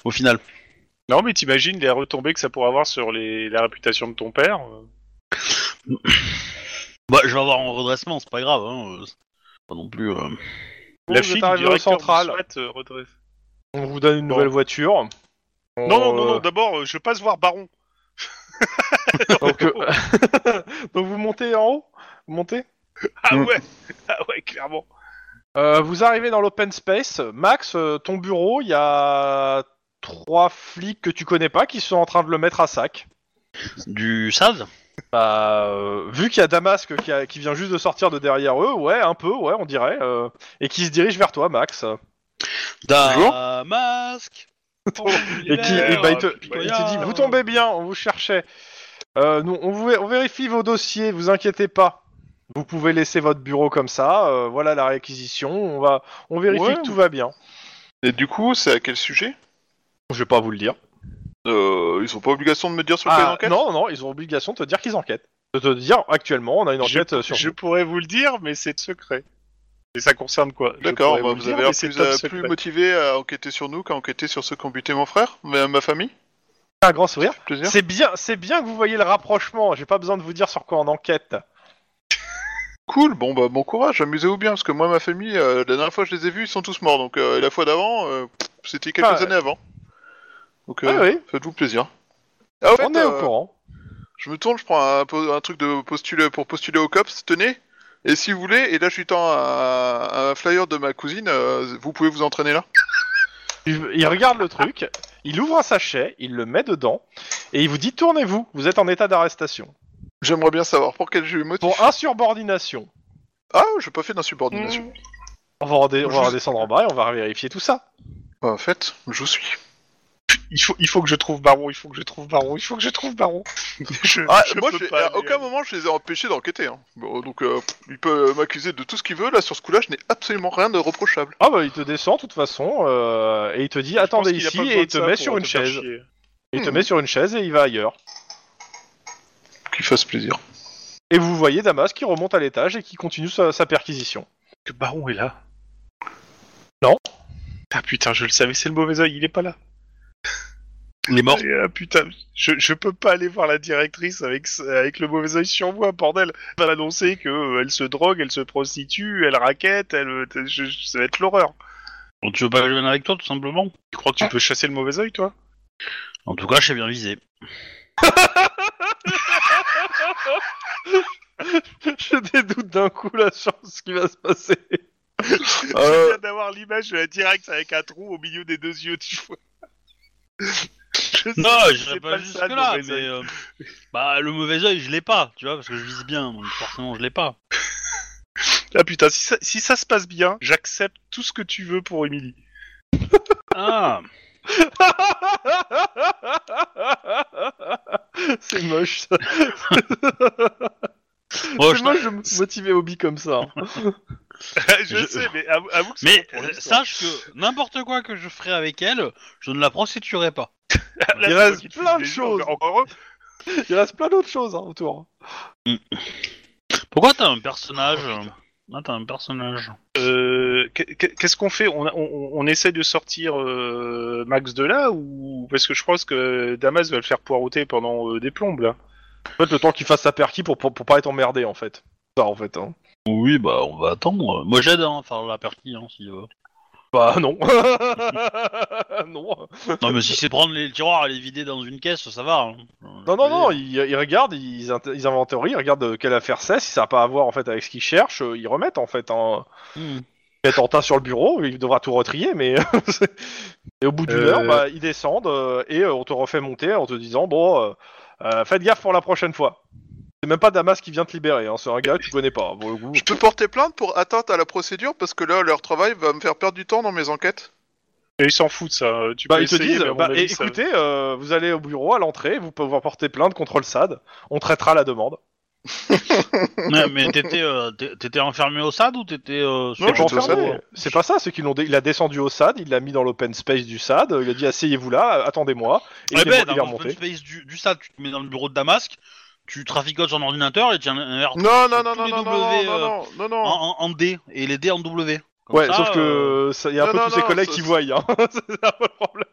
S1: Au final.
S3: Non, mais t'imagines les retombées que ça pourrait avoir sur les, la réputation de ton père euh.
S1: Bah, je vais avoir un redressement, c'est pas grave. Hein. euh, c'est Pas non plus. euh.
S3: La
S2: Vous
S3: fille
S2: êtes
S3: du
S2: arrivé au
S3: directeur
S2: central.
S3: du SWAT, euh, redresse.
S2: On vous donne une
S3: Bon.
S2: nouvelle voiture. On,
S3: Non, non, non, non, <laughs>
S2: euh,
S3: d'abord, euh, je passe voir Baron.
S2: donc, euh, <laughs> donc vous montez en haut Vous montez
S3: Ah
S4: Mm.
S3: ouais <laughs> Ah ouais, clairement.
S2: Euh, Vous arrivez dans l'open space. Max, euh, ton bureau, il y a trois flics que tu connais pas qui sont en train de le mettre à sac.
S1: Du SAV
S2: Bah, euh, vu qu'il y a Damasque qui, a- qui vient juste de sortir de derrière eux, ouais, un peu, ouais, on dirait. euh, et qui se dirige vers toi, Max.
S1: Damasque
S2: Et qui
S3: Ouais,
S2: et
S1: Eh ben,
S2: bah, il te,
S3: euh,
S2: il te dit Vous tombez bien, on vous cherchait. Euh, nous, on, vous- on vérifie vos dossiers, vous inquiétez pas. Vous pouvez laisser votre bureau comme ça. euh, voilà la réquisition. On va, on vérifie
S4: Ouais.
S2: que tout va bien.
S4: Et du coup, c'est à quel sujet
S2: Je vais pas vous le dire.
S4: euh, Ils ont pas obligation de me dire sur quelle
S2: Ah,
S4: enquête
S2: non, non, ils ont obligation de te dire qu'ils enquêtent. De te dire actuellement, on a une enquête euh,
S3: Je,
S2: sur.
S3: je pourrais vous le dire, mais c'est de secret. Et ça concerne quoi Je
S4: D'accord,
S3: pourrais
S4: bah,
S3: le
S4: vous
S3: dire,
S4: avez l'air
S3: mais c'est
S4: plus,
S3: top
S4: euh,
S3: secret.
S4: plus motivé à enquêter sur nous qu'à enquêter sur ceux qui ont buté mon frère, ma, ma famille.
S2: un grand sourire.
S4: Plaisir.
S2: C'est bien, c'est bien que vous voyez le rapprochement. J'ai pas besoin de vous dire sur quoi on enquête.
S4: Cool, bon bah bon courage, amusez-vous bien, parce que moi ma famille, euh, la dernière fois que je les ai vus, ils sont tous morts, donc euh, et la fois d'avant, euh, c'était quelques
S2: Ah,
S4: années avant. Donc
S2: Ah
S4: euh,
S2: oui,
S4: faites-vous plaisir. Ah, en fait,
S2: on est au
S4: euh,
S2: courant.
S4: Je me tourne, je prends un, po- un truc de postule, pour postuler au COPS, tenez. Et si vous voulez, et là je lui tends un, un flyer de ma cousine, euh, vous pouvez vous entraîner là
S2: Il il regarde le truc, il ouvre un sachet, il le met dedans, et il vous dit tournez-vous, vous êtes en état d'arrestation.
S4: J'aimerais bien savoir pour quel jeu motif.
S2: Pour insubordination.
S4: Ah, j'ai pas fait d'insubordination.
S2: Mm. On va, redé- on va
S4: Je-
S2: redescendre en bas et on va vérifier tout ça.
S4: Bah, en fait, je vous suis.
S3: Il faut, il faut que je trouve Baron, il faut que je trouve Baron, il faut que je trouve Baron. <laughs> je,
S4: Ah,
S3: je
S4: moi,
S3: peux
S4: j'ai-
S3: pas,
S4: à
S3: mais,
S4: aucun
S3: euh,
S4: moment je les ai empêchés d'enquêter. hein. Bon, donc, euh, il peut m'accuser de tout ce qu'il veut. Là, sur ce coup-là, je n'ai absolument rien de reprochable.
S2: Ah bah il te descend de toute façon euh, et il te dit
S3: je pense
S2: attendez
S3: qu'il a pas
S2: ici
S3: besoin
S2: et il
S3: de
S2: te
S3: ça
S2: met
S3: pour
S2: sur une
S3: faire
S2: chaise.
S3: chier.
S2: Il te
S4: Hmm.
S2: met sur une chaise et il va ailleurs.
S4: Qu'il fasse plaisir.
S2: Et vous voyez Damas qui remonte à l'étage et qui continue sa, sa <laughs> perquisition.
S3: Que Baron est là.
S2: Non.
S3: Ah putain, je le savais, c'est le mauvais oeil, il est pas là.
S1: Il est mort.
S3: Et, ah, putain, je, je peux pas aller voir la directrice avec, ce- avec le mauvais oeil sur moi, bordel. Elle va annoncer que euh, elle se drogue, elle se prostitue, elle raquette, elle, euh, je- je- ça va être l'horreur.
S1: Donc, tu veux pas que je vienne avec toi, tout simplement
S3: Tu crois que
S2: Ah.
S3: tu peux chasser le mauvais oeil, toi
S1: En tout cas, je sais bien visé.
S2: Je dédoute d'un coup la chance qui va se passer. <laughs>
S3: Je
S4: Euh,
S3: viens d'avoir l'image de la directe avec un trou au milieu des deux yeux, tu vois. <laughs> Je sais
S1: Non,
S3: que
S1: je
S3: c'est
S1: pas
S3: ça,
S1: jusque
S3: le
S1: là,
S3: mauvais
S1: mais
S3: oeil.
S1: euh, bah le mauvais œil, je l'ai pas, tu vois, parce que je vise bien, donc forcément je l'ai pas.
S3: Ah putain, si ça, si ça se passe bien, j'accepte tout ce que tu veux pour <laughs> Émilie.
S1: Ah,
S2: C'est moche ça.
S1: Bon,
S2: C'est
S1: Oh, je-
S2: moche de me motiver hobby comme ça. hein.
S3: je,
S1: Je-
S3: sais, mais avou- avoue que c'est
S1: mais
S3: bon pour
S1: euh,
S3: l'histoire.
S1: sache que n'importe quoi que je ferai avec elle, je ne la prostituerai pas.
S3: Là,
S2: Il
S3: c'est moi
S2: reste
S3: qui te fous
S2: plein de
S3: des yeux,
S2: choses.
S3: encore- encore heureux.
S2: Il reste plein d'autres choses hein, autour.
S1: Pourquoi t'as un personnage euh, Ah, t'as un personnage.
S3: Euh, qu'est- Qu'est-ce qu'on fait on, on, on essaie de sortir euh, Max de là ou parce que je pense que Damas va le faire poireauter pendant euh, des plombes là.
S2: En fait, le temps qu'il fasse sa perquis pour, pour, pour pas être emmerdé, en fait. Ça, en fait. Hein.
S1: Oui, bah on va attendre. Moi j'aide hein, à faire la perquis, hein, s'il veut.
S2: Bah, <laughs> non. non.
S1: Non, mais si c'est prendre les tiroirs et les vider dans une caisse, ça va. hein.
S2: Non, non, non, ils, ils regardent, ils, int- ils inventorient, ils regardent euh, quelle affaire c'est, si ça n'a pas à voir, en fait, avec ce qu'ils cherchent, euh, ils remettent, en fait. Hein.
S1: Hmm.
S2: Il est en tas sur le bureau, il devra tout retrier, mais... <laughs> c'est- et au bout d'une
S3: Euh.
S2: heure, bah, ils descendent, euh, et euh, on te refait monter en te disant, bon, euh, euh, faites gaffe pour la prochaine fois. C'est même pas Damas qui vient te libérer, hein, c'est un gars que tu connais pas, pour le coup.
S4: je peux porter plainte pour atteinte à la procédure parce que là, leur travail va me faire perdre du temps dans mes enquêtes.
S3: Et ils s'en foutent ça. hein. Tu
S2: Bah,
S3: peux
S2: ils te
S3: essayer,
S2: disent,
S3: mais à mon
S2: bah,
S3: avis,
S2: eh,
S3: ça-
S2: écoutez, euh, vous allez au bureau à l'entrée, vous pouvez porter plainte contre le SAD, on traitera la demande.
S1: Ouais, mais t'étais euh, t'é- t'étais enfermé au SAD ou t'étais euh, sur-
S2: C'est pas
S4: j'étais au
S2: enfermé,
S4: SAD, ouais.
S2: c'est pas ça, c'est qu'il il a descendu au SAD, il l'a mis dans l'open space du SAD, il a dit asseyez-vous là, attendez-moi, et
S1: Eh
S2: il,
S1: ben,
S2: est, il est
S1: dans
S2: remonté.
S1: l'open space du, du SAD, tu te mets dans le bureau de Damasque, tu traficotes son ordinateur et tu as un R
S4: Non, non, non,
S1: tous
S4: non,
S1: les
S4: non, non,
S1: W,
S4: non,
S3: euh,
S4: non, non,
S1: en,
S4: non.
S1: en- en D et les D en W. Comme
S2: Ouais,
S1: ça,
S2: sauf
S1: euh,
S2: que ça- il y a un
S4: non,
S2: peu
S4: non,
S2: tous ses
S4: non,
S2: collègues
S4: ça-
S2: qui voient, hein. <laughs> c'est un peu le problème.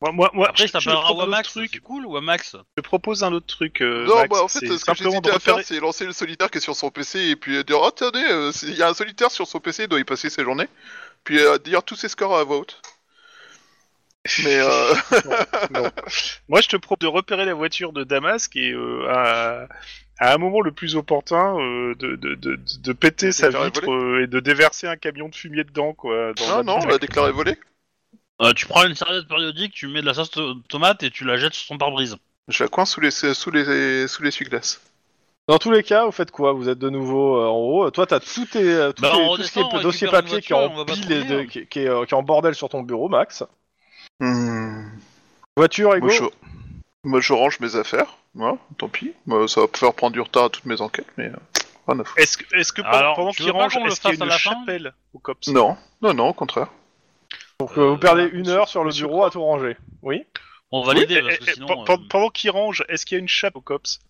S3: Moi, moi, moi,
S1: Après,
S3: je-
S1: ça
S3: je te
S1: s'appellera
S3: propose un
S1: Wamax,
S3: truc.
S1: c'est cool, Wamax.
S3: Je te propose un autre truc. euh,
S4: Non,
S3: Max,
S4: bah en fait,
S3: c'est
S4: ce que
S3: simplement
S4: j'hésitais
S3: de
S4: à faire,
S3: repérer-
S4: c'est lancer le solitaire qui est sur son PC et puis euh, dire Oh, attendez, euh, s'il y a un solitaire sur son PC, il doit y passer ses journées. Puis euh, dire tous ses scores à voix
S3: <laughs>
S4: haute. Mais euh,
S3: Moi, je te propose de repérer la voiture de Damasque et euh, à, à un moment le plus opportun euh, de, de, de, de péter
S4: De
S3: sa
S4: faire
S3: vitre euh, et de déverser un camion de fumier dedans, quoi. dans la
S4: non, non, on
S3: vitre.
S4: l'a déclaré volé.
S1: Euh, tu prends une serviette périodique, tu mets de la sauce to- tomate et tu la jettes sur son pare-brise.
S4: Je la coince sous les sous les sous les glaces
S2: Dans tous les cas, vous faites quoi Vous êtes de nouveau euh, en haut. Toi, t'as tout, tes, euh, tout,
S1: Bah,
S2: tes-
S1: on
S2: tout ce qui est
S1: redescend, on
S2: dossier
S1: récupère une
S2: papier qui est
S1: voiture, on
S2: en
S1: va pas
S2: pile et
S1: trouver,
S2: de-
S1: hein.
S2: qui, qui est, euh, qui est en bordel sur ton bureau, Max. Voiture, Ego
S4: Moi je... moi, je range mes affaires. Ouais, tant pis. Moi, ça va faire prendre du retard à toutes mes enquêtes, mais euh, rien à foutre.
S3: Est-ce que, est-ce que pendant,
S1: Alors,
S3: pendant
S1: tu
S3: qu'il
S1: veux pas
S3: range,
S1: qu'on le
S3: est-ce qu'il y a
S1: fasse à
S3: une
S1: la fin
S3: chapelle au COPS
S4: Non, non, non, au contraire.
S2: Donc, euh, vous
S1: Euh,
S2: perdez
S1: voilà,
S2: une
S1: monsieur-
S2: heure sur le
S1: monsieur
S2: bureau à tout ranger. Oui
S1: On va
S3: Oui,
S1: l'aider
S3: eh,
S1: parce
S3: eh,
S1: que
S3: pe-
S1: sinon.
S3: pe-
S1: euh,
S3: Pendant qu'il range, est-ce qu'il y a une chapelle au COPS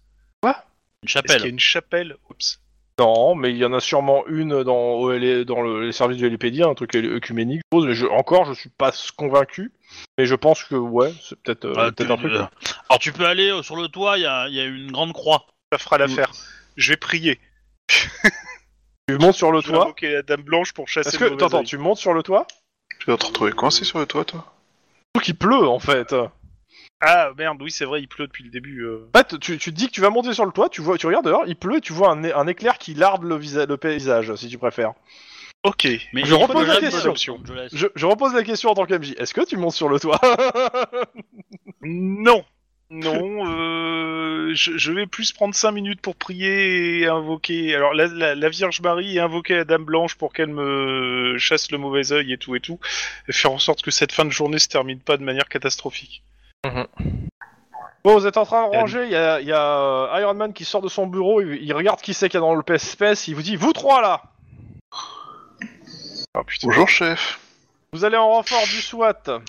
S1: une
S3: Est-ce qu'il y a
S1: chapelle.
S3: une chapelle au COPS
S2: Non, mais il y en a sûrement une dans, au LA dans le, les services du LPD, un truc œcuménique. je pense, mais je- encore, je suis pas convaincu. Mais je pense que, ouais, c'est peut-être euh,
S1: Euh,
S2: peut-être
S1: tu-
S2: un truc.
S1: euh, Alors, tu peux aller euh, sur le toit, il y a, il y a une grande croix.
S3: Ça fera l'affaire. Je vais prier.
S2: Tu montes sur le
S3: Je vais
S2: toit.
S3: invoquer la dame blanche pour chasser
S2: Est-ce que
S3: le mauvais
S2: t'entends
S3: œil.
S2: Tu montes sur le toit.
S4: Tu vas te retrouver coincé sur le toit, toi.
S2: Surtout qu'il pleut en fait.
S3: Ah merde, oui, c'est vrai, il pleut depuis le début. euh.
S2: En fait, tu, tu te dis que tu vas monter sur le toit, tu vois, tu regardes dehors, il pleut et tu vois un, é- un éclair qui larde le, visa- le paysage, si tu préfères.
S3: Ok.
S1: Mais il
S2: Je
S1: faut
S2: repose
S1: que
S2: la
S1: j'aime
S2: question.
S1: bonne option, je laisse.
S2: Je, je repose la question en tant qu'MJ. Est-ce que tu montes sur le toit <laughs>
S3: Non. Non, euh, je, je vais plus prendre 5 minutes pour prier et invoquer. Alors, la, la- la Vierge Marie et invoquer la Dame Blanche pour qu'elle me chasse le mauvais œil et tout et tout. Et faire en sorte que cette fin de journée se termine pas de manière catastrophique.
S2: Bon, vous êtes en train de
S3: Yann.
S2: ranger, il y a, il y a, euh, Iron Man qui sort de son bureau, il, il regarde qui c'est qu'il y a dans le PSPS, il vous dit, vous trois là,
S3: Ah putain.
S4: Bonjour, chef.
S2: vous allez en renfort du SWAT.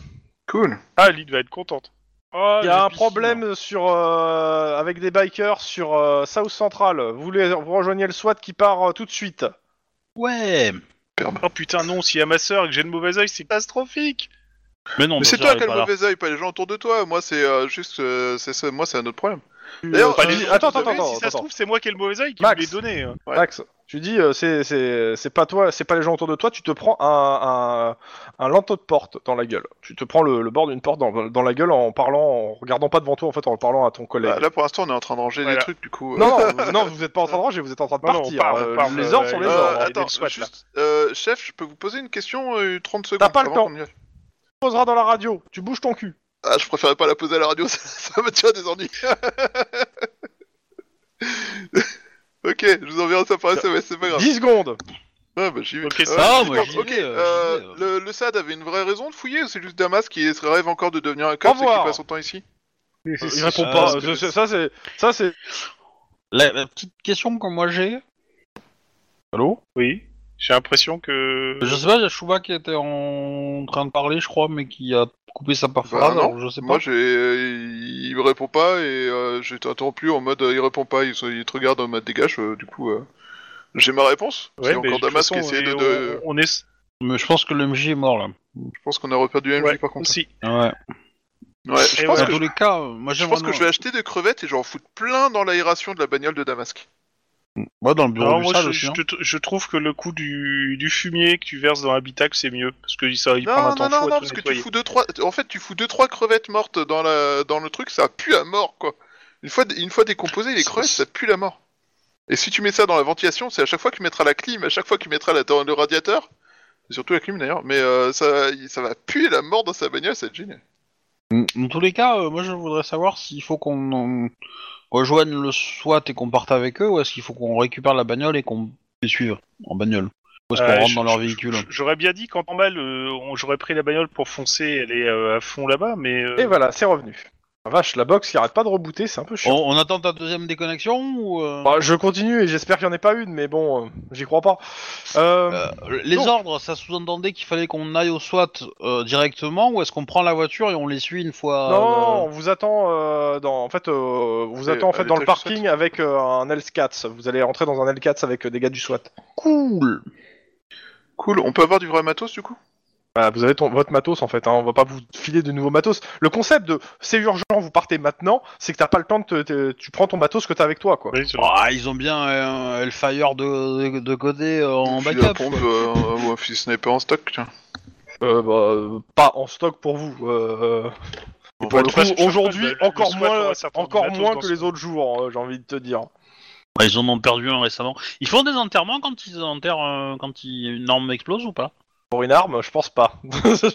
S4: Cool.
S3: Ah, Lyd va être contente. Oh,
S2: Il y a
S3: la
S2: un
S3: piscine.
S2: problème sur, euh, avec des bikers sur euh, South Central, vous, les, vous rejoignez le SWAT qui part euh, tout de suite.
S1: Ouais.
S3: Oh putain, non, s'il y a ma sœur et que j'ai le mauvais œil, c'est catastrophique.
S1: Mais non,
S4: Mais
S1: ta
S4: c'est
S1: sœur
S4: toi
S1: est
S4: qui as le
S1: pas là.
S4: mauvais œil, pas les gens autour de toi. Moi, c'est euh, juste. euh, c'est ça, moi, c'est un autre problème.
S2: Tu-
S4: D'ailleurs,
S2: tu
S4: euh,
S2: dis-
S4: les-
S2: attends,
S4: vous
S2: attends,
S4: avez-
S2: attends,
S3: si ça se
S2: attends.
S3: trouve, c'est moi qui ai le mauvais œil qui
S2: Max.
S3: me l'ai donné. hein.
S4: Ouais.
S2: Max, tu dis, euh, c'est- c'est c'est pas toi, c'est pas les gens autour de toi, tu te prends un, un, un lanteau de porte dans la gueule. Tu te prends le, le bord d'une porte dans, dans la gueule en parlant, en regardant pas devant toi, en fait, en parlant à ton collègue.
S4: Bah, là, pour l'instant, on est en train de ranger
S3: Voilà.
S4: des trucs, du coup. euh.
S2: Non,
S4: <laughs>
S2: non, non, vous êtes pas en train de ranger, vous êtes en train de
S3: Non, non, on
S2: partir.
S3: parle, on
S2: Euh,
S3: parle,
S2: les
S3: euh,
S2: ordres sont les
S3: euh,
S2: ordres.
S4: Euh,
S2: On
S4: attends,
S3: le SWAT,
S4: juste, euh, chef, je peux vous poser une question euh, 30 secondes.
S2: pas le
S4: avant
S2: temps.
S4: qu'on y aille.
S2: te posera dans la radio, tu bouges ton cul.
S4: Ah, je préférais pas la poser à la radio, <laughs> ça, ça me tient des ennuis. <laughs> ok, je vous enverrai ça par SMS, c'est pas grave.
S2: 10 secondes.
S4: Ouais, bah, j'y vais.
S3: Ok,
S4: Ouais,
S3: ça
S1: va,
S4: dis
S1: moi,
S4: donc,
S1: j'y
S4: ok,
S1: vais, euh,
S4: euh,
S1: j'y vais,
S4: le, le SAD avait une vraie raison de fouiller ou c'est juste Damas qui rêve encore de devenir un cop et qui
S2: revoir.
S4: passe son temps ici
S2: Euh, Il répond
S1: ça,
S2: pas.
S1: parce
S2: euh, c'est- Ça, c'est. Ça, c'est.
S1: La, la petite question que moi j'ai,
S2: Allô
S3: Oui. J'ai l'impression que.
S1: je sais pas, il y a Chouba qui était en train de parler, je crois, mais qui a coupé sa part
S4: Bah,
S1: phrase,
S4: non.
S1: alors je sais pas.
S4: Moi, j'ai, euh, il il me répond pas et euh, j'ai été interrompu en mode euh, il répond pas, il, se- il te regarde en mode dégage, euh, du coup. euh, J'ai ma réponse.
S3: Ouais,
S4: c'est
S3: mais de
S4: encore
S3: toute
S4: Damas
S3: façon,
S4: qui essayait de,
S3: on-
S4: de-
S3: On, on est.
S1: Mais je pense que le MJ est mort là.
S4: Je pense qu'on a reperdu MJ
S3: Ouais,
S4: par contre.
S3: Si.
S1: Ouais.
S4: Ouais, je
S3: Et
S4: pense,
S1: Dans
S3: ouais.
S4: que,
S1: tous les cas, euh, moi
S4: je
S1: j'aimerais.
S4: pense que je vais acheter des crevettes et j'en foutre plein dans l'aération de la bagnole de Damasque.
S1: Moi dans le bureau
S3: Alors,
S1: du
S3: moi,
S1: sale
S3: je,
S1: aussi.
S3: je
S1: hein.
S3: te- je trouve que le coup du, du fumier que tu verses dans l'habitacle, c'est mieux. Parce que ça, il prend
S4: Non,
S3: un temps
S4: non, non,
S3: fou
S4: non,
S3: à tout
S4: parce que tu
S3: nettoyer.
S4: fous deux, trois. En fait, tu fous deux, trois crevettes mortes dans, la... dans le truc, ça pue à mort, quoi. Une fois, une fois décomposé, les crevettes, ça pue la mort. Et si tu mets ça dans la ventilation, c'est à chaque fois que tu mettras la clim, à chaque fois que tu mettras la... le radiateur, et surtout la clim d'ailleurs, mais euh, ça... ça va puer la mort dans sa bagnole, ça va être génial.
S1: Dans tous les cas, euh, moi je voudrais savoir s'il faut qu'on en- rejoigne le SWAT et qu'on parte avec eux, ou est-ce qu'il faut qu'on récupère la bagnole et qu'on les suive en bagnole Ou est-ce qu'on
S3: Euh,
S1: rentre
S3: je-
S1: dans leur
S3: je-
S1: véhicule
S3: je- J'aurais bien dit qu'en temps mal, euh, on- j'aurais pris la bagnole pour foncer, elle est euh, à fond là-bas, mais. euh,
S4: Eh
S2: Et
S4: ben.
S2: voilà, c'est revenu. Ah, Vache, la box qui arrête pas de rebooter, c'est un peu
S1: on,
S2: chiant.
S1: on attend ta deuxième déconnexion ou euh,
S2: Bah, je continue et j'espère qu'il n'y en ait pas une, mais bon, euh, j'y crois pas. Euh,
S1: euh, Les
S2: non.
S1: ordres, ça sous-entendait qu'il fallait qu'on aille au SWAT euh, directement, ou est-ce qu'on prend la voiture et on les suit une fois
S2: Non,
S1: euh,
S2: on vous attend euh, dans en fait euh, on vous
S4: Et
S2: attend en
S4: à
S2: fait dans le
S4: l'étage du
S2: parking avec euh, un L4. Vous allez rentrer dans un L4 avec euh, des gars du SWAT.
S1: Cool
S4: Cool, on peut avoir du vrai matos du coup
S2: Voilà, Bah, vous avez ton- votre matos en fait. Hein, on va pas vous filer de nouveaux matos. Le concept de c'est urgent, vous partez maintenant, c'est que t'as pas le temps de te, te- tu prends ton matos que t'as avec toi quoi.
S3: oui, c'est-
S1: Ah, Ils ont bien un Hellfire de, de, de côté euh, en
S4: Puis la
S1: backup.
S4: pompe
S1: quoi.
S4: euh, ou un fusil sniper en stock, tiens.
S2: Euh, bah, euh, pas en stock pour vous. euh,
S4: Bon,
S2: pour
S4: bah,
S2: le
S3: de toute façon,
S2: coup, aujourd'hui
S3: je pense que le-
S2: encore
S3: le SWAT
S2: moins
S3: aura certainement
S2: encore
S3: du matos
S2: moins
S3: dans
S2: que
S3: ce-
S2: les autres jours. euh, J'ai envie de te dire.
S1: Ah, ils en ont perdu un récemment. Ils font des enterrements quand ils enterrent, euh, quand ils- une arme explose ou pas
S2: Pour une arme, je pense pas. <laughs> je,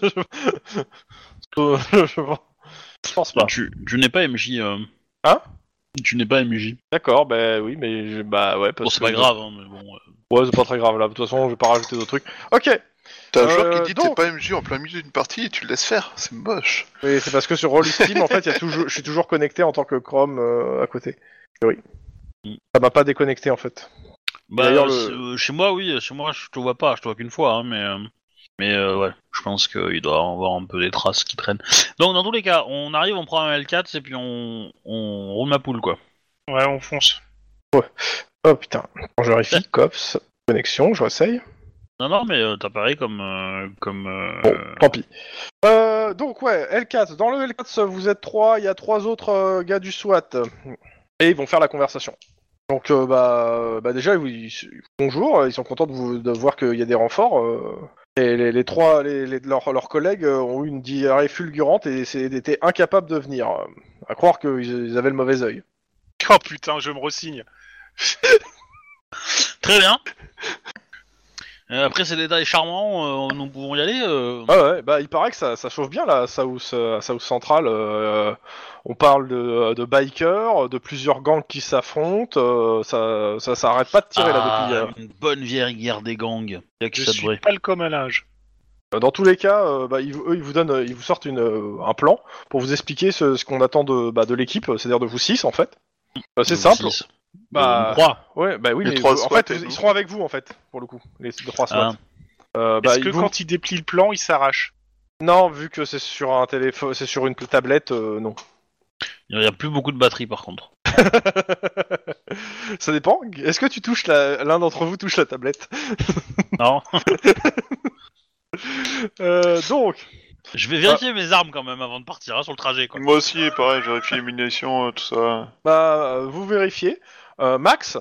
S2: je- je- je pense pas.
S1: Tu, tu n'es pas MJ. euh.
S2: Bah. Hein
S1: Tu n'es pas MJ.
S2: D'accord, bah oui, mais je- bah ouais. Parce
S1: Bon, c'est
S2: que-
S1: pas grave, hein, mais bon. euh.
S2: Ouais, c'est pas très grave là. De toute façon, je vais pas rajouter d'autres trucs. Ok.
S4: T'as un joueur
S2: euh,
S4: qui dit
S2: donc-
S4: t'es pas MJ en plein milieu d'une partie et tu le laisses faire, c'est moche.
S2: Oui, c'est parce que sur Rolling Steam, en fait, il y a toujours, je suis toujours connecté en tant que Chrome euh, à côté. Oui. Ça m'a pas déconnecté en fait.
S1: Bah,
S2: D'ailleurs, le-
S1: c'est- euh, chez moi, oui, chez moi, je te vois pas, je te vois qu'une fois, hein, mais. euh, Mais euh, ouais, je pense qu'il doit en avoir un peu des traces qui traînent. Donc, dans tous les cas, on arrive, on prend un L4 et puis on, on roule ma poule, quoi.
S3: Ouais, on fonce.
S2: Oh putain. Quand je <laughs> vérifie, cops, connexion, je réessaye.
S1: Non, non, mais euh, t'apparais comme. euh, comme euh,
S2: Bon, tant pis. Euh, donc ouais, L4. Dans le L4, vous êtes trois. Il y a trois autres euh, gars du SWAT et ils vont faire la conversation. Donc euh, bah, euh, bah déjà oui, ils- bonjour, euh, ils sont contents de, vous, de voir qu'il y a des renforts. euh. Et les, les trois, les, les- leurs, leurs collègues euh, ont eu une diarrhée fulgurante et c'est- étaient incapables de venir. euh, À croire qu'ils ils avaient le mauvais œil.
S3: Oh putain, je me resigne.
S1: Très bien. Euh, après ces détails charmants, euh, nous pouvons y aller. euh.
S2: Ouais, ouais, bah il paraît que ça, ça chauffe bien là, à South, euh, à South Central. euh, on parle de, de bikers, de plusieurs gangs qui s'affrontent. euh, ça, ça s'arrête pas de tirer là
S1: Ah,
S2: depuis. euh.
S1: Une bonne vieille guerre des gangs. Il y a que
S3: Je
S1: ça de
S3: suis
S1: vrai.
S3: pas le comme à l'âge.
S1: Ah,
S2: Euh, Dans tous les cas, euh, bah, ils, vous- eux, ils vous donnent, euh, ils vous sortent une, euh, un plan pour vous expliquer ce, ce qu'on attend de, bah, de l'équipe, euh, c'est-à-dire de vous six en fait. Euh, c'est
S1: Vous
S2: simple.
S1: six.
S2: Bah,
S1: Euh, trois.
S2: ouais, bah oui,
S4: Les
S2: mais
S4: trois
S2: vous- en
S4: SWAT,
S2: fait,
S4: et
S2: ils,
S4: nous.
S2: ils seront avec vous en fait pour le coup, les trois
S1: Ah.
S2: SWAT. Euh, bah,
S3: Est-ce que
S2: ils vous-
S3: quand il déplie le plan, il s'arrache
S2: Non, vu que c'est sur un téléphone, c'est sur une tablette, euh, non.
S1: Il n'y a plus beaucoup de batterie par contre.
S2: <laughs> Ça dépend. Est-ce que tu touches la- l'un d'entre vous touche la tablette
S1: Non.
S2: <laughs> Euh, Donc,
S1: Je vais vérifier mes armes quand même avant de partir hein, sur le trajet. Quoi.
S4: Moi aussi, pareil, j'ai vérifié les munitions, euh, tout ça.
S2: bah, euh, vous vérifiez. Euh, Max,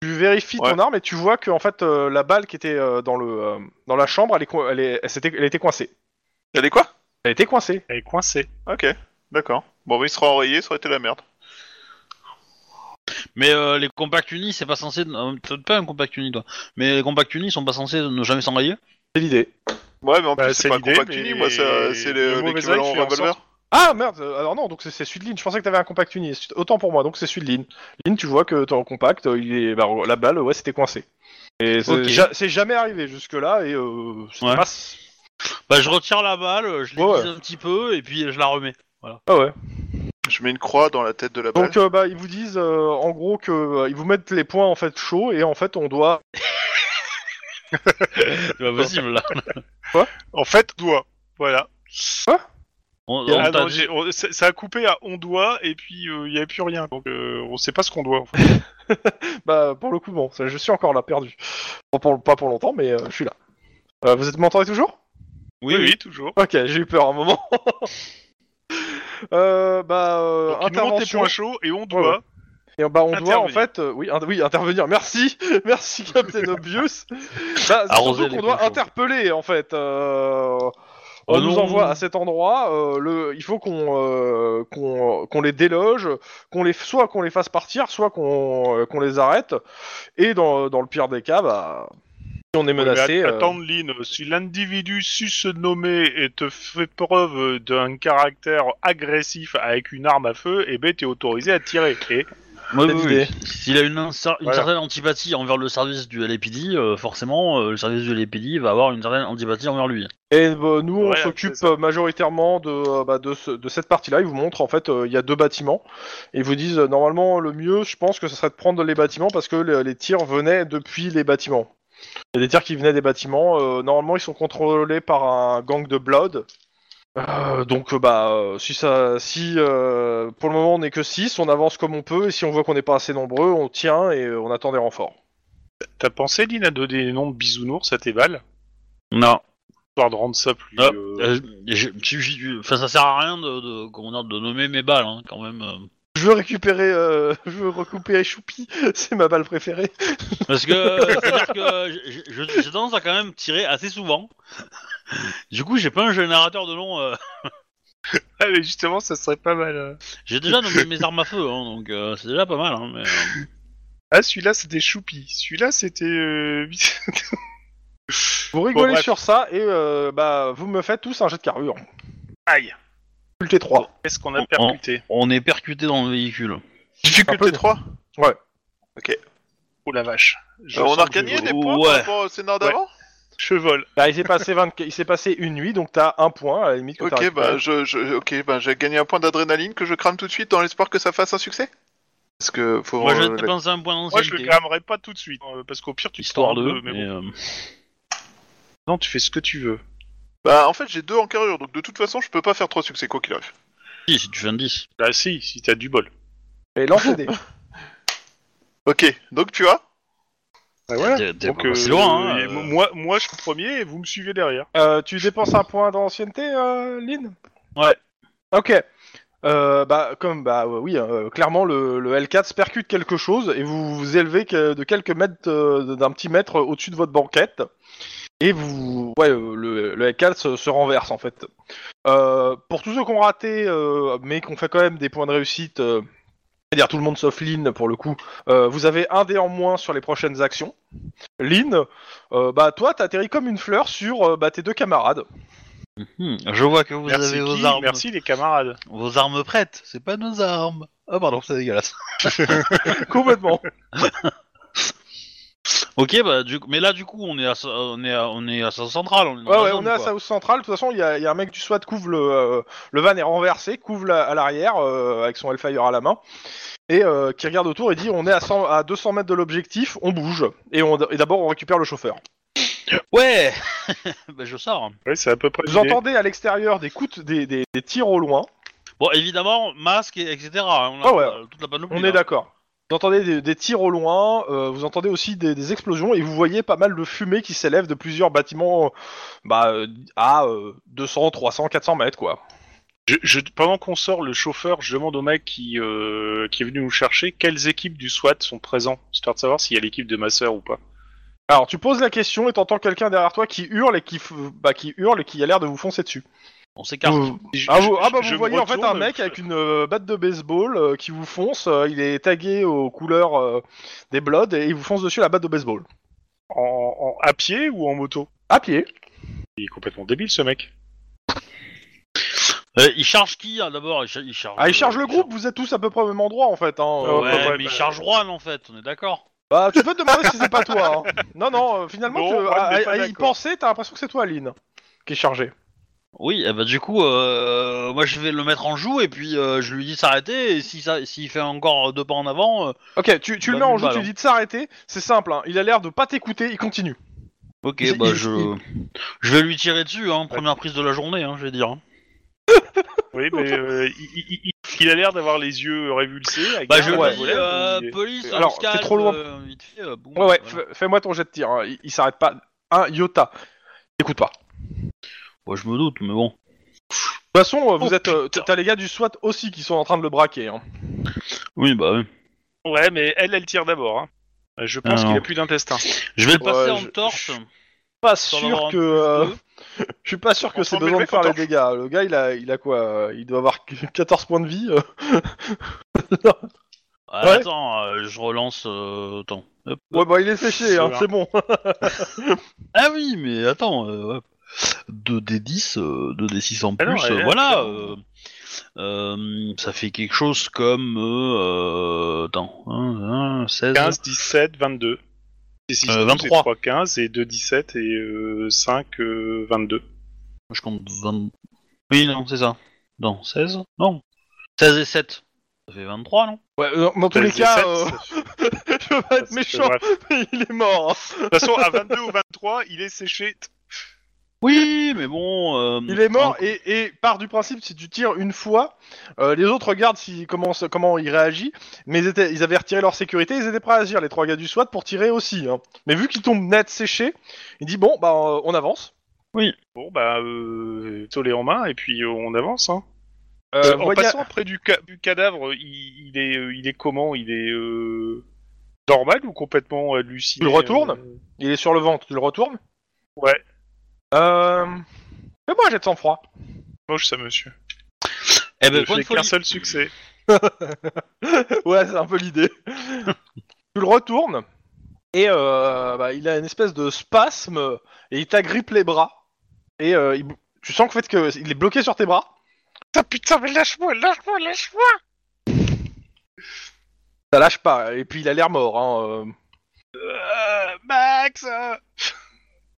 S2: tu vérifies ton
S4: Ouais.
S2: arme et tu vois que en fait euh, la balle qui était euh, dans le euh, dans la chambre, elle est, co- elle, est- elle s'était- elle était coincée.
S4: Elle est quoi
S2: Elle était coincée.
S3: Elle est coincée.
S4: Ok, d'accord. Bon, bah, il sera enrayé, ça aurait été la merde.
S1: Mais euh, les compacts unis, c'est pas censé. euh, T'as pas un compact uni toi. Mais les compacts unis sont pas censés ne jamais s'enrayer.
S2: C'est l'idée.
S4: Ouais, mais en
S3: Bah,
S4: plus,
S3: c'est
S4: c'est pas un
S3: l'idée,
S4: compact
S3: mais
S4: uni, moi, ça- c'est
S3: le
S4: le-
S3: mauvais
S4: l'équivalent
S3: œil fait en
S4: revolver.
S2: Ah merde. euh, Alors non, donc c'est- c'est Sudline. Je pensais que t'avais un compact uni. C'est- Autant pour moi. Donc c'est Sudline. Line, tu vois que ton compact, euh, il est bah, la balle, ouais, c'était coincée. Et c'est
S1: Ok.
S2: ja- c'est jamais arrivé jusque là et euh, c'est
S1: Ouais.
S2: pas s-
S1: Bah je retire la balle, je
S2: Ouais.
S1: l'aiguise un petit peu et puis je la remets.
S2: Ah ouais.
S4: Je mets une croix dans la tête de la balle.
S2: Donc euh, bah, ils vous disent euh, en gros que euh, ils vous mettent les points en fait chauds et en fait on doit
S1: C'est pas possible
S2: <laughs>
S1: là.
S3: En fait, doit. Voilà.
S1: On-
S2: Ah
S1: on
S3: Ah
S1: t'a
S3: non,
S1: dit-
S3: j'ai- on- ça ça a coupé à on doit et puis euh, il n'y a plus rien. Donc euh, on sait pas ce qu'on doit. en fait.
S2: Bah, pour le coup, bon, ça, je suis encore là, perdu. Bon, pour- pas pour longtemps, mais euh, je suis là. Euh, vous êtes m'entendez toujours
S1: Oui, oui.
S3: toujours.
S2: Ok, j'ai eu peur un moment. <laughs> euh, bah, euh,
S3: Donc, il nous montre tes
S2: intervention.
S3: points chauds et on doit.
S2: Et bah, on doit en
S3: Intervenir.
S2: fait, euh, oui, in- oui, intervenir. Merci, <laughs> merci
S3: <laughs>
S2: Captain Obvious. Bah, c'est
S1: Arroser
S2: surtout
S1: les
S2: qu'on doit
S1: points chauds.
S2: interpeller en fait. euh,
S1: Oh
S2: on nous
S1: non.
S2: envoie à cet endroit. euh, le, il faut qu'on euh, qu'on qu'on les déloge, qu'on les soit qu'on les fasse partir, soit qu'on euh, qu'on les arrête. Et dans, dans le pire des cas, bah, si on est
S3: Ouais, mais
S2: menacé.
S3: att-
S2: euh,
S3: Attends, Lynn, si l'individu su se nommer et te fait preuve d'un caractère agressif avec une arme à feu, eh ben t'es autorisé à tirer. Et
S1: Oui,
S2: Bonne
S1: oui,
S2: idée.
S1: oui. S'il a une, incer- une
S3: Voilà.
S1: certaine antipathie envers le service du LAPD, euh, forcément, euh, le service du LAPD va avoir une certaine antipathie envers lui.
S2: Et euh, nous, on
S3: Voilà,
S2: s'occupe
S3: c'est ça.
S2: euh, majoritairement de, euh, bah, de, ce- de cette partie-là. Ils vous montrent, en fait, euh, il y a deux bâtiments. Et ils vous disent, euh, normalement, le mieux, je pense que ce serait de prendre les bâtiments parce que le- les tirs venaient depuis les bâtiments. Il y a des tirs qui venaient des bâtiments. Euh, normalement, ils sont contrôlés par un gang de Blood. Euh, donc, euh, bah, euh, si ça, si euh, pour le moment on n'est que 6, on avance comme on peut. Et si on voit qu'on n'est pas assez nombreux, on tient et euh, on attend des renforts.
S3: t'as pensé, Lynn, à donner les noms de bisounours à tes balles
S1: Non.
S3: Histoire de rendre ça plus.
S1: Ah,
S3: euh,
S1: euh, je- je- je- enfin, ça sert à rien de, de- comment dire, de nommer mes balles, hein, quand même. euh.
S2: Je veux récupérer, euh, <laughs> je veux recouper Choupi. <laughs> C'est ma balle préférée.
S1: Parce que, euh, c'est-à-dire que je- je- j'ai tendance à quand même tirer assez souvent. Du coup, j'ai pas un générateur de nom. euh.
S3: Ah, mais justement, ça serait pas mal. euh.
S1: J'ai déjà nommé mes armes à feu, hein, donc euh, c'est déjà pas mal. hein, mais, euh,
S3: Ah, celui-là, c'était Choupi. Celui-là, c'était. euh,
S2: Vous rigolez
S3: bref.
S2: sur ça et euh, bah vous me faites tous un jet de carburant.
S3: Aïe
S2: Le T3.
S3: Qu'est-ce qu'on a
S1: On- on-
S3: percuté
S1: On est percuté dans le véhicule.
S2: Un peu.
S4: Difficulté 3
S3: Oh la vache Je
S4: Euh, On
S3: sens
S4: a
S3: que je
S4: regagné
S3: vole.
S4: des points euh,
S1: Ouais.
S4: par rapport au scénar d'avant
S3: Je vole.
S2: Bah, il s'est passé 20... il s'est passé une nuit donc t'as un point à la limite que t'as
S4: Ok,
S2: récupéré.
S4: bah je, je- ok, bah j'ai gagné un point d'adrénaline que je crame tout de suite dans l'espoir que ça fasse un succès. Parce que faut.
S1: Moi, je
S4: euh,
S1: vais te penser un point
S3: Moi, je le
S1: d'ancienneté.
S3: cramerai pas tout de suite, euh, parce qu'au pire, tu te
S1: Histoire
S3: prends un
S1: de.
S3: peu, mais
S1: mais,
S3: bon.
S1: euh,
S3: Non, tu fais ce que tu veux.
S4: Bah en fait j'ai deux en carrure, donc de toute façon je peux pas faire trois succès quoi qu'il arrive.
S1: si, si tu fais un 10.
S3: Bah si, si t'as du bol.
S2: Et lance les dés.
S4: Ok, donc tu as
S3: Bah
S1: T'es- t'es
S3: Donc,
S1: pas
S3: euh,
S1: si loin, hein,
S3: et
S1: euh.
S3: mo- moi, moi, je suis premier et vous me suivez derrière.
S2: Euh, tu dépenses un point d'ancienneté, euh, Lynn
S1: Ouais.
S2: Ok. Euh, bah, comme, bah euh, oui, euh, clairement, le, le L4 se percute quelque chose et vous vous élevez que- de quelques mètres, euh, d'un petit mètre au-dessus de votre banquette. Et vous. Ouais, euh, le, le L4 se, se renverse en fait. Euh, pour tous ceux qui ont raté, euh, mais qui ont fait quand même des points de réussite, euh, c'est-à-dire tout le monde sauf Lynn pour le coup, euh, vous avez un dé en moins sur les prochaines actions. Lynn, euh, bah toi, t'atterris comme une fleur sur euh, bah, tes deux camarades. <laughs>
S1: Hmm, je vois que vous
S3: merci,
S1: avez vos
S3: qui
S1: armes,
S3: merci les camarades.
S1: vos armes prêtes. C'est pas nos armes. Ah pardon, c'est dégueulasse. <laughs>
S2: Complètement.
S1: Ok, bah du coup- mais là du coup on est à sa- on est à, on est à sa centrale. On est dans
S2: Ouais,
S1: la
S2: ouais,
S1: zone,
S2: on est à
S1: quoi.
S2: South Central. De toute façon, il y, a il y a un mec du SWAT couvre le, euh, le van est renversé, couvre la- à l'arrière euh, avec son Hellfire à la main et euh, qui regarde autour et dit on est à, 100 à 200 mètres de l'objectif, on bouge et, on, et d'abord on récupère le chauffeur.
S1: Ouais. <laughs> bah je sors.
S3: Ouais, c'est à peu près.
S2: Vous
S3: l'idée.
S2: entendez à l'extérieur des coups, de- des, des- des tirs au loin.
S1: Bon, évidemment masque et- etc. hein, On a
S2: Ah ouais.
S1: toute la panoplie. hein.
S2: On
S1: là.
S2: est d'accord. Vous entendez des, des tirs au loin, euh, vous entendez aussi des, des explosions et vous voyez pas mal de fumée qui s'élève de plusieurs bâtiments, euh, bah, euh, à euh, 200, 300, 400 mètres quoi.
S3: Je- je- pendant qu'on sort le chauffeur, je demande au mec qui, euh, qui est venu nous chercher quelles équipes du SWAT sont présentes, histoire de savoir s'il y a l'équipe de ma sœur ou pas.
S2: Alors tu poses la question et t'entends quelqu'un derrière toi qui hurle et qui, f- bah, qui hurle et qui a l'air de vous foncer dessus.
S1: On s'écarte.
S2: Vous-
S3: Je-
S2: ah,
S3: je-
S2: vous, ah, bah
S3: je
S2: vous
S3: me
S2: voyez en fait un
S3: retourne.
S2: mec
S3: <laughs>
S2: avec une euh, batte de baseball euh, qui vous fonce. euh, il est tagué aux couleurs euh, des Bloods et il vous fonce dessus la batte de baseball.
S3: En, en- à pied ou en moto
S2: À pied.
S3: Il est complètement débile ce mec.
S1: Euh, il charge qui hein, d'abord il, cha- il charge.
S2: Ah il charge
S1: euh,
S2: le groupe. Vous êtes tous à peu près au même endroit en fait. hein,
S1: charge-
S2: euh,
S1: Ouais,
S2: à peu près.
S1: mais il charge Juan en fait. On est d'accord.
S2: Bah tu peux te demander si c'est pas toi. hein. Non non. euh, finalement
S3: Non,
S2: tu-
S3: moi, je
S2: à,
S3: n'ai pas
S2: à y
S3: d'accord.
S2: penser t'as l'impression que c'est toi Aline qui est chargée.
S1: Oui, eh ben, du coup, euh, moi je vais le mettre en joue et puis euh, je lui dis de s'arrêter et si ça, s'il fait encore deux pas en avant, euh,
S2: Ok tu, tu le mets
S1: Bonne
S2: en jeu.
S1: balle,
S2: Tu
S1: hein.
S2: lui dis de s'arrêter. C'est simple. hein, Il a l'air de pas t'écouter. Il continue.
S1: ok,
S2: Il-
S1: bah
S2: il-
S1: je, je vais lui tirer dessus, hein, première prise de la journée, hein, je vais dire.
S3: <laughs> Oui, mais euh, il, il- il- il a l'air d'avoir les yeux révulsés. avec
S1: Bah
S3: un
S1: je
S2: ouais.
S1: lui dis,
S3: volet,
S1: euh,
S3: hein, il est-
S1: police,
S2: Alors,
S1: on se calme,
S2: c'est trop loin.
S1: euh, vite fait, euh, boum,
S2: Ouais, ouais,
S1: voilà.
S2: fais- fais-moi ton jet de tir. hein. Il, il s'arrête pas. Un iota. Écoute pas. De
S1: Ouais, je me doute, mais bon.
S2: toute façon, euh, vous
S3: Oh,
S2: êtes. euh,
S3: putain.
S2: T'as les gars du SWAT aussi qui sont en train de le braquer. hein.
S1: Oui, bah oui.
S3: Ouais, mais elle, elle tire d'abord. hein. Euh, Je pense
S1: Ah, non.
S3: qu'il a plus <laughs> d'intestin.
S1: Je vais le passer
S2: Ouais,
S1: en
S2: je-
S1: torche.
S2: Pas
S1: Sans avoir
S2: sûr
S1: un
S2: que.
S1: plus
S2: euh,
S1: deux.
S2: <laughs> Je suis pas sûr que
S3: On
S2: c'est
S3: s'en
S2: besoin de
S3: met
S2: faire les
S3: contre-
S2: dégâts. Le gars, il a, il a quoi euh, Il doit avoir <laughs> que 14 points de vie. euh.
S1: Ah,
S2: ouais.
S1: Attends, euh, je relance. euh, attends. Hop.
S2: Ouais, bah il est séché.
S3: C'est
S2: hein,
S3: vrai.
S2: c'est bon.
S1: Ah oui, mais attends. euh, ouais. 2d10, euh, 2d6 en
S3: Ah
S1: plus,
S3: non, elle
S1: euh,
S3: est
S1: voilà. euh,
S3: clairement.
S1: euh, ça fait quelque chose comme. Euh, euh, attends. un, un, 16.
S3: 15, 17, 22. C'est six,
S1: Euh,
S3: douze,
S1: 23.
S3: et trois, 15 et 2, 17 et euh, 5, euh, 22.
S1: Je compte 20. Oui, non, c'est ça. Non, 16 Non. 16 et 7. Ça fait 23, non
S2: Ouais, euh, dans tous les
S3: 16,
S2: cas,
S3: 17,
S2: euh,
S3: ça fait-
S2: <laughs> je veux pas
S3: ça
S1: <laughs>
S2: être
S3: fait-
S2: méchant.
S3: bref.
S2: mais <laughs> il est mort. hein.
S3: De toute façon, à 22 ou 23, il est séché.
S1: Oui, mais bon. euh,
S2: Il est mort et, et part du principe si tu tires une fois, euh, les autres regardent si, comment, comment il réagit, mais ils, étaient, ils avaient retiré leur sécurité, ils étaient prêts à agir, les trois gars du SWAT, pour tirer aussi. hein. Mais vu qu'il tombe net séché, il dit bon, bah euh, on avance.
S3: Bon, bah, euh, tollé en main et puis euh, on avance. Hein.
S2: Euh,
S3: Euh,
S2: vous
S3: en
S2: voyez-
S3: passant près du, ca- du cadavre, il, il est, euh, il est comment Il est euh, normal ou complètement halluciné
S2: Tu le retournes
S3: euh,
S2: Il est sur le ventre, tu le retournes
S3: Ouais.
S2: Euh... Mais moi j'ai de sang-froid.
S3: <laughs> Moche ça, monsieur.
S1: Eh ben,
S3: Je
S1: point de
S3: n'ai
S1: folie.
S3: qu'un seul succès.
S2: ouais, c'est un peu
S3: <laughs>
S2: l'idée. tu le retournes et euh, bah, il a une espèce de spasme euh, et il t'agrippe les bras et euh, il- tu sens qu'en fait que il est bloqué sur tes bras.
S3: Putain, putain, mais lâche-moi, lâche-moi, lâche-moi
S2: Ça lâche pas et puis il a l'air mort. Hein, euh.
S3: Euh, Max euh.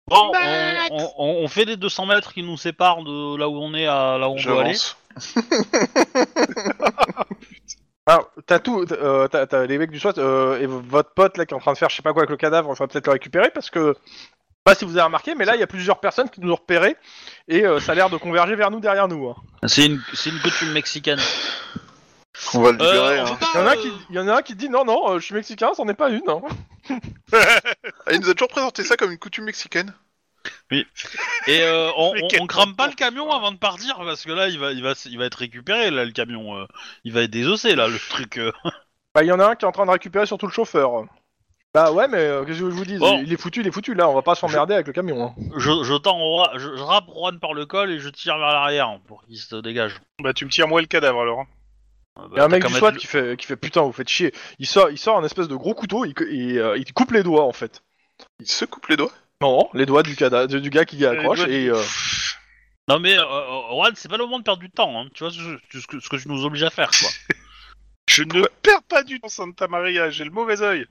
S1: Bon,
S3: Max
S1: on, on- on fait les 200 mètres qui nous séparent de là où on est à là où on doit aller.
S4: J'avance.
S2: Alors, t'as tout, t'as- euh, t'as t'as les mecs du SWAT euh, et v- votre pote là qui est en train de faire je sais pas quoi avec le cadavre, il faudra peut-être le récupérer parce que, je sais pas si vous avez remarqué, mais là il y a plusieurs personnes qui nous ont repérés et euh, ça a l'air de converger vers nous derrière nous. hein.
S1: C'est une, c'est une coutume mexicaine.
S4: On va le
S1: Euh,
S4: libérer.
S1: on
S4: hein.
S1: peut pas,
S2: Il y, en a un
S1: euh,
S2: qui, il y en a un qui dit non, non, euh, je suis mexicain, c'en est pas une. hein.
S4: Ah, il nous a toujours présenté ça comme une coutume mexicaine.
S1: Et euh, on,
S3: Mais
S1: on-
S3: quel
S1: on crame pas le camion avant de partir parce que là il va il va s- il va être récupéré là le camion euh, il va être désossé là le truc. euh.
S2: Bah, il y en a un qui est en train de récupérer surtout le chauffeur. Bah ouais, mais euh, qu'est-ce que je vous dis
S1: Bon.
S2: Il est foutu, il est foutu, là, on va pas s'emmerder avec le camion. hein.
S1: Je je tends au ra- je, je rappe Juan par le col et je tire vers l'arrière hein, pour qu'il se dégage.
S3: Bah, tu me tires moi le cadavre alors. hein.
S1: Ah bah,
S2: Il y a un
S1: t'as
S2: mec
S1: qu'à
S2: du
S1: mettre
S2: SWAT
S1: le-
S2: qui, fait, qui fait putain, vous faites chier. Il sort, il sort un espèce de gros couteau, il, co- il, euh, il coupe les doigts en fait.
S4: Il se coupe les doigts.
S2: Non, les doigts du, cada- du gars qui y accroche
S3: doigts du-
S2: et. euh,
S1: Non mais euh, euh, Juan c'est pas le moment de perdre du temps hein. tu vois ce, ce que, ce que tu nous obliges à faire
S2: <laughs>
S1: quoi.
S3: Je ne perds pas du temps, Santa Maria, j'ai le mauvais oeil.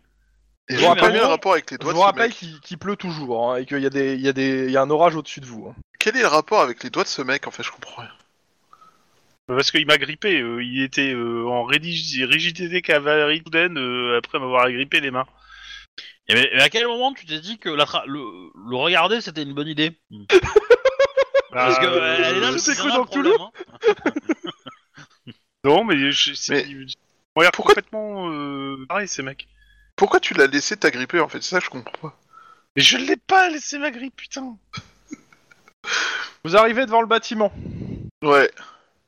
S4: Et
S1: Oui,
S4: je vois
S1: mais
S4: pas
S1: en
S4: bien le
S2: gros,
S4: rapport avec les
S2: Je
S4: doigts
S2: vous
S4: de ce
S2: rappelle
S4: mec.
S2: qu'il qu'il pleut toujours hein, et qu'il y, a des- il y, a des- il y a un orage au-dessus de vous. hein.
S4: Quel est le rapport avec les doigts de ce mec En fait, je comprends rien.
S3: Parce qu'il m'a grippé, euh, il était euh, en rédi- rigidité cavalerie soudaine euh, après m'avoir agrippé les mains.
S1: Et mais, mais à quel moment tu t'es dit que la tra- le, le regarder c'était une bonne idée
S2: Ah.
S1: Parce que
S3: Euh,
S1: elle est là
S3: je
S1: le
S3: sais
S1: plus
S3: que
S1: grave
S3: dans
S1: problème,
S3: Cthulhu.
S1: hein.
S3: Non, mais je c'est-
S4: Mais-
S3: on regarde
S4: Pourquoi-
S3: complètement euh, pareil ces mecs.
S4: Pourquoi tu l'as laissé t'agripper En fait, c'est ça que je comprends pas.
S3: Mais je l'ai pas laissé m'agripper, putain.
S2: Vous arrivez devant le bâtiment.
S4: Ouais.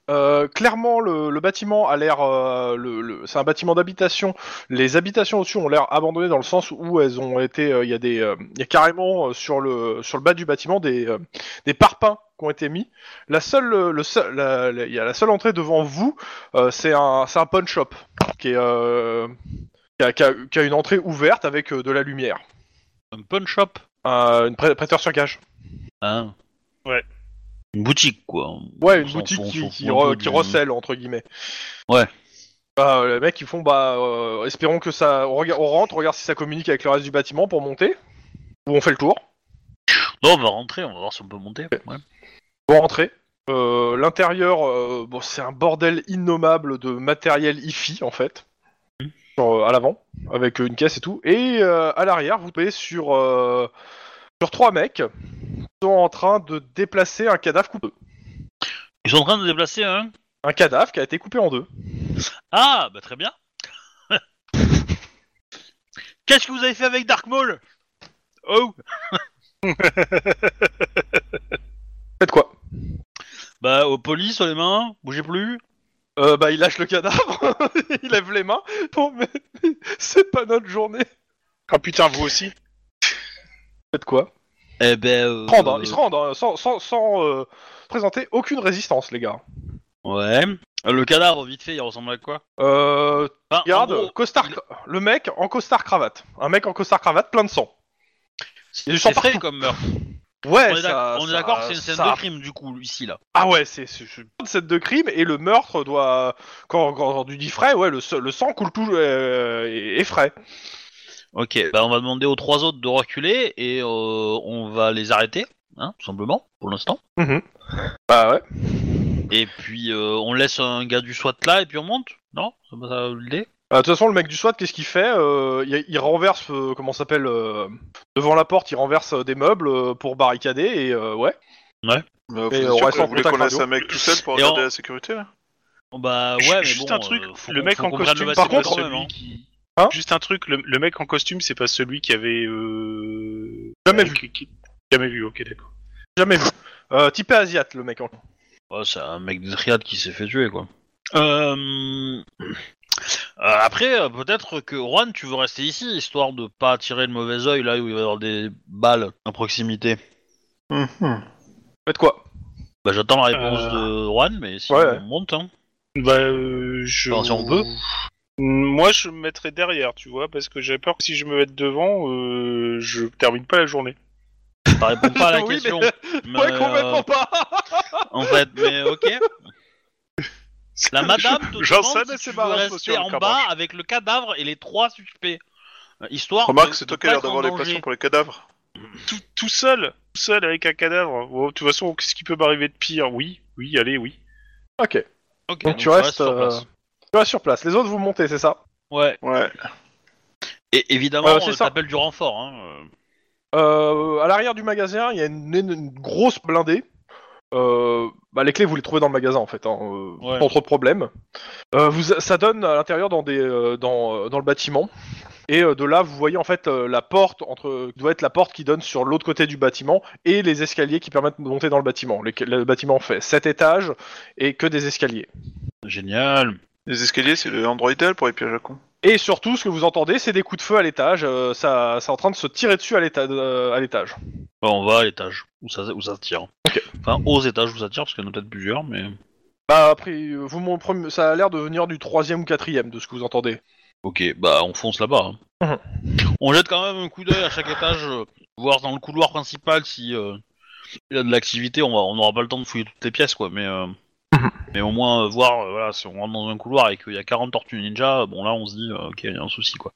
S2: Euh, clairement, le, le bâtiment a l'air. euh, le, le- c'est un bâtiment d'habitation. Les habitations au-dessus ont l'air abandonnées dans le sens où elles ont été. euh, Il y a des. euh, Il y a carrément euh, sur le sur le bas du bâtiment des euh, des parpaings qui ont été mis. La seule euh, le seul la- la- il y a la seule entrée devant vous, euh, c'est un c'est un pawn shop qui est euh, qui, a, qui a- qui a une entrée ouverte avec euh, de la lumière.
S1: Un punch up.
S2: Un- une prê- prêteur sur gage.
S1: Hein.
S3: Ouais.
S1: Une boutique quoi.
S2: Ouais, une
S1: On s'en
S2: boutique
S1: fout, on
S2: qui,
S1: s'en
S2: qui,
S1: fout un
S2: re-
S1: peu
S2: qui
S1: du-
S2: recèle, entre guillemets.
S1: Ouais.
S2: Bah, euh, les mecs, ils font, bah, euh, espérons que ça. On, rega- on rentre, on regarde si ça communique avec le reste du bâtiment pour monter. Ou on fait le tour.
S1: Non on va rentrer on va voir si on peut monter. Ouais.
S2: Vous rentrez. Euh, L'intérieur, euh, bon, c'est un bordel innommable de matériel hi-fi, en fait. Sur, euh, à l'avant, avec euh, une caisse et tout. Et euh, à l'arrière, vous tombez sur, euh, sur trois mecs qui sont en train de déplacer un cadavre coupé.
S1: Ils sont en train de déplacer un.
S2: Un cadavre qui a été coupé en deux.
S1: Ah, bah
S2: <laughs>
S1: très bien. Qu'est-ce que vous avez fait avec Dark Maul Oh
S2: Faites quoi
S1: Bah, au poli sur les mains, bougez plus.
S2: Euh, bah, il lâche le cadavre, <laughs> il lève les mains. Bon, mais <laughs> c'est pas notre journée.
S3: Ah putain, vous aussi.
S2: Faites quoi
S1: Eh ben. euh,
S2: Ils se rendent, hein, ils se rendent, hein, sans, sans, sans, euh, présenter aucune résistance, les gars.
S1: Ouais. Le cadavre, vite fait, il ressemble à quoi
S2: Euh,
S1: Enfin, en
S2: regarde,
S1: gros,
S2: costard, le mec en costard cravate. Un mec en costard cravate plein de sang. il y a du sang
S1: c'est frais
S2: partout.
S1: comme meurtre.
S2: Ouais,
S1: on est
S2: <laughs> ça-
S1: d'ac- on est
S2: ça-
S1: d'accord, c'est une scène
S2: ça-
S1: de crime, du coup, ici, là.
S2: Ah ouais, c'est c'est- c'est une scène de crime et le meurtre doit. Quand, quand tu dis frais, ouais, le, se- le sang coule tout. euh, est est frais.
S1: Ok, bah on va demander aux trois autres de reculer et euh, on va les arrêter, hein, tout simplement, pour l'instant.
S2: Bah ouais.
S1: Et puis euh, on laisse un gars du SWAT là et puis on monte Non C'est pas ça l'idée
S2: Euh, De toute façon, le mec du SWAT, qu'est-ce qu'il fait Euh, il, il renverse, euh, comment ça s'appelle euh, Devant la porte, il renverse euh, des meubles euh, pour barricader et euh, ouais.
S4: Mais
S2: Mais
S4: Bah, vous
S2: on
S4: êtes sûr
S2: reste
S4: que
S2: en
S4: vous voulez
S2: contact
S4: qu'on laisse
S2: radio.
S4: un mec tout seul pour
S1: Et
S4: regarder
S1: on-
S4: la sécurité là
S1: Bah
S3: Ju-
S1: ouais, mais
S3: juste
S1: bon,
S3: un truc,
S1: euh, faut
S3: le
S1: qu'on-
S3: mec
S1: faut
S3: en
S1: qu'on prenne
S3: costume,
S1: le
S3: par
S1: bâtiment
S2: contre,
S1: quand même,
S3: celui
S1: hein.
S3: qui-
S2: Hein
S3: Juste un truc, le, le mec en costume, c'est pas celui qui avait. euh,
S2: Jamais
S3: euh,
S2: vu.
S3: qui- qui- Jamais vu, ok, d'accord.
S2: Jamais vu. Euh, typé asiat, le mec. En...
S1: Ouais, c'est un mec des triades qui s'est fait tuer, quoi. Euh... euh, Après, euh, peut-être que Juan, tu veux rester ici, histoire de pas attirer le mauvais oeil là où il va y avoir des balles à proximité.
S2: Faites quoi
S1: Bah, j'attends la réponse
S3: Euh.
S1: de Juan, mais si
S2: Ouais.
S1: on monte, hein.
S3: Bah, euh, je.
S1: Enfin, si on peut.
S3: Moi, je me mettrais derrière, tu vois, parce que j'ai peur que si je me mette devant, euh, je termine pas la journée.
S1: Ça répond pas à la
S2: <laughs> Oui, mais-
S1: question. mais,
S2: Ouais,
S1: euh,
S2: complètement pas <laughs>
S1: en fait, mais
S4: <laughs>
S1: ok. La madame te
S3: J'en sais,
S1: demande
S3: mais
S1: si
S3: c'est
S1: tu veux
S3: marrant,
S1: rester
S3: social,
S1: en
S3: le
S1: bas avec le cadavre et les trois suspects. Euh, Histoire
S4: Remarque,
S1: de-
S4: c'est
S1: de
S4: toi qui
S1: pas
S4: as l'air
S1: être en
S4: d'avoir des
S1: danger.
S4: passions pour les cadavres.
S3: Tout, tout seul Tout seul avec un cadavre Bon, De toute façon, qu'est-ce qui peut m'arriver de pire Oui, oui, allez, oui.
S2: Ok,
S1: Ok,
S2: donc tu
S1: je reste
S2: restes,
S1: sur
S2: euh,
S1: place.
S2: tu restes sur place. Les autres, vous montez, c'est ça
S1: Ouais.
S4: Ouais.
S1: Et évidemment,
S2: Euh, c'est
S1: on
S2: ça.
S1: t'appelle du renfort. Hein. euh.
S2: Euh, À l'arrière du magasin, il y a une, une- une grosse blindée. Euh, bah, les clés, vous les trouvez dans le magasin, en fait. Hein, euh,
S1: Ouais.
S2: Sans trop de problèmes. Euh, vous, ça donne à l'intérieur dans, des, euh, dans, euh, dans le bâtiment. Et euh, de là, vous voyez en fait euh, la porte entre qui doit être la porte qui donne sur l'autre côté du bâtiment et les escaliers qui permettent de monter dans le bâtiment. Le, le bâtiment fait 7 étages et que des escaliers.
S1: Génial.
S4: Les escaliers, c'est l'endroit idéal pour les pièges à con.
S2: Et surtout, ce que vous entendez, c'est des coups de feu à l'étage. euh, ça, c'est en train de se tirer dessus à l'éta- euh, à l'étage.
S1: Bon, on va à l'étage où ça, où ça tire. Enfin, aux étages où ça tire, parce qu'il y en a peut-être plusieurs, mais.
S2: Bah après, euh, vous mon premier- ça a l'air de venir du troisième ou quatrième de ce que vous entendez.
S1: Ok, bah on fonce là-bas. hein. on jette quand même un coup d'œil à chaque étage, euh, voir dans le couloir principal si euh, il y a de l'activité. On va- on n'aura pas le temps de fouiller toutes les pièces, quoi. Mais, euh, mais au moins euh, voir, euh, voilà, si on rentre dans un couloir et qu'il y a 40 tortues ninja, euh, bon là on se dit, euh, ok, il y a un souci, quoi.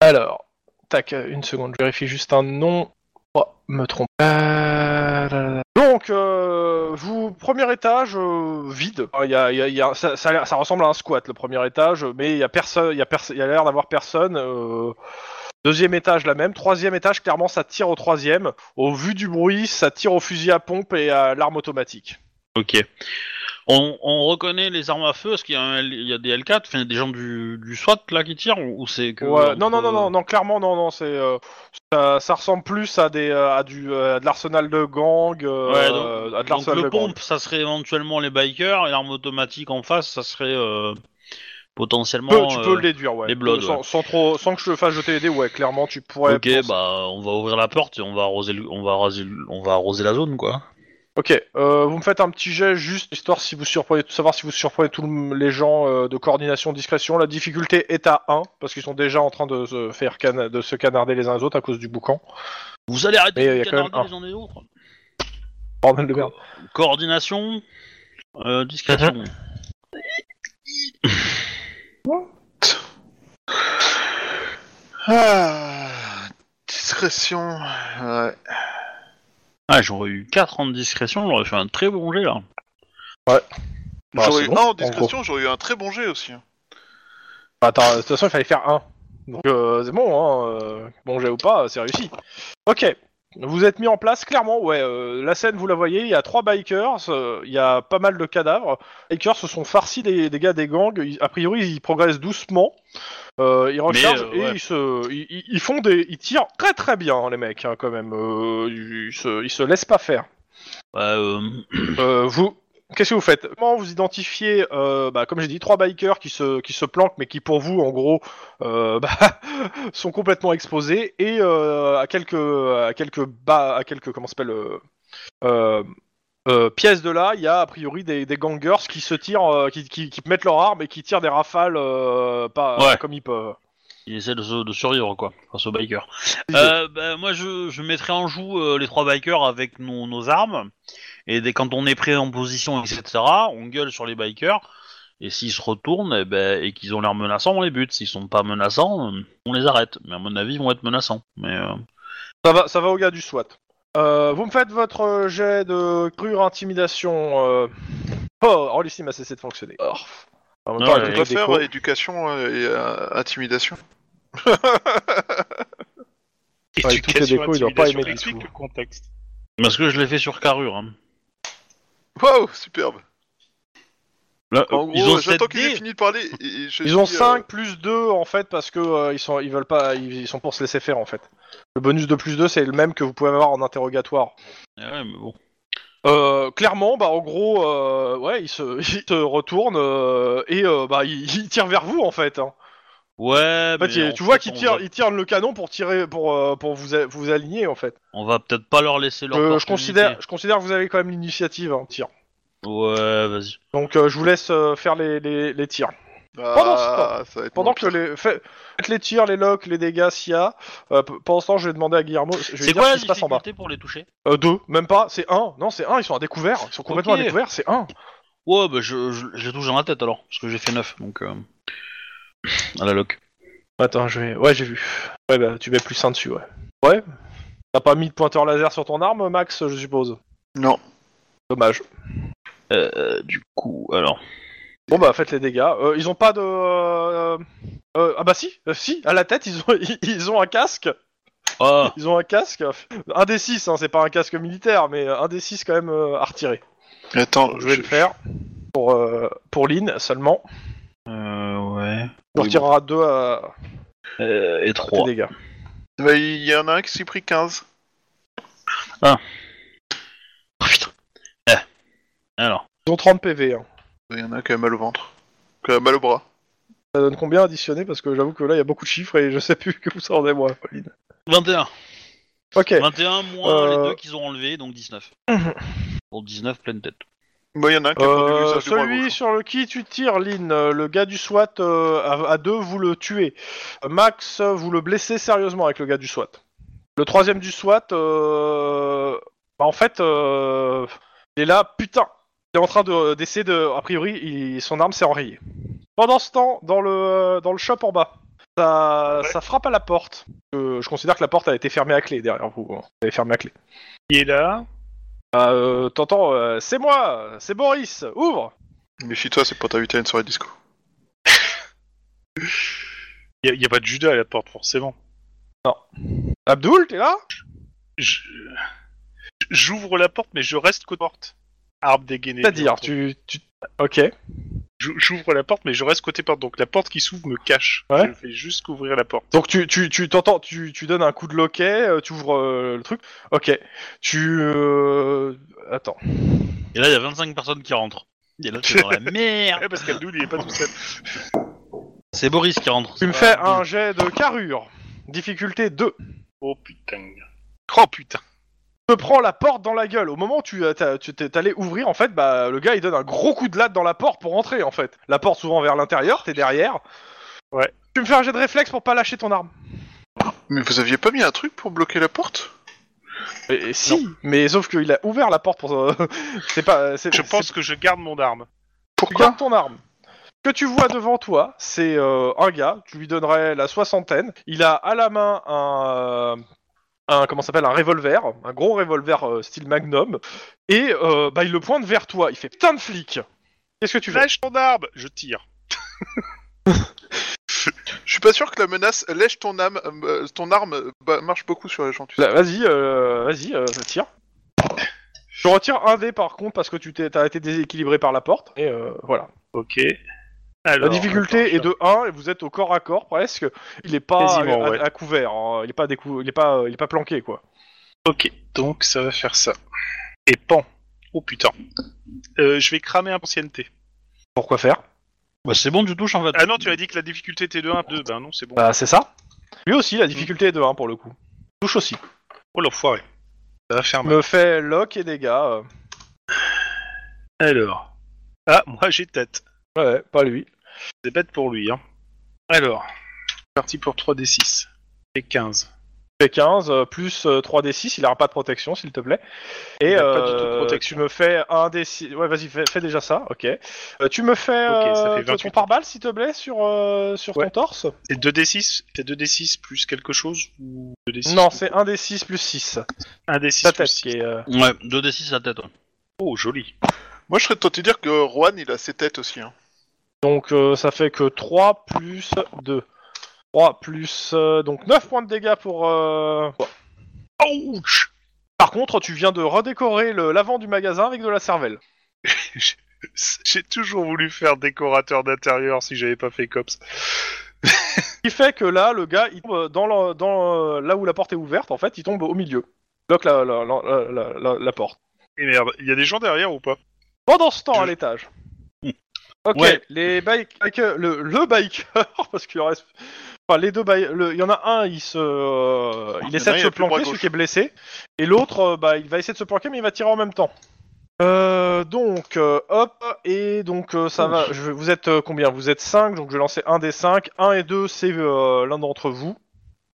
S2: Alors, tac, euh, une seconde, je vérifie juste un nom. Oh, me trompe. Euh, là, là, là. Donc, euh, vous, premier étage, euh, vide. Ah, il y a- il y a- il y a- ça, ça a l'air- ça ressemble à un squat, le premier étage, mais il y a personne, il y a, perso- il y a l'air d'avoir personne. euh, Deuxième étage, la même. Troisième étage, clairement, ça tire au troisième. Au vu du bruit, ça tire au fusil à pompe et à l'arme automatique.
S1: Ok. On, on reconnaît les armes à feu, est-ce qu'il y, a un L- il y a des L4, enfin, des gens du, du SWAT là qui tirent, ou, ou c'est que.
S2: Ouais, non, non, non,
S1: entre-
S2: non, non, clairement, non, non, c'est euh, ça, ça ressemble plus à des euh, à du euh, à de l'arsenal de gang, euh,
S1: Ouais, donc,
S2: à de
S1: donc
S2: l'arsenal
S1: le
S2: de gang.
S1: pompe, ça serait éventuellement les bikers, et l'arme automatique en face, ça serait euh, potentiellement.
S2: Tu peux- tu peux
S1: euh,
S2: le déduire, ouais.
S1: les Bloods,
S2: sans,
S1: ouais.
S2: sans trop, sans que je fasse jeter les dés, ouais, clairement, tu pourrais.
S1: ok,
S2: penser-
S1: bah on va ouvrir la porte et on va arroser, le- on va arroser, le- on va arroser la zone quoi.
S2: Ok, euh, vous me faites un petit jet juste histoire si vous surprenez, savoir si vous surprenez tous le- les gens euh, de coordination discrétion. La difficulté est à 1 parce qu'ils sont déjà en train de se faire cana- de se canarder les uns les autres à cause du boucan.
S1: Vous allez arrêter
S2: Mais,
S1: de
S2: euh,
S1: vous
S2: y a quand même
S1: canarder les uns des autres.
S2: Bordel de merde.
S1: Coordination, euh, discrétion.
S4: Ah, discrétion. Ouais.
S1: ah j'aurais eu 4 en discrétion, j'aurais fait un très bon jet là.
S2: Bah,
S4: j'aurais
S2: c'est
S4: eu
S2: bon,
S4: un en
S2: en
S4: discrétion, j'aurais eu un très bon jet aussi. hein.
S2: Attends, Bah, de toute façon, il fallait faire un. Donc, euh, c'est bon, hein. euh, bon j'ai ou pas, c'est réussi. Ok. Vous êtes mis en place, clairement, ouais. euh, la scène, vous la voyez, il y a trois bikers, euh, il y a pas mal de cadavres. Les bikers se sont farcis des, des gars des gangs. ils- a priori, ils progressent doucement. Euh, ils rechargent
S1: euh, ouais.
S2: et ils, se, ils, ils- ils font des, ils tirent très très bien, hein, les mecs, hein, quand même. Euh, ils, se, ils se laissent pas faire.
S1: Ouais, euh,
S2: Euh, vous, qu'est-ce que vous faites Comment vous identifiez, euh, bah, comme j'ai dit, trois bikers qui se, qui se planquent, mais qui pour vous, en gros, euh, <laughs> bah, sont complètement exposés et euh, à quelques, à quelques bas, à quelques, comment ça s'appelle euh, euh, euh, pièces de là, il y a a priori des, des gangers qui se tirent, euh, qui, qui, qui mettent leurs armes et qui tirent des rafales euh, pas,
S1: Ouais.
S2: comme ils peuvent.
S1: il essaie de, se- de survivre quoi face aux bikers. Euh, bah, moi je, je mettrai en joue euh, les trois bikers avec nos, nos armes et dès quand on est prêt en position etc on gueule sur les bikers et s'ils se retournent eh ben, et qu'ils ont l'air menaçants on les bute s'ils sont pas menaçants euh, on les arrête mais à mon avis ils vont être menaçants mais euh,
S2: Ça va, ça va au gars du SWAT. Euh, vous me faites votre euh, jet de crure intimidation. Euh... Oh, Rollissim a cessé de fonctionner. Oh. En même
S1: Non,
S2: temps,
S1: ouais,
S2: avec
S4: On
S1: Et
S4: doit
S2: les
S4: faire
S2: décos-
S4: éducation euh, et euh, intimidation.
S2: Avec toutes les décos, il doit pas aimer du
S3: Explique
S2: tout.
S3: le contexte.
S1: parce que je l'ai fait sur carrure hein.
S4: Waouh, superbe.
S1: Là,
S2: Euh,
S4: En
S1: ils
S4: gros,
S1: ont
S4: j'attends
S1: sept
S4: qu'il ait
S1: dés.
S4: fini de parler. et- et je
S2: Ils ont
S4: dis, euh,
S2: 5 plus 2 en fait parce que euh, ils sont ils veulent pas ils, ils sont pour se laisser faire en fait. Le bonus de plus 2 c'est le même que vous pouvez avoir en interrogatoire.
S1: Eh ouais, mais bon.
S2: Euh, clairement bah en gros euh, ouais ils se, <laughs> ils se retournent euh, et euh, bah ils, ils tirent vers vous en fait. hein.
S1: ouais
S2: En fait,
S1: Ah, mais
S2: ils-
S1: on-
S2: tu vois qu'ils
S1: on
S2: tirent
S1: va-
S2: ils tirent le canon pour tirer pour euh, pour vous a- vous aligner en fait.
S1: on va peut-être pas leur laisser leur
S2: Euh, Je, je
S1: opportunité.
S2: considère je considère que vous avez quand même l'initiative en tir.
S1: ouais vas-y
S2: Donc euh, je vous laisse euh, faire les, les, les tirs. pendant ce
S4: Ah, ça va être
S2: Pendant
S4: mon
S2: que
S4: pire.
S2: les fait- faites les tirs, les locks, les dégâts s'il y a. euh, p- pendant ce temps, je vais demander à Guillermo. Je vais
S1: c'est
S2: lui dire
S1: quoi
S2: ce
S1: la
S2: qui se passe en bas.
S1: difficulté pour les toucher
S2: Euh, deux, même pas. C'est un. Non, c'est un. Ils sont à découvert. Ils sont complètement
S1: Ok.
S2: à découvert. C'est un.
S1: Ouais, bah je, je, je les touche dans la tête alors, parce que j'ai fait 9, donc. Euh... À la loc.
S2: Attends, je vais. Ouais, j'ai vu. Ouais, bah tu mets plus un dessus. Ouais. Ouais. T'as pas mis de pointeur laser sur ton arme, Max, je suppose.
S4: Non.
S2: Dommage.
S1: Euh, du coup, alors.
S2: Bon bah faites les dégâts. Euh, ils ont pas de. euh, euh, ah bah si, euh, si. À la tête, ils ont <laughs> ils ont un casque.
S1: Ah
S2: Ils ont un casque. Un des six. Hein, c'est pas un casque militaire, mais un des six quand même euh, à retirer.
S4: Attends,
S2: Je vais le faire pour, euh, pour Lynn seulement.
S1: euh, Ouais. ouais.
S2: Tu
S1: Oui,
S2: en retireras deux à
S1: Euh, et
S2: tes
S1: 3.
S2: dégâts.
S4: Bah, il y en a un qui s'est pris 15.
S1: Oh, putain. Eh. Alors,
S2: Ils ont 30 PV. hein.
S4: Il y en a un qui a mal au ventre. Qui a mal au bras.
S2: Ça donne combien additionné Parce que j'avoue que là, il y a beaucoup de chiffres et je sais plus <laughs> que vous sortez, moi, Pauline.
S1: 21.
S2: Ok.
S1: 21 moins
S2: Euh.
S1: les deux qu'ils ont enlevés, donc <laughs> 19. Pour 19, pleine tête.
S4: Bah, il y en a un qui a perdu
S2: Euh,
S4: l'usage du bras
S2: celui
S4: gauche.
S2: sur le qui tu tires, Lynn, euh, le gars du SWAT euh, à, à deux, vous le tuez. Max, euh, vous le blessez sérieusement avec le gars du SWAT. Le troisième du SWAT, euh, bah, en fait, euh, il est là, putain, il est en train de- d'essayer de, A priori, il- son arme s'est enrayée. Pendant ce temps, dans le, dans le shop en bas, ça, ça frappe à la porte. Euh, je considère que la porte a été fermée à clé derrière vous. hein. Elle est fermée à clé.
S3: Il est là.
S2: Ah, euh, T'entends, euh, c'est moi, c'est Boris, ouvre
S4: Mais chez toi, c'est pour t'inviter à une soirée disco.
S3: Il n'y a, pas de Judas à la porte, forcément.
S2: Abdoul, t'es là
S3: Je- J'ouvre la porte, mais je reste côté porte. Arbre dégainé.
S2: C'est-à-dire,
S3: bien
S2: tu, tu... Ok.
S3: J'ou- J'ouvre la porte, mais je reste côté porte. Donc la porte qui s'ouvre me cache.
S2: Ouais.
S3: Je fais juste ouvrir la porte.
S2: Donc tu tu tu t'entends, tu, tu donnes un coup de loquet, euh, tu ouvres euh, le truc. Ok. Tu... euh, Attends.
S1: Et là, il y a 25 personnes qui rentrent. Et là, tu dans <laughs> la merde.
S3: Ouais, Eh, parce qu'Abdoul, il est pas tout seul.
S1: C'est Boris qui rentre.
S2: Tu me fais un jet de carrure. Difficulté 2.
S3: Oh putain. Oh putain.
S2: te prends la porte dans la gueule. Au moment où tu euh, t'as- tu t'es t'es allé ouvrir, en fait, bah, le gars il donne un gros coup de latte dans la porte pour entrer, en fait. La porte souvent vers l'intérieur, t'es derrière.
S3: Ouais.
S2: Tu me fais un jet de réflexe pour pas lâcher ton arme.
S4: Mais vous aviez pas mis un truc pour bloquer la porte
S2: Et, si, mais sauf qu'il a ouvert la porte pour. euh, <laughs> c'est pas. c'est-
S3: Je
S2: c'est
S3: pense que je garde mon arme.
S2: Tu
S4: Pourquoi
S2: gardes ton arme. Ce que tu vois devant toi, c'est euh, un gars, tu lui donnerais la soixantaine. Il a à la main un, euh, un comment ça s'appelle un revolver, un gros revolver euh, style Magnum, et euh, bah, il le pointe vers toi. Il fait putain de flic. Qu'est-ce que tu fais
S3: Lâche ton arme Je tire.
S4: Je suis pas sûr que la menace lèche ton âme, euh, ton arme euh, bah, marche beaucoup sur les gens. Tu sais.
S2: Là, Vas-y, euh, vas-y, euh, tire. Je retire un dé par contre parce que tu t'es, t'as été déséquilibré par la porte. Et euh, voilà.
S3: Ok.
S2: la
S3: Alors,
S2: difficulté
S3: attends,
S2: est de 1 et vous êtes au corps à corps presque. Il est pas à,
S3: Quasiment,
S2: à-
S3: ouais.
S2: à couvert, hein. il est pas décou- il est pas, euh, il est pas planqué quoi.
S3: Ok, donc ça va faire ça. Et pan. Oh putain. Euh, je vais cramer un ancienneté.
S2: Pourquoi faire
S1: Bah, c'est bon, tu touches en fait.
S3: Ah non, tu as dit que la difficulté était de 1 2. Ben non, c'est bon.
S2: Bah c'est ça. Lui aussi, la difficulté est de 1 pour le coup. Touche aussi.
S3: Oh l'enfoiré. Ça va faire mal.
S2: Me fait lock et dégâts. euh.
S3: Alors. Ah, moi j'ai tête.
S2: Ouais, pas lui.
S3: C'est bête pour lui. Hein. Alors. Parti pour 3d6. Et 15.
S2: Fait 15 euh, plus euh, 3d6, il aura pas de protection s'il te plaît. Et
S3: Il a pas du tout de
S2: euh,
S3: protection.
S2: tu me fais un d6. Ouais, vas-y, fais, fais déjà ça. OK. Euh, tu me fais
S3: Ok, ça
S2: euh,
S3: fait 28.
S2: ton pare-balles s'il te plaît sur euh, sur
S3: Ouais.
S2: ton torse
S3: C'est 2d6 C'est 2d6 plus quelque chose ou 2d6
S2: Non, c'est 1d6 plus 6.
S3: 1d6
S2: Ta
S3: plus
S2: tête
S3: 6.
S2: qui est euh,
S1: Ouais, 2d6 la tête. ouais.
S3: Oh, joli.
S4: Moi, je serais tenté de dire que Juan, il a ses têtes aussi. Hein.
S2: Donc euh, ça fait que 3 plus 2. 3 plus... euh, donc 9 points de dégâts pour... euh, toi.
S3: Ouch
S2: Par contre, tu viens de redécorer le- l'avant du magasin avec de la cervelle.
S3: J'ai toujours voulu faire décorateur d'intérieur si j'avais pas fait cops.
S2: Ce qui fait que là, le gars, il tombe dans, le- dans, euh, là où la porte est ouverte, en fait, il tombe au milieu. Il Bloque la, la, la- la- la- la porte.
S3: Et merde, il y a des gens derrière ou pas
S2: Pendant ce temps,
S3: Je-
S2: à
S4: <laughs>
S2: l'étage. Ok,
S1: Ouais.
S2: les bike, bike- le, le biker, <laughs> parce qu'il en reste... Enfin, les deux bike- le- il y en a un, il se, euh,
S4: Il
S2: il
S4: y en
S2: essaie
S4: a un,
S2: de
S4: il
S2: se
S4: a plus le bras
S2: planquer, celui
S4: gauche.
S2: qui est blessé, et l'autre, euh, bah, il va essayer de se planquer, mais il va tirer en même temps. Euh, donc, euh, hop, et donc euh, ça va. Je, vais- vous êtes euh, combien Vous êtes 5, donc je vais lancer un des 5. 1 et 2, c'est euh, l'un d'entre vous.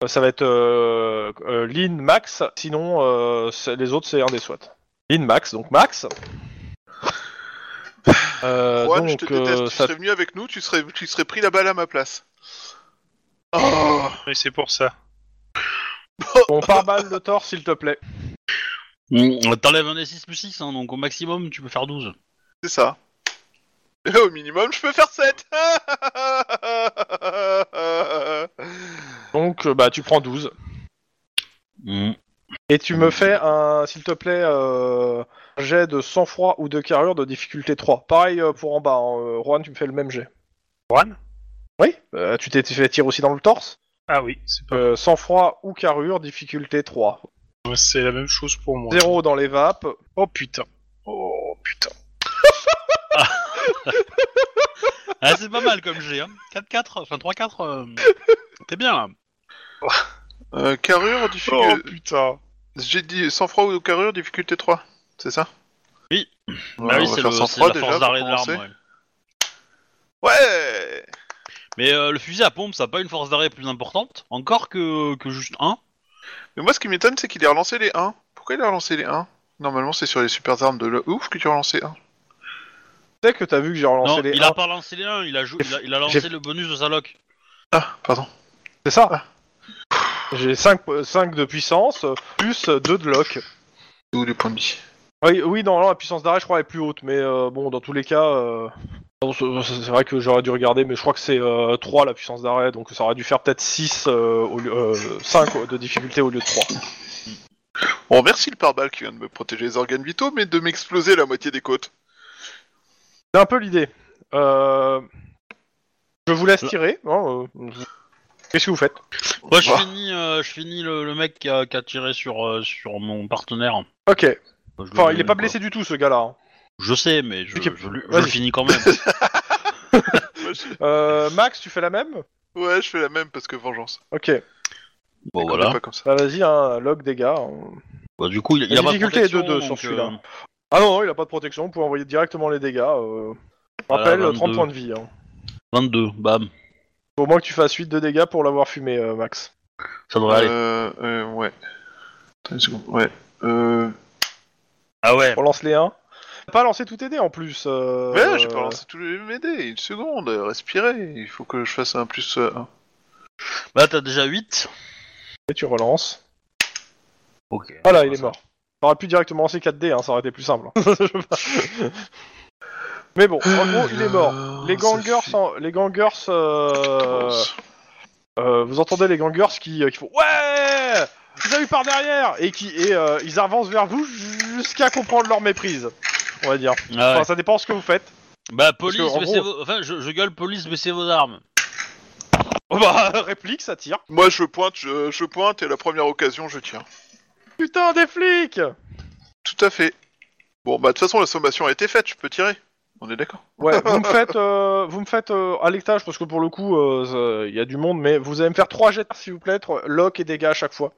S2: Euh, ça va être euh, euh, Lynn, Max, sinon euh, c'est- les autres, c'est un des SWAT. Lynn, Max, donc Max. Euh,
S4: Juan,
S2: donc,
S4: je te déteste.
S2: euh,
S4: tu
S2: ça-
S4: serais venu avec nous, tu serais, tu serais pris la balle à ma place. Oh,
S3: Mais c'est pour ça.
S2: ton pare-balles de torse, s'il te plaît.
S1: Mm, T'enlèves un d6 plus 6, hein, donc au maximum, tu peux faire 12.
S4: c'est ça. Et au minimum, je peux faire 7.
S2: Donc, euh, bah, tu prends 12.
S1: Mm.
S2: Et tu me fais un, s'il te plaît, euh, un jet de sang-froid ou de carrure de difficulté 3. Pareil euh, pour en bas, hein. Euh, Juan, tu me fais le même jet.
S3: Juan
S2: Oui, euh, tu t'es fait tirer aussi dans le torse.
S3: Ah oui, c'est pas.
S2: Euh, sang-froid ou carrure, difficulté 3.
S3: C'est la même chose pour moi.
S2: Zéro dans les vapes.
S3: Oh putain. Oh putain.
S1: Ah, c'est pas mal comme G, hein. 4-4, enfin 3-4, euh, t'es bien là.
S4: <laughs> Euh, carrure,
S3: Oh
S4: difficulté.
S3: putain.
S4: J'ai dit sang-froid ou carrure, difficulté 3. C'est ça
S1: Oui.
S4: Ouais,
S1: bah oui,
S4: on va
S1: c'est
S4: faire
S1: le-
S4: sang
S1: c'est
S4: froid
S1: la
S4: déjà,
S1: force
S4: pour
S1: d'arrêt de l'arme.
S4: commencer.
S1: ouais.
S4: Ouais
S1: Mais euh, le fusil à pompe, ça n'a pas une force d'arrêt plus importante, encore que, que juste un.
S4: Mais moi, ce qui m'étonne, c'est qu'il ait relancé les 1. Pourquoi il a relancé les 1 Normalement, c'est sur les super armes de la ouf que tu as relancé 1.
S2: Tu sais que t'as vu que j'ai relancé
S1: Non,
S2: les.
S1: il a
S2: uns.
S1: pas lancé les 1, il a, jou-
S2: J'ai-
S1: il a, il a
S2: j'ai-
S1: lancé le bonus de sa loc.
S4: Ah, pardon.
S2: C'est ça. J'ai 5, de puissance, euh, plus 2 de lock.
S4: D'où les points de vie.
S2: Oui, oui non, non, la puissance d'arrêt, je crois, est plus haute, mais euh, bon, dans tous les cas, euh, bon, c'est c'est vrai que j'aurais dû regarder, mais je crois que c'est 3 la puissance d'arrêt, donc ça aurait dû faire peut-être euh, 6, 5 de difficulté au lieu de 3.
S4: Bon, merci le pare-balles qui vient de me protéger les organes vitaux, mais de m'exploser la moitié des côtes.
S2: C'est un peu l'idée. Euh, Je vous laisse tirer. hein, euh, Qu'est-ce que vous faites
S1: Moi, je
S2: Bah.
S4: Ah.
S1: finis, euh, je finis le, le mec qui a, qui a tiré sur, euh, sur mon partenaire.
S2: Ok,
S1: Je le-
S2: enfin, il est pas
S1: quoi.
S2: blessé du tout, ce gars-là. hein.
S1: Je sais, mais je,
S2: Ok,
S1: je le- je
S2: vas-y.
S1: le finis quand
S2: <laughs>
S1: même.
S2: Euh, Max, tu fais la même
S4: Ouais, je fais la même parce que vengeance.
S2: Ok,
S1: bon,
S4: On
S1: voilà.
S4: est pas comme ça.
S2: bah vas-y, un log dégâts. hein.
S1: Bah, du coup, il, il
S2: La
S1: a pas de
S2: difficulté est de
S1: protection,
S2: deux sur
S1: donc,
S2: celui-là.
S1: euh,
S2: Ah non, non, il a pas de protection, vous pouvez envoyer directement les dégâts. euh.
S4: Ah
S1: Voilà,
S2: Rappel,
S1: 22.
S2: 30 points de vie. hein.
S1: 22, bam.
S2: Au moins que tu fasses 8 de dégâts pour l'avoir fumé, euh, Max.
S1: Ça devrait aller.
S4: Euh, euh, ouais. Attends une seconde. Ouais. Euh...
S1: Ah ouais.
S2: On lance les 1. Pas lancé tout tes dés en plus. euh,
S4: Ouais, j'ai pas lancé tous les mes dés. Une seconde, respirez. Il faut que je fasse un plus 1.
S1: Bah, t'as déjà 8.
S2: Et tu relances.
S1: Ok.
S2: Voilà, il est mort. T'aurais pu directement lancer 4 dés, hein, ça aurait été plus simple. Je sais
S4: <laughs>
S2: pas. Mais bon, en gros, il est
S4: Oh
S2: mort. Les gangers, en- les gangers euh,
S4: Oh,
S2: Euh, vous entendez les gangers qui, qui font ouais ils eu par derrière et qui et euh, ils avancent vers vous jusqu'à comprendre leur méprise on va dire
S1: Ah ouais.
S2: enfin ça dépend ce que vous faites <laughs>
S1: Bah, police,
S2: Parce que, en
S1: baissez
S2: gros-
S1: vos... Enfin, je, je gueule, police, baissez vos armes.
S2: <laughs> oh bah réplique ça tire
S4: Moi, je pointe, je, je pointe et la première occasion, je tiens.
S2: putain des flics
S4: Tout à fait. Bon, bah, de toute façon, la sommation a été faite, je peux tirer. On est d'accord.
S2: ouais vous me faites euh, vous me faites euh, à l'étage parce que pour le coup euh, ça- il y a du monde mais vous allez me faire trois jets s'il vous plaît trois- lock et dégâts à chaque fois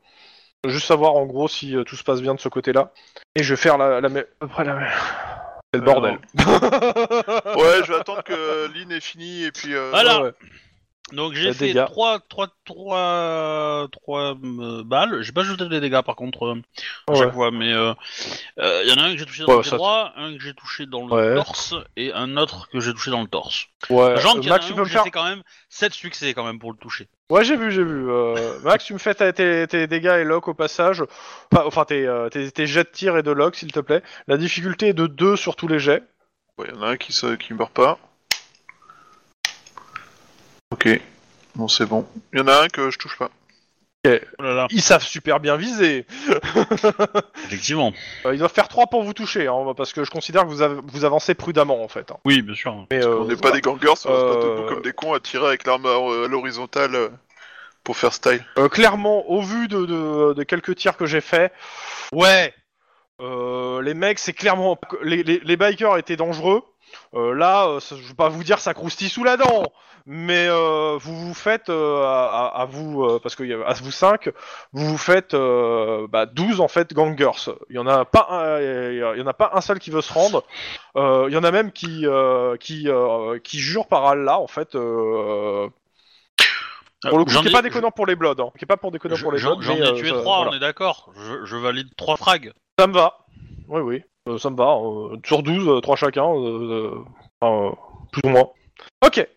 S2: juste savoir en gros si euh, tout se passe bien de ce côté là et je vais faire la, la, mé- à peu près Oh, la mé- c'est le bordel
S4: Ouais, je vais attendre que l'in est fini et puis. euh,
S1: Voilà.
S2: Ouais, ouais.
S1: Donc, j'ai
S2: Des
S1: fait
S2: dégâts.
S1: 3, 3, 3, 3 euh, balles. J'ai pas jeté des dégâts, par contre, euh, à
S2: Ouais.
S1: chaque fois. Mais il euh, euh, y en a un que j'ai touché dans
S2: Ouais, bah,
S1: le
S2: ça-
S1: droit, un que j'ai touché dans le
S2: Ouais.
S1: torse et un autre que j'ai touché dans le torse.
S2: Ouais,
S1: Jean,
S2: euh,
S1: qu'il y en a
S2: Max,
S1: un
S2: tu
S1: où
S2: peux me
S1: j'ai
S2: faire
S1: fait quand même 7 succès quand même pour le toucher.
S2: Ouais, j'ai vu, j'ai vu. Euh, Max, tu me fais ta- tes, tes dégâts et lock au passage. Pas- enfin, tes, euh, tes, tes jets de tir et de lock, s'il te plaît. La difficulté est de 2 sur tous les jets.
S4: bon, y en a un qui, se- qui meurt pas. Ok. Bon, c'est bon. Il y en a un que je touche pas.
S1: Oh là là.
S2: Ils savent super bien viser.
S1: Effectivement.
S2: Euh, ils doivent faire 3 pour vous toucher, hein, parce que je considère que vous, av- vous avancez prudemment, en fait. hein.
S1: Oui, bien sûr.
S2: Mais, euh,
S4: On n'est pas des gangers, on reste pas
S2: Euh,
S4: debout comme des cons à tirer avec l'arme à à l'horizontale euh, pour faire style.
S2: Euh, clairement, au vu de, de- de quelques tirs que j'ai fait, ouais, euh, les mecs, c'est clairement les, les- les bikers étaient dangereux. Euh, là, euh, ça- je vais pas vous dire ça croustille sous la dent, mais euh, vous vous faites euh, à, à- à vous euh, parce qu'il y a à vous 5, vous vous faites euh, bah, 12 en fait gangers. Il y en a pas un, il y en a pas un seul qui veut se rendre. Euh, Il y en a même qui euh, qui euh, qui jure par Allah en fait. euh, pour le coup,
S1: Euh, J'en
S2: qui est
S1: ai-
S2: pas déconnant pour les Bloods, hein. qui est pas pour déconnant
S1: je-
S2: pour les
S1: j'en-
S2: Bloods.
S1: J'en
S2: mais,
S1: ai
S2: euh,
S1: tué
S2: ça-
S1: 3,
S2: voilà.
S1: on est d'accord. Je, je valide 3 frags.
S2: Ça me va. Oui, oui, Euh, ça me va. euh, sur 12, 3 chacun, euh, euh, enfin, euh, plus ou moins. Ok.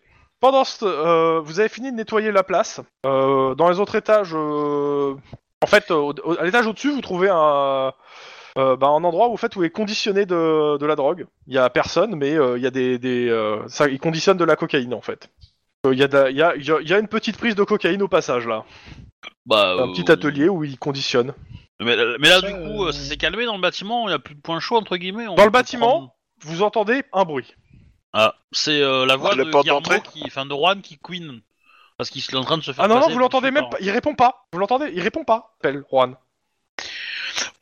S2: Pendant ce... euh, vous avez fini de nettoyer la place. Euh, dans les autres étages, euh, en fait, euh, au- au- à l'étage au-dessus, vous trouvez un, euh, bah, un endroit où, en fait, où est conditionné de, de la drogue. Il y a personne, mais euh, il y a des, des euh, ça, ils conditionnent de la cocaïne en fait. Euh, Il y, a de la- il y a- il y a- il y a une petite prise de cocaïne au passage là.
S1: Bah,
S2: Un
S1: euh,
S2: petit atelier où ils conditionnent.
S1: Mais, mais là,
S3: Ça,
S1: du coup,
S3: euh,
S1: ça s'est calmé dans le bâtiment. Il n'y a plus de points chauds, entre guillemets. on
S2: Dans le
S1: peut
S2: bâtiment
S1: prendre-
S2: Vous entendez un bruit.
S1: Ah, c'est euh, la voix
S4: Ah, la
S1: de
S4: porte
S1: Guillermo
S4: d'entrée.
S1: qui, enfin de Juan qui queen parce qu'il est en train de se faire.
S2: Ah non, non,
S1: passer
S2: vous
S1: pour
S2: l'entendez
S1: son
S2: même
S1: parent.
S2: pas. Il répond pas. Vous l'entendez Il répond pas, appelle Juan.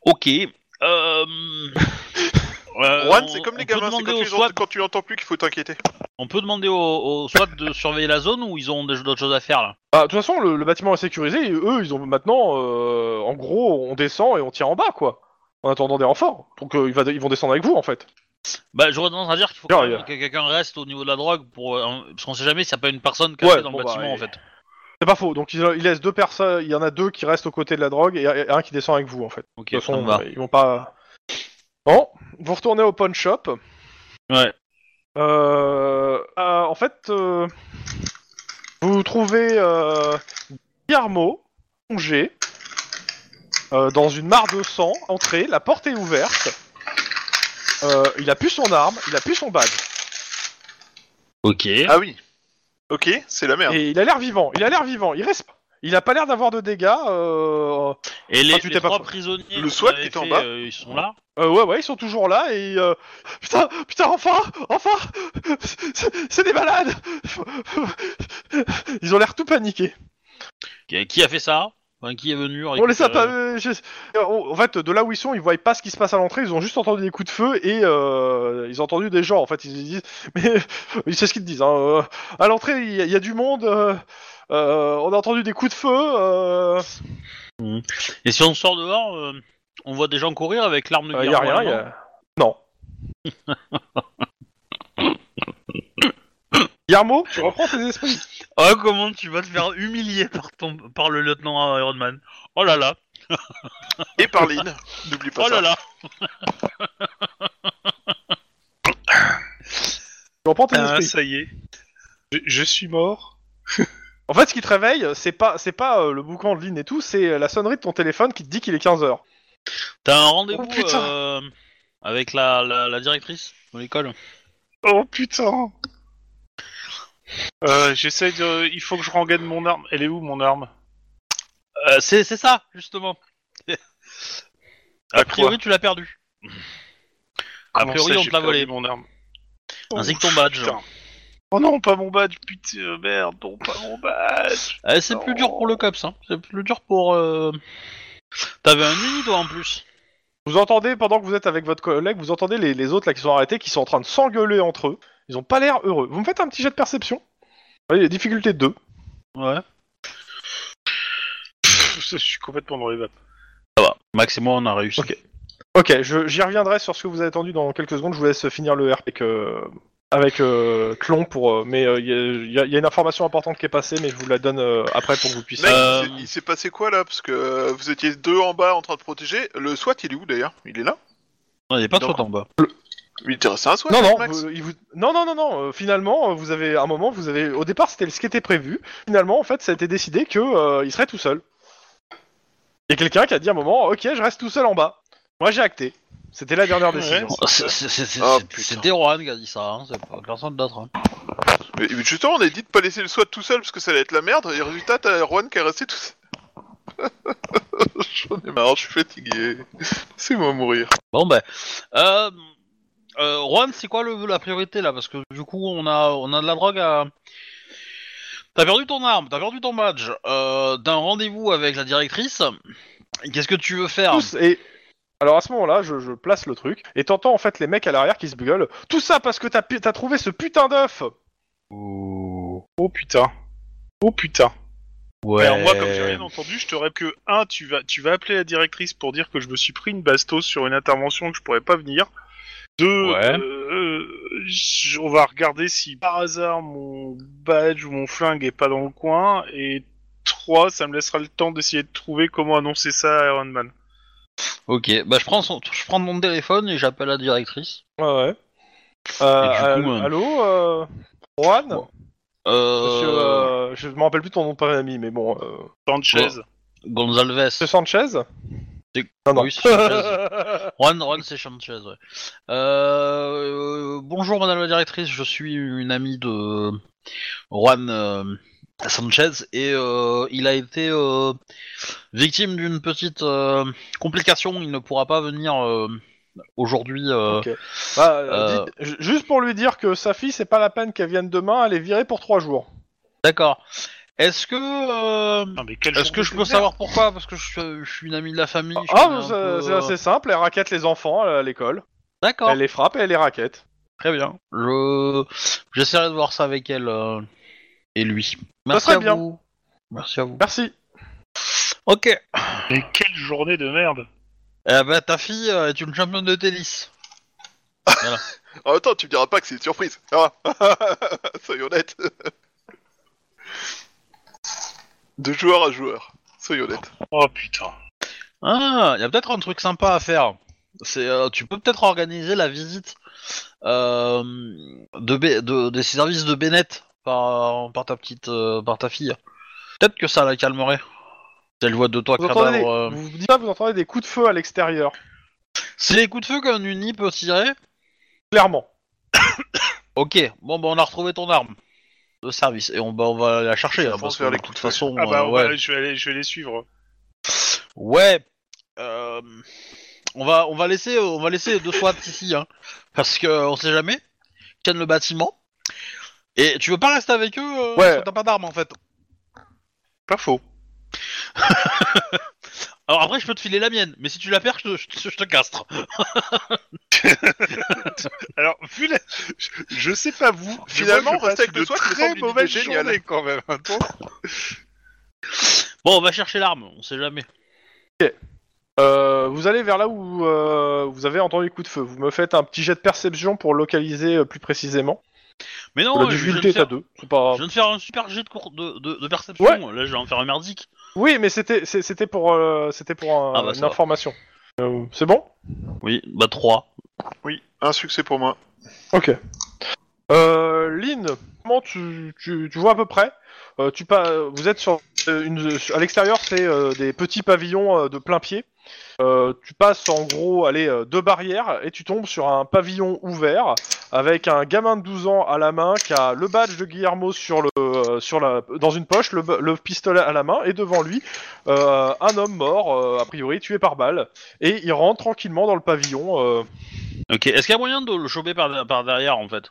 S1: Ok. Euh... euh,
S4: <laughs> Juan,
S1: on-
S4: c'est comme les
S1: on peut
S4: gamins, c'est
S1: demander
S4: quand,
S1: au
S4: tu les
S1: SWAT-
S4: entends- quand tu l'entends plus qu'il faut t'inquiéter.
S1: On peut demander au, au SWAT de surveiller la zone ou ils ont déjà d'autres choses à faire là
S2: Bah, de toute façon, le, le bâtiment est sécurisé. Et eux, ils ont maintenant, euh, en gros, on descend et on tire en bas, quoi. En attendant des renforts. Donc euh, il va- ils vont descendre avec vous, en fait.
S1: Bah, j'aurais tendance à dire qu'il faut
S2: Non,
S1: quand même
S2: il-
S1: que quelqu'un reste au niveau de la drogue pour. euh, un- Parce qu'on sait jamais s'il n'y a pas une personne qui
S2: Ouais,
S1: est dans
S2: bon,
S1: le
S2: bah,
S1: bâtiment
S2: et-
S1: en fait.
S2: C'est pas faux. Donc ils, ils laissent deux personnes. Il y en a deux qui restent aux côtés de la drogue et, et un qui descend avec vous, en fait.
S1: Ok,
S2: De toute
S1: ça
S2: façon,
S1: me va.
S2: euh, ils vont pas. Bon, vous retournez au pawn shop.
S1: Ouais.
S2: Euh, euh, en fait, euh, vous trouvez euh, Guillermo plongé euh, dans une mare de sang, entrée, la porte est ouverte. Euh, il a plus son arme, il a plus son badge.
S1: Ok.
S4: Ah oui. Ok, c'est la merde.
S2: Et il a l'air vivant, il a l'air vivant, il reste. Il a pas l'air d'avoir de dégâts. Euh...
S1: Et les,
S2: Ah, tu
S1: les
S2: t'es pas
S1: trois
S2: pro-
S1: prisonniers.
S4: Le
S1: qu'on
S4: SWAT
S1: avait
S4: qui est en
S1: fait,
S4: bas
S1: euh, Ils sont là.
S2: euh, ouais, ouais, ils sont toujours là et. euh, Putain, putain, enfin Enfin <laughs> C'est- C'est des malades Ils ont l'air tout paniqués.
S1: Qui qui a fait ça Enfin, Qui est venu
S2: On les a
S1: récupérer
S2: pas. euh, je- euh, on- En fait, de là où ils sont, ils voient pas ce qui se passe à l'entrée. Ils ont juste entendu des coups de feu et euh, ils ont entendu des gens. En fait, ils se disent, <laughs> mais c'est ce qu'ils te disent. hein, euh, à l'entrée, il y, a- il y a du monde. euh, euh, on a entendu des coups de feu. euh,
S1: Et si on sort dehors, euh, on voit des gens courir avec l'arme de
S2: euh, Il
S1: guerre.
S2: y a rien.
S1: en
S2: il y
S1: main.
S2: a- Non. Guillermo, tu reprends tes esprits.
S1: Oh, comment tu vas te faire humilier par, ton, par le lieutenant Iron Man. Oh là là.
S4: Et par
S1: <laughs>
S4: Lynn, n'oublie pas
S1: Oh
S4: ça.
S1: là là.
S2: Tu reprends tes
S3: Ah,
S2: <laughs> esprits.
S3: ça y est. Je, je suis mort.
S2: En fait, ce qui te réveille, c'est pas, c'est pas euh, le boucan de ligne et tout, c'est euh, la sonnerie de ton téléphone qui te dit qu'il est 15h.
S1: T'as un rendez-vous
S3: Oh, putain.
S1: euh, avec la, la, la directrice de
S2: Euh,
S1: l'école
S3: Oh putain. Euh, J'essaie de. Il faut que je rengaine mon arme. Elle est où mon arme
S1: Euh, C'est c'est ça, justement. A priori, tu l'as perdu. A
S3: Comment
S1: priori,
S3: ça,
S1: on
S3: j'ai
S1: te l'a
S3: perdu
S1: volé.
S3: Mon arme.
S1: Ainsi que ton badge.
S3: putain. Oh non, pas mon badge, putain, merde, non, pas mon badge.
S1: Euh, c'est plus dur pour le COPS. Hein. C'est plus dur pour. euh, T'avais un uni, toi, en plus.
S2: Vous entendez, pendant que vous êtes avec votre collègue, vous entendez les, les autres là qui sont arrêtés, qui sont en train de s'engueuler entre eux. Ils ont pas l'air heureux. Vous me faites un petit jet de perception Allez, difficulté 2.
S1: Ouais.
S3: Pff, je suis complètement dans les vapes.
S1: Ça va. Max et moi, on a réussi.
S2: Ok. Ok, je- j'y reviendrai sur ce que vous avez entendu dans quelques secondes. Je vous laisse finir le RP avec, euh, avec euh, Clon pour. euh, mais euh, il y, a- il y a une information importante qui est passée, mais je vous la donne euh, après pour que vous puissiez.
S4: Mec,
S1: Euh,
S4: il s'est- il s'est passé quoi là Parce que euh, vous étiez deux en bas en train de protéger. Le SWAT, il est où d'ailleurs Il est là
S1: On n'est pas
S4: Donc-
S1: trop en bas.
S4: Il te reste un SWAT
S2: Ah, Non non,
S4: Max
S2: vous- il vous- non, non, non, non, euh, finalement, euh, vous avez, à un moment, vous avez, au départ, c'était ce qui était prévu. Finalement, en fait, ça a été décidé que euh, il serait tout seul. Et quelqu'un qui a dit à un moment, ok, je reste tout seul en bas. Moi, j'ai acté. C'était la dernière
S3: Ouais.
S2: décision.
S1: C'est- c'est- c'est- c'est-
S4: Oh,
S1: c'est-
S4: putain.
S1: C'était Rohan qui a dit ça, hein. c'est pas personne d'autre. hein.
S4: Mais mais justement, on a dit de pas laisser le SWAT tout seul parce que ça allait être la merde. Et résultat, t'as Juan qui est resté tout seul. <laughs> J'en ai marre, je suis fatigué. Laissez-moi mourir.
S1: Bon ben, euh, euh, Juan, c'est quoi le, la priorité là Parce que du coup, on a, on a de la drogue à. T'as perdu ton arme, t'as perdu ton badge, euh, t'as un rendez-vous avec la directrice. Qu'est-ce que tu veux faire
S2: Tous, et alors à ce moment-là, je, je place le truc et t'entends en fait les mecs à l'arrière qui se gueulent. Tout ça parce que t'as pu- t'as trouvé ce putain d'œuf.
S3: Oh, oh putain. Oh putain.
S1: Ouais.
S3: Alors moi, comme j'ai rien entendu, je te rêve que un, tu vas, tu vas appeler la directrice pour dire que je me suis pris une bastos sur une intervention que je pourrais pas venir. Deux,
S1: Ouais.
S3: euh, euh, j- on va regarder si par hasard mon badge ou mon flingue est pas dans le coin. Et trois, ça me laissera le temps d'essayer de trouver comment annoncer ça à Iron Man.
S1: Ok, bah je prends, son, je prends mon téléphone et j'appelle la directrice.
S2: Ouais. ouais. Euh,
S1: Et du coup,
S2: all-
S1: euh,
S2: Allô, euh, Juan. Monsieur,
S1: Euh,
S2: euh, je me rappelle plus ton nom de famille, mais bon. euh,
S3: Sanchez.
S1: Gonzalves.
S2: Monsieur Sanchez
S1: C'est-
S2: Non, non.
S1: oui, c'est
S2: <laughs>
S1: Sanchez. Euh, Juan, Juan, c'est Sanchez, ouais. Euh, euh, bonjour madame la directrice, je suis une amie de Juan euh, Sanchez et euh, il a été euh, victime d'une petite euh, complication, il ne pourra pas venir euh, aujourd'hui. euh,
S2: Ok. Bah, euh,
S1: euh,
S2: dites- ju- juste pour lui dire que sa fille, c'est pas la peine qu'elle vienne demain, elle est virée pour trois jours.
S1: D'accord. Est-ce que euh,
S3: Non, mais quel
S1: est-ce
S3: genre
S1: que
S3: de
S1: je peux
S3: merde.
S1: savoir pourquoi Parce que je, suis- je suis une amie de la famille. je
S2: Ah,
S1: connais un
S2: c'est
S1: peu,
S2: c'est
S1: euh,
S2: assez simple, elle raquette les enfants à l'école.
S1: D'accord.
S2: Elle les frappe et elle les raquette.
S1: Très bien. Je j'essaierai de voir ça avec elle euh, et lui. Merci
S2: serait
S1: à
S2: bien.
S1: vous. Merci à vous.
S2: Merci.
S1: Ok.
S3: Mais quelle journée de merde
S1: Eh ben, ta fille euh, est une championne de tennis.
S4: Ah, attends, tu me diras pas que c'est une surprise. Ah, <laughs> soyons honnêtes. De joueur à joueur, soyons honnêtes.
S3: Oh putain.
S1: Ah, il y a peut-être un truc sympa à faire. C'est, euh, tu peux peut-être organiser la visite euh, de, Bé- de- des services de Bennett par, par ta petite, euh, par ta fille. Peut-être que ça la calmerait. Si elle voit deux trois
S2: Vous entendez,
S1: cadavres. euh.
S2: vous dites ça, vous entendez des coups de feu à l'extérieur,
S1: C'est les coups de feu qu'un uni peut tirer.
S2: clairement.
S1: Ok. Bon, bah, on a retrouvé ton arme de service et on, bah, on va la chercher.
S4: Je
S1: hein,
S4: fonce
S1: parce que
S4: vers
S1: de
S4: les
S1: toute
S4: coups de feu.
S1: façon,
S3: Ah bah
S1: euh,
S3: ouais,
S1: ouais.
S3: je, vais aller, je vais les suivre.
S1: Ouais. Euh, on va on va laisser euh, on va laisser les deux SWAT ici hein, parce que euh, on sait jamais. Tiennent le bâtiment. Et tu veux pas rester avec eux euh,
S2: Ouais.
S1: parce que T'as pas d'armes en fait.
S4: Pas faux.
S1: Alors après je peux te filer la mienne, mais si tu la perds je te, je te- je te castre.
S3: Alors, vu la... je- je sais pas vous, mais
S4: Finalement,
S3: moi, je
S4: rester
S3: passe
S4: avec le
S3: de
S4: soin, ça
S3: très
S4: semble une idée
S3: mauvaise
S4: géniale.
S3: journée quand même. hein, Attends.
S1: Bon on va chercher l'arme, on sait jamais.
S2: Euh, vous allez vers là où euh, vous avez entendu les coups de feu. Vous me faites un petit jet de perception pour localiser euh, plus précisément.
S1: Mais non,
S2: La
S1: Oh, je, viens de
S2: difficulté est à
S1: faire,
S2: deux. C'est pas.
S1: je viens de faire un super jet de, cour- de, de, de perception.
S2: Ouais.
S1: Là je vais en faire un merdique.
S2: Oui, mais c'était c'est- c'était pour euh, c'était pour un-
S1: Ah bah, ça
S2: une
S1: va.
S2: information. Euh, c'est bon
S1: Oui, bah 3.
S4: Oui, un succès pour moi.
S2: Ok. Euh, Lynn, comment tu, tu, tu vois à peu près Euh, tu pas, Vous êtes sur euh, une, sur- à l'extérieur, c'est euh, des petits pavillons euh, de plein pied. Euh, tu passes en gros allez, euh, deux barrières et tu tombes sur un pavillon ouvert avec un gamin de 12 ans à la main qui a le badge de Guillermo sur le, euh, sur la, dans une poche, le, ba- le pistolet à la main et devant lui euh, un homme mort, euh, a priori tué par balle. Et il rentre tranquillement dans le pavillon. euh,
S1: Ok, est-ce qu'il y a moyen de le choper par, par derrière en fait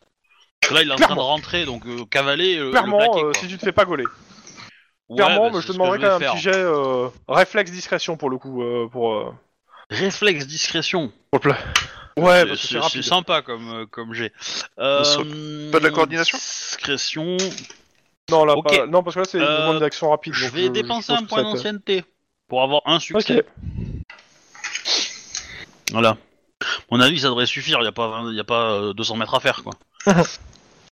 S1: Parce que là il est en train de
S2: Clairement.
S1: rentrer donc euh, cavaler. euh, le
S2: clairement,
S1: plaquer,
S2: euh,
S1: quoi.
S2: si tu te fais pas gauler.
S1: Ouais,
S2: Clairement,
S1: bah, c'est
S2: mais je
S1: ce que
S2: te demanderais
S1: je vais
S2: quand même un
S1: faire.
S2: petit jet euh, réflexe discrétion pour le coup. euh, pour, euh,
S1: Réflexe discrétion.
S2: pour le pla- Ouais,
S1: C'est-
S2: parce que c'est
S1: c'est c'est
S2: rapide.
S1: sympa comme, euh, comme jet. Euh,
S4: sera pas de la coordination
S1: Discrétion.
S2: Non, là,
S1: Ok.
S2: pas- non, parce que là, c'est une
S1: Euh,
S2: demande d'action rapide.
S1: Je
S2: donc,
S1: vais
S2: euh,
S1: dépenser
S2: pense
S1: un
S2: que
S1: point
S2: ça euh, te-
S1: d'ancienneté pour avoir un succès.
S2: Ok.
S1: Voilà. Mon avis, ça devrait suffire. Il n'y a pas, 20 y a pas euh, 200 mètres à faire,
S2: <laughs>
S1: quoi.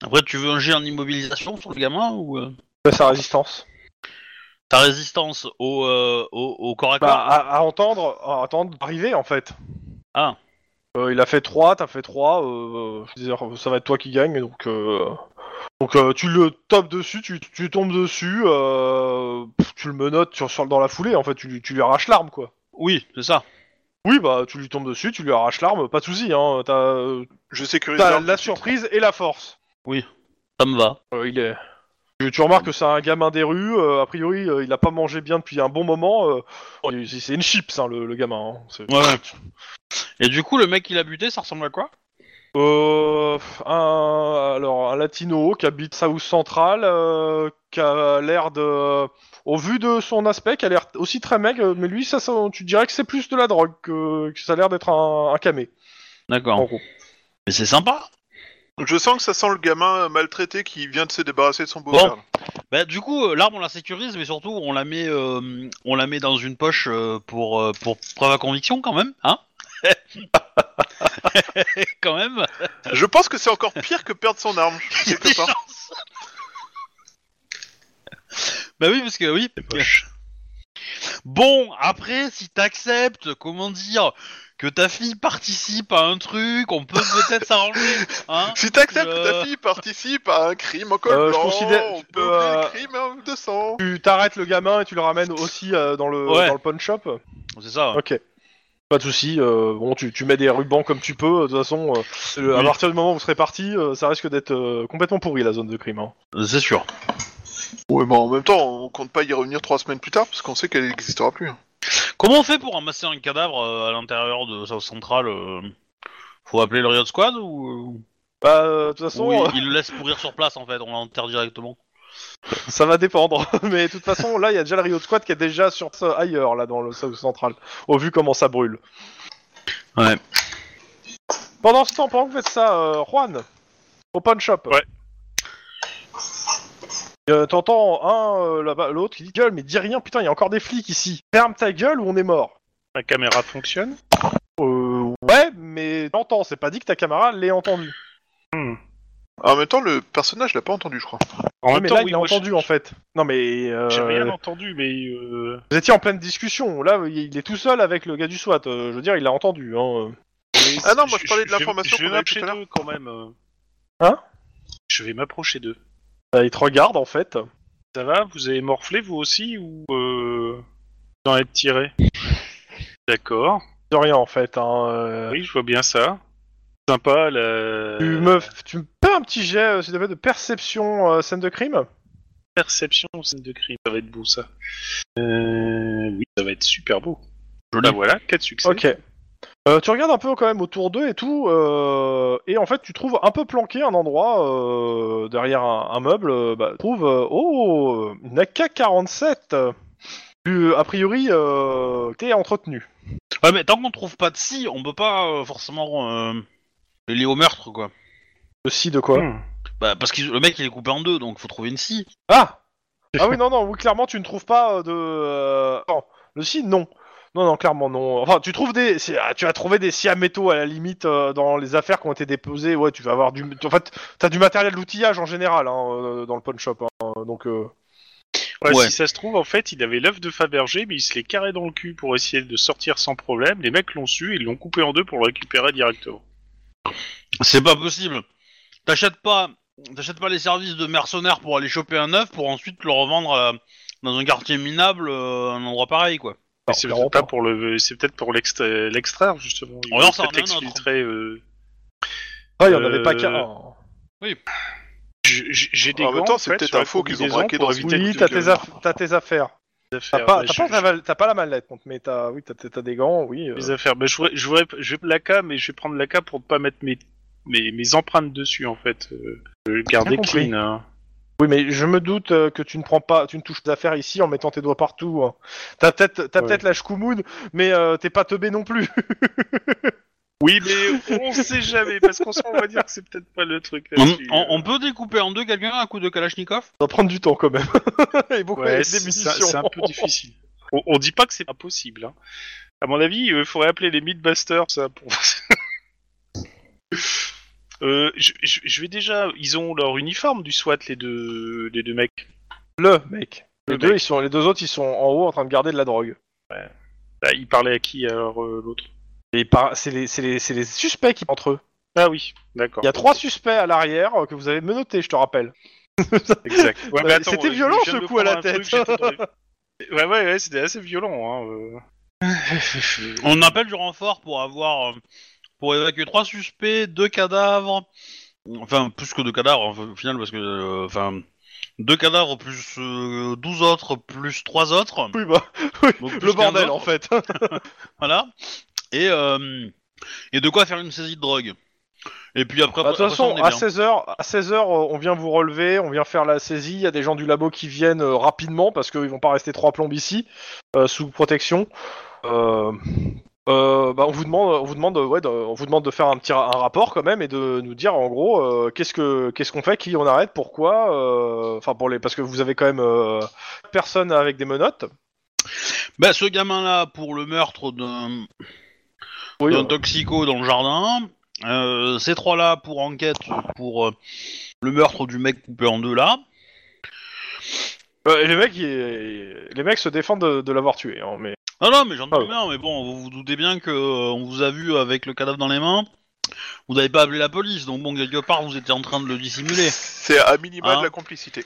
S1: Après, tu veux un jet en immobilisation sur le gamin ou euh,
S2: Bah, sa résistance.
S1: ta résistance au, euh, au, au corps à corps
S2: Bah, à, à entendre, à entendre arriver en fait.
S1: Ah.
S2: Euh, il a fait 3, t'as fait 3. Euh, je veux dire, ça va être toi qui gagne, donc. euh, Donc euh, tu le topes dessus, tu, tu tombes dessus, euh, pff, tu le menottes sur, sur- dans la foulée, en fait, tu, lui- tu lui arraches l'arme, quoi.
S1: Oui, c'est ça.
S2: Oui, bah tu lui tombes dessus, tu lui arraches l'arme, pas de soucis, hein, t'as
S4: Je sécurise
S2: T'as
S4: l'arme.
S2: Bah, la surprise et la force.
S1: Ça me va.
S2: il est... tu, tu remarques que c'est un gamin des rues, euh, a priori euh, il a pas mangé bien depuis un bon moment. euh, oh, il- c'est une chips hein, le, le gamin. hein, c'est-
S1: Ouais, ouais. Et du coup, le mec qu'il a buté, ça ressemble à quoi
S2: Euh, un, alors, un latino qui habite South Central, euh, qui a l'air de. Au vu de son aspect, qui a l'air aussi très maigre, mais lui, ça, ça- tu dirais que c'est plus de la drogue, que, que ça a l'air d'être un, un camé, en
S1: D'accord.
S2: gros.
S1: Mais c'est sympa.
S4: Je sens que ça sent le gamin maltraité qui vient de se débarrasser de son beau-père.
S1: Bah, du coup, euh, l'arme on la sécurise, mais surtout on la met, euh, on la met dans une poche euh, pour euh, pour preuve à conviction quand même, hein <laughs> Quand <laughs> même.
S4: Je pense que c'est encore pire que perdre son arme, <laughs> quelque part.
S1: Bah oui, parce que oui. Bon, après, si t'acceptes, comment dire, que ta fille participe à un truc, on peut peut-être s'arranger, hein
S4: Si t'acceptes que
S1: Euh.
S4: ta fille participe à un crime en col
S2: Euh, je
S4: blanc,
S2: considère-
S4: on peut
S2: euh,
S4: appeler le crime hein, de sang.
S2: Tu t'arrêtes le gamin et tu le ramènes aussi euh, dans, le,
S1: Ouais.
S2: dans le pawn shop.
S1: C'est ça.
S2: Ok. Pas de souci. euh, bon, tu, tu mets des rubans comme tu peux. euh, De toute façon, euh, le- à
S1: Oui.
S2: partir du moment où vous serez parti, euh, ça risque d'être euh, complètement pourri la zone de crime. hein.
S1: C'est sûr.
S4: Ouais, mais en même temps, on compte pas y revenir trois semaines plus hein. tard parce qu'on sait qu'elle n'existera plus.
S1: Comment on fait pour ramasser un cadavre euh, à l'intérieur de South Central euh, Faut appeler le Riot Squad ou,
S2: Bah, euh, de toute façon,
S1: ou
S2: euh,
S1: il, il le laisse pourrir sur place en fait, on l'enterre directement
S2: ça va dépendre. <laughs> Mais de toute façon, là, il y a déjà le Rio de Squad qui est déjà sur ça ailleurs, là, dans le South Central, au vu comment ça brûle.
S1: Ouais.
S2: Pendant ce temps, pendant que vous faites ça, euh, Juan, au pawn shop.
S3: Ouais.
S2: Euh, T'entends un euh, là-bas, l'autre qui dit gueule, mais dis rien, putain, il y a encore des flics ici. Ferme ta gueule ou on est mort.
S3: La caméra fonctionne
S2: Euh, ouais, mais t'entends, c'est pas dit que ta camarade l'ait entendu.
S3: Hmm.
S4: En même temps, le personnage l'a pas entendu, je crois.
S3: En
S2: Ouais, mais là, il l'a
S3: moi,
S2: entendu
S3: j'ai-
S2: en fait. Non, mais. euh,
S3: J'ai rien entendu, mais euh,
S2: Vous étiez en pleine discussion. Là, il est tout seul avec le gars du SWAT. euh, Je veux dire, il l'a entendu. Hein.
S4: Ah non, moi, je parlais de
S3: vais-
S4: l'information
S3: Je vais
S4: qu'on a eu tout
S3: m'approcher
S4: à l'heure.
S3: d'eux quand même. euh.
S2: Hein
S3: Je vais m'approcher d'eux.
S2: Bah, il te regarde en fait.
S3: Ça va Vous avez morflé vous aussi ou euh... vous en êtes tiré D'accord.
S2: De rien en fait. Hein. euh.
S3: Oui, je vois bien ça. Sympa la
S2: Tu me, f- tu me fais un petit jet, euh, s'il te plaît, de perception euh, scène de crime.
S3: perception scène de crime. Ça va être beau ça. Euh... Oui, ça va être super beau.
S1: Joli.
S3: Bah voilà, 4 succès.
S2: Ok. Euh, tu regardes un peu quand même autour d'eux et tout, euh, et en fait tu trouves un peu planqué un endroit euh, derrière un, un meuble. euh, Bah, tu trouves euh, oh une AK-47. Tu, a priori, euh, t'es entretenu.
S1: Ouais, mais tant qu'on trouve pas de si, on peut pas euh, forcément euh, les lier au meurtre quoi.
S2: Le si de quoi
S3: Hmm.
S1: Bah, parce que le mec il est coupé en deux donc faut trouver une scie.
S2: Ah Ah oui, non, non, oui, clairement, tu ne trouves pas euh, de. euh, Non, le si, non. Non, non, clairement, non. Enfin, tu trouves des. c'est- ah, Tu as trouvé des scies à métaux à la limite euh, dans les affaires qui ont été déposées. Ouais, tu vas avoir du. En fait, t'as du matériel d'outillage en général hein, euh, dans le pawn shop. hein, donc. euh,
S3: Ouais,
S1: Ouais.
S3: Si ça se trouve, en fait, il avait l'œuf de Fabergé, mais il se l'est carré dans le cul pour essayer de sortir sans problème. Les mecs l'ont su, ils l'ont coupé en deux pour le récupérer directement.
S1: C'est pas possible. T'achètes pas, t'achètes pas les services de mercenaires pour aller choper un œuf pour ensuite le revendre à- dans un quartier minable, euh, un endroit pareil quoi.
S3: Mais
S2: alors,
S3: C'est
S2: clairement
S3: peut-être pas pour le, c'est peut-être pour l'extra- l'extraire justement. Ils
S1: On
S3: vont
S1: en sort
S3: peut-être
S1: un autre.
S3: l'exfiltrer, euh.
S2: Ah, il y en avait pas
S3: Euh,
S2: qu'un.
S3: J- j- J'ai des
S4: En même
S3: gants,
S4: temps,
S3: en
S4: c'est
S3: fait,
S4: peut-être
S3: sur la
S4: un faux qu'ils ont
S3: combinaison
S4: braqué
S3: pour
S4: dans
S3: éviter
S2: Oui,
S3: de-
S2: t'as
S3: de-
S2: tes, aff- t'as tes affaires.
S3: des affaires.
S2: T'as pas, t'as
S3: Ouais, Bah, je-
S2: pas,
S3: je-
S2: la val- t'as pas la mallette, contre, mais t'as oui, t'as- t'as des gants, oui. euh.
S3: des affaires. Bah, je voudrais- je voudrais- je vais la l'AK, mais je vais prendre l'AK pour ne pas mettre mes, mes, mes empreintes dessus en fait. Euh, je vais le garder
S2: Bien compris.
S3: clean. hein.
S2: Oui, mais je me doute euh, que tu ne prends pas, tu ne touches pas affaires ici en mettant tes doigts partout. hein. T'as peut-être, t'as
S3: Ouais.
S2: peut-être la chkoumoune, mais euh, t'es pas teubé non plus. <laughs>
S3: Oui, mais on sait jamais parce qu'on s'en va dire que c'est peut-être pas le truc.
S1: On,
S3: là-dessus.
S1: on- on peut découper en deux quelqu'un à coup de Kalachnikov
S2: Ça va prendre du temps quand même. <laughs> Et beaucoup
S3: Ouais,
S2: avec des
S3: c'est
S2: munitions.
S3: c'est- c'est un peu difficile. On, on dit pas que c'est impossible. Hein. À mon avis, il faudrait appeler les Mythbusters ça, <laughs> pour. Euh, je, je- je vais déjà. Ils ont leur uniforme du SWAT, les deux, les deux mecs.
S2: Le mec. Les
S3: Le
S2: deux,
S3: mec.
S2: ils sont, les deux autres, ils sont en haut en train de garder de la drogue.
S3: Bah, ils parlaient à qui alors euh, l'autre
S2: Et par- c'est les, c'est les, c'est les suspects qui entre eux.
S3: Ah oui, d'accord.
S2: Il y a trois suspects à l'arrière euh, que vous avez menottés, je te rappelle.
S3: Exact. Ouais, mais attends,
S2: C'était
S3: euh, je
S2: violent,
S3: viens
S2: ce
S3: de
S2: coup à la
S3: prendre un truc,
S2: tête.
S3: j'ai
S2: <laughs>
S3: tout entendu. ouais, ouais, ouais, c'était assez violent. Hein, euh. <laughs>
S1: On appelle du renfort pour avoir, euh, pour évacuer trois suspects, deux cadavres, enfin plus que deux cadavres en fait, au final parce que, euh, enfin, deux cadavres plus euh, 12 autres plus trois autres,
S2: Oui, bah, oui,
S1: Donc, plus
S2: le bordel hein.
S1: 15
S2: en fait.
S1: voilà, et euh, et de quoi faire une saisie de drogue. Et puis après,
S2: Bah, De toute
S1: après ça, on
S2: façon,
S1: est
S2: à
S1: bien.
S2: 16h, à 16h, euh, on vient vous relever, on vient faire la saisie. Il y a des gens du labo qui viennent euh, rapidement parce qu'ils vont pas rester trois plombes ici, euh, sous protection. Euh, euh, bah, on vous demande, on vous demande, euh, ouais, de, on vous demande de faire un petit ra- un rapport quand même et de nous dire en gros euh, qu'est-ce que qu'est-ce qu'on fait, qui on arrête, pourquoi. euh, Enfin pour les, parce que vous avez quand même euh, personne avec des menottes.
S1: Bah, ce gamin-là pour le meurtre d'un
S2: Oui,
S1: d'un
S2: euh,
S1: toxico dans le jardin. euh, ces trois-là pour enquête pour euh, le meurtre du mec coupé en deux là.
S2: euh, et les mecs, ils- les mecs se défendent de, de l'avoir tué, hein, mais.
S1: Non, non, mais j'entends
S2: Ah ouais.
S1: bien, mais bon, vous vous doutez bien que euh, on vous a vu avec le cadavre dans les mains. Vous n'avez pas appelé la police, donc bon, quelque part, vous étiez en train de le dissimuler.
S4: C'est à minima
S1: Hein
S4: de la complicité.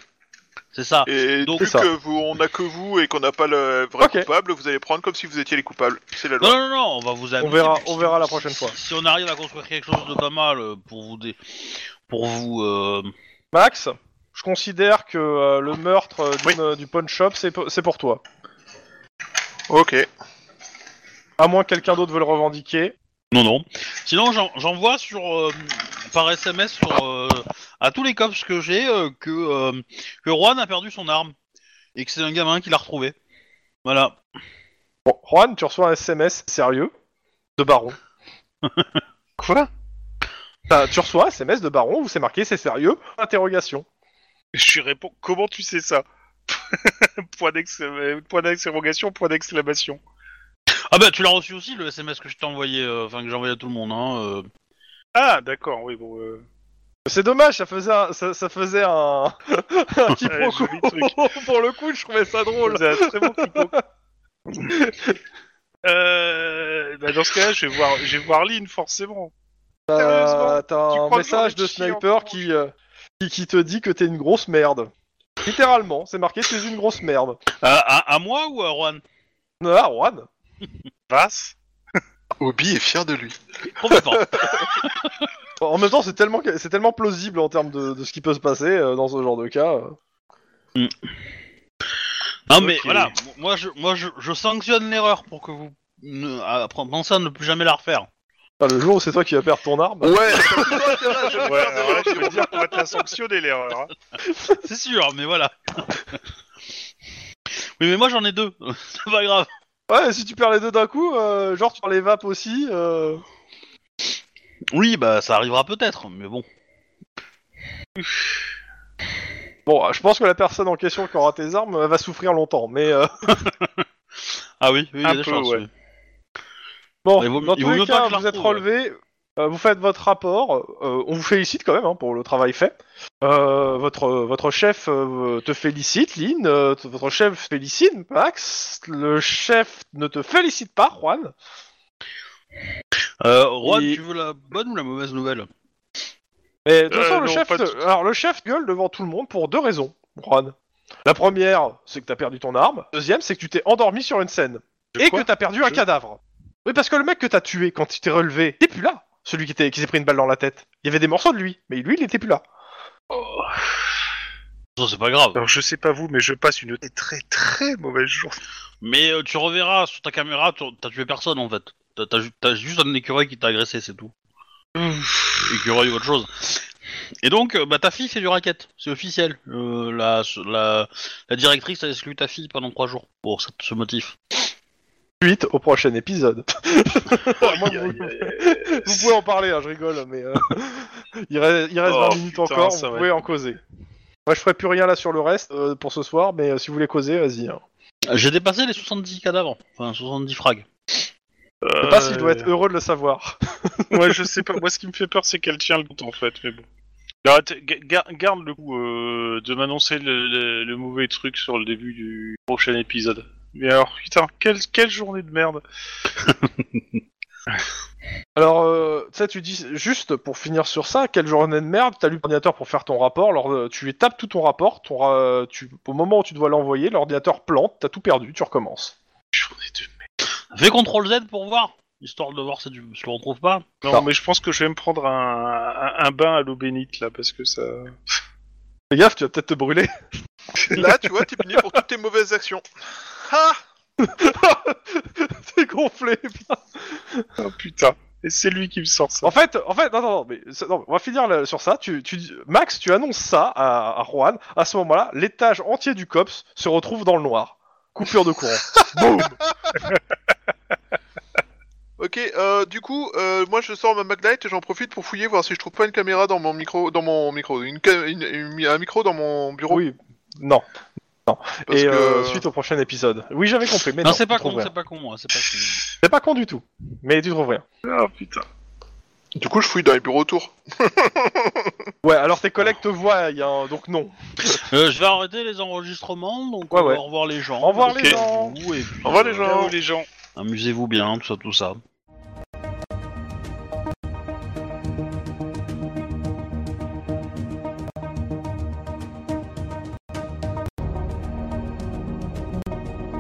S1: C'est ça.
S4: Et
S1: Donc-
S4: vu
S2: Ah, C'est ça.
S4: que vous, on a que vous et qu'on n'a pas le vrai
S2: Ok.
S4: coupable, vous allez prendre comme si vous étiez les coupables. C'est la loi.
S1: Non, non, non, on va vous amener.
S2: On verra,
S1: puis
S2: on
S1: si-
S2: verra la prochaine fois.
S1: Si on arrive à construire quelque chose de pas mal euh, pour vous, dé- pour vous, euh,
S2: Max, je considère que euh, le meurtre euh, d'une- du pawn shop, c'est pour, c'est pour toi.
S4: Ok.
S2: À moins que quelqu'un d'autre veut le revendiquer.
S1: Non, non. Sinon, j'en- j'envoie sur euh, par SMS sur, euh, à tous les cops que j'ai euh, que, euh, que Juan a perdu son arme et que c'est un gamin qui l'a retrouvé. Voilà.
S2: Bon, Juan, tu reçois un SMS sérieux de <laughs> Baron.
S3: Quoi
S2: Enfin, tu reçois un SMS de Baron où c'est marqué c'est sérieux Interrogation.
S3: Je lui réponds Comment tu sais ça <laughs> Point d'ex- euh, point d'interrogation, point d'exclamation.
S1: Ah bah tu l'as reçu aussi le SMS que je t'ai envoyé, euh, enfin que j'ai envoyé à tout le monde. Hein, euh.
S3: Ah, d'accord, oui, bon. euh,
S2: C'est dommage, ça faisait un, ça, ça faisait un, <laughs> un quiproquo.
S3: joli
S2: <laughs>
S3: truc.
S2: Pour le coup, je trouvais ça drôle.
S3: C'est un très
S2: <laughs>
S3: bon quiproquo. Euh, bah, dans ce cas-là, je vais voir, je vais voir Lynn forcément.
S2: T'as
S3: Sérieusement,
S2: Bah, t'as
S3: tu
S2: un
S3: crois que
S2: message
S3: j'en ai
S2: de
S3: chié
S2: sniper
S3: encore
S2: qui, euh, qui qui te dit que t'es une grosse merde. Littéralement, c'est marqué tu es une grosse merde.
S1: à, à- à moi ou à Juan
S2: Ah, Juan.
S3: Passe.
S4: Obi est fier de lui.
S3: <laughs>
S1: Complètement.
S2: En même temps, c'est tellement c'est tellement plausible en termes de, de ce qui peut se passer euh, dans ce genre de cas. euh.
S1: Non mais
S3: Ok.
S1: voilà, m- moi je moi je, je sanctionne l'erreur pour que vous ne, à- pensez à ne plus jamais la refaire. <laughs>
S2: Enfin, le jour où c'est toi qui vas perdre ton arme.
S4: <laughs> Ouais, t'as plutôt intérêt à
S3: Ouais,
S4: jamais
S3: alors
S4: faire
S3: là,
S4: d'erreur
S3: je
S4: que
S3: veux dire qu'on va te la sanctionner l'erreur. hein.
S1: C'est sûr, mais voilà. <laughs> Oui mais moi j'en ai deux, <laughs> c'est pas grave.
S2: Ouais, si tu perds les deux d'un coup, euh, genre tu perds les vapes aussi. euh.
S1: Oui bah ça arrivera peut-être, mais bon.
S2: Bon, je pense que la personne en question qui aura tes armes euh, va souffrir longtemps, mais euh,
S1: Ah oui, oui, il y a
S3: Un
S1: des
S3: peu,
S1: chances.
S3: ouais.
S1: oui.
S2: bon,
S1: Il vaut-
S2: dans
S1: il
S2: tous
S1: vaut
S2: les
S1: mieux pas
S2: cas,
S1: que je la
S2: vous êtes
S1: retrouve,
S2: relevés, euh, vous faites votre rapport, euh, on vous félicite quand même hein, pour le travail fait. Euh, votre, votre chef euh, te félicite, Lynn, euh, t- votre chef félicite, Max, le chef ne te félicite pas, Juan.
S1: Euh, Juan,
S2: Et-
S1: tu veux la bonne ou la mauvaise nouvelle
S2: Mais de toute
S3: Euh,
S2: façon, le,
S3: non,
S2: chef
S3: pas
S2: te-
S3: tout-
S2: Alors, le chef gueule devant tout le monde pour deux raisons, Juan. La première, c'est que t'as perdu ton arme. Deuxième, c'est que tu t'es endormi sur une scène.
S3: De
S2: et
S3: quoi
S2: que t'as perdu un
S3: Je-
S2: cadavre. Oui, parce que le mec que t'as tué quand il t'est relevé, il est plus là. Celui qui, t'est- qui s'est pris une balle dans la tête. Il y avait des morceaux de lui, mais lui, il était plus là.
S1: Ça c'est pas grave.
S3: Alors je sais pas vous, mais je passe une très très mauvaise journée.
S1: Mais euh, tu reverras sur ta caméra, tu- t'as tué personne en fait. T'as- T'as ju- t'as juste un écureuil qui t'a agressé, c'est tout. écureuil ou autre chose. Et donc, euh, bah, ta fille fait du racket, c'est officiel. Euh, la, la, la directrice a exclu ta fille pendant trois jours pour ce, ce motif.
S2: Suite au prochain
S3: <laughs>
S2: épisode. Moi, vous, vous pouvez en parler, hein, je rigole, mais euh, <laughs> il reste, il reste
S3: Oh,
S2: 20 minutes
S3: putain,
S2: encore,
S3: ça
S2: vous
S3: va
S2: pouvez en causer. Moi, je ferai plus rien là sur le reste euh, pour ce soir, mais euh, si vous voulez causer, vas-y. hein.
S1: Euh, J'ai dépassé les 70 cadavres, enfin 70 frags.
S2: Je sais pas s'il
S3: Euh.
S2: doit être heureux de le savoir.
S3: Ouais, je sais pas. Moi, ce qui me fait peur, c'est qu'elle tient le compte en fait. Mais bon. Alors, att- ga- ga- garde le coup euh, de m'annoncer le, le- le mauvais truc sur le début du prochain épisode. Mais alors, putain, quelle, quelle journée de merde.
S2: Alors, euh, tu sais, tu dis juste pour finir sur ça, quelle journée de merde, t'as l'ordinateur pour faire ton rapport, alors euh, tu tapes tout ton rapport, ton, ra- tu, au moment où tu dois l'envoyer, l'ordinateur plante, t'as tout perdu, tu recommences.
S3: Journée de merde.
S1: Fais CTRL Z pour voir, histoire de voir si tu si tu le retrouves pas.
S3: Non,
S2: Non.
S3: mais je pense que je vais me prendre un, un- un bain à l'eau bénite là, parce que ça.
S2: Fais gaffe, tu vas peut-être te brûler.
S4: <laughs>
S2: <laughs>
S4: Là, tu vois, t'es puni pour toutes tes mauvaises actions. Ah
S2: T'es gonflé. putain.
S3: Oh putain. Et c'est lui qui me sort ça.
S2: En fait, en fait, non, non, non, mais, ça- non, on va finir là- sur ça. Tu, tu, dis- Max, tu annonces ça à, à Juan. À ce moment-là, l'étage entier du COPS se retrouve dans le noir. Coupure de
S4: <laughs>
S2: courant. Boum
S4: Ok, euh, du coup, euh, moi je sors ma Maglite et j'en profite pour fouiller voir si je trouve pas une caméra dans mon micro, dans mon micro, une, ca- une- une- un micro dans mon bureau.
S2: Oui. Non.
S4: parce
S2: Et
S4: que-
S2: euh, suite au prochain épisode. Oui, j'avais compris, mais non.
S1: non, c'est pas
S2: tu trouves
S1: con,
S2: rien.
S1: c'est pas con, hein, c'est pas con.
S2: C'est pas con du tout. Mais tu trouves rien.
S3: Oh putain.
S4: Du coup, je fouille dans les bureaux autour.
S2: Ouais, alors tes collègues te voient, il y a un- donc non.
S1: Euh, je vais arrêter les enregistrements, donc
S2: Ouais,
S1: on
S2: ouais.
S1: va revoir les gens.
S2: Au revoir les
S1: Ok.
S2: gens.
S1: Et puis,
S4: Au revoir les
S1: euh,
S4: gens.
S3: les gens.
S1: Amusez-vous bien, tout ça, tout ça.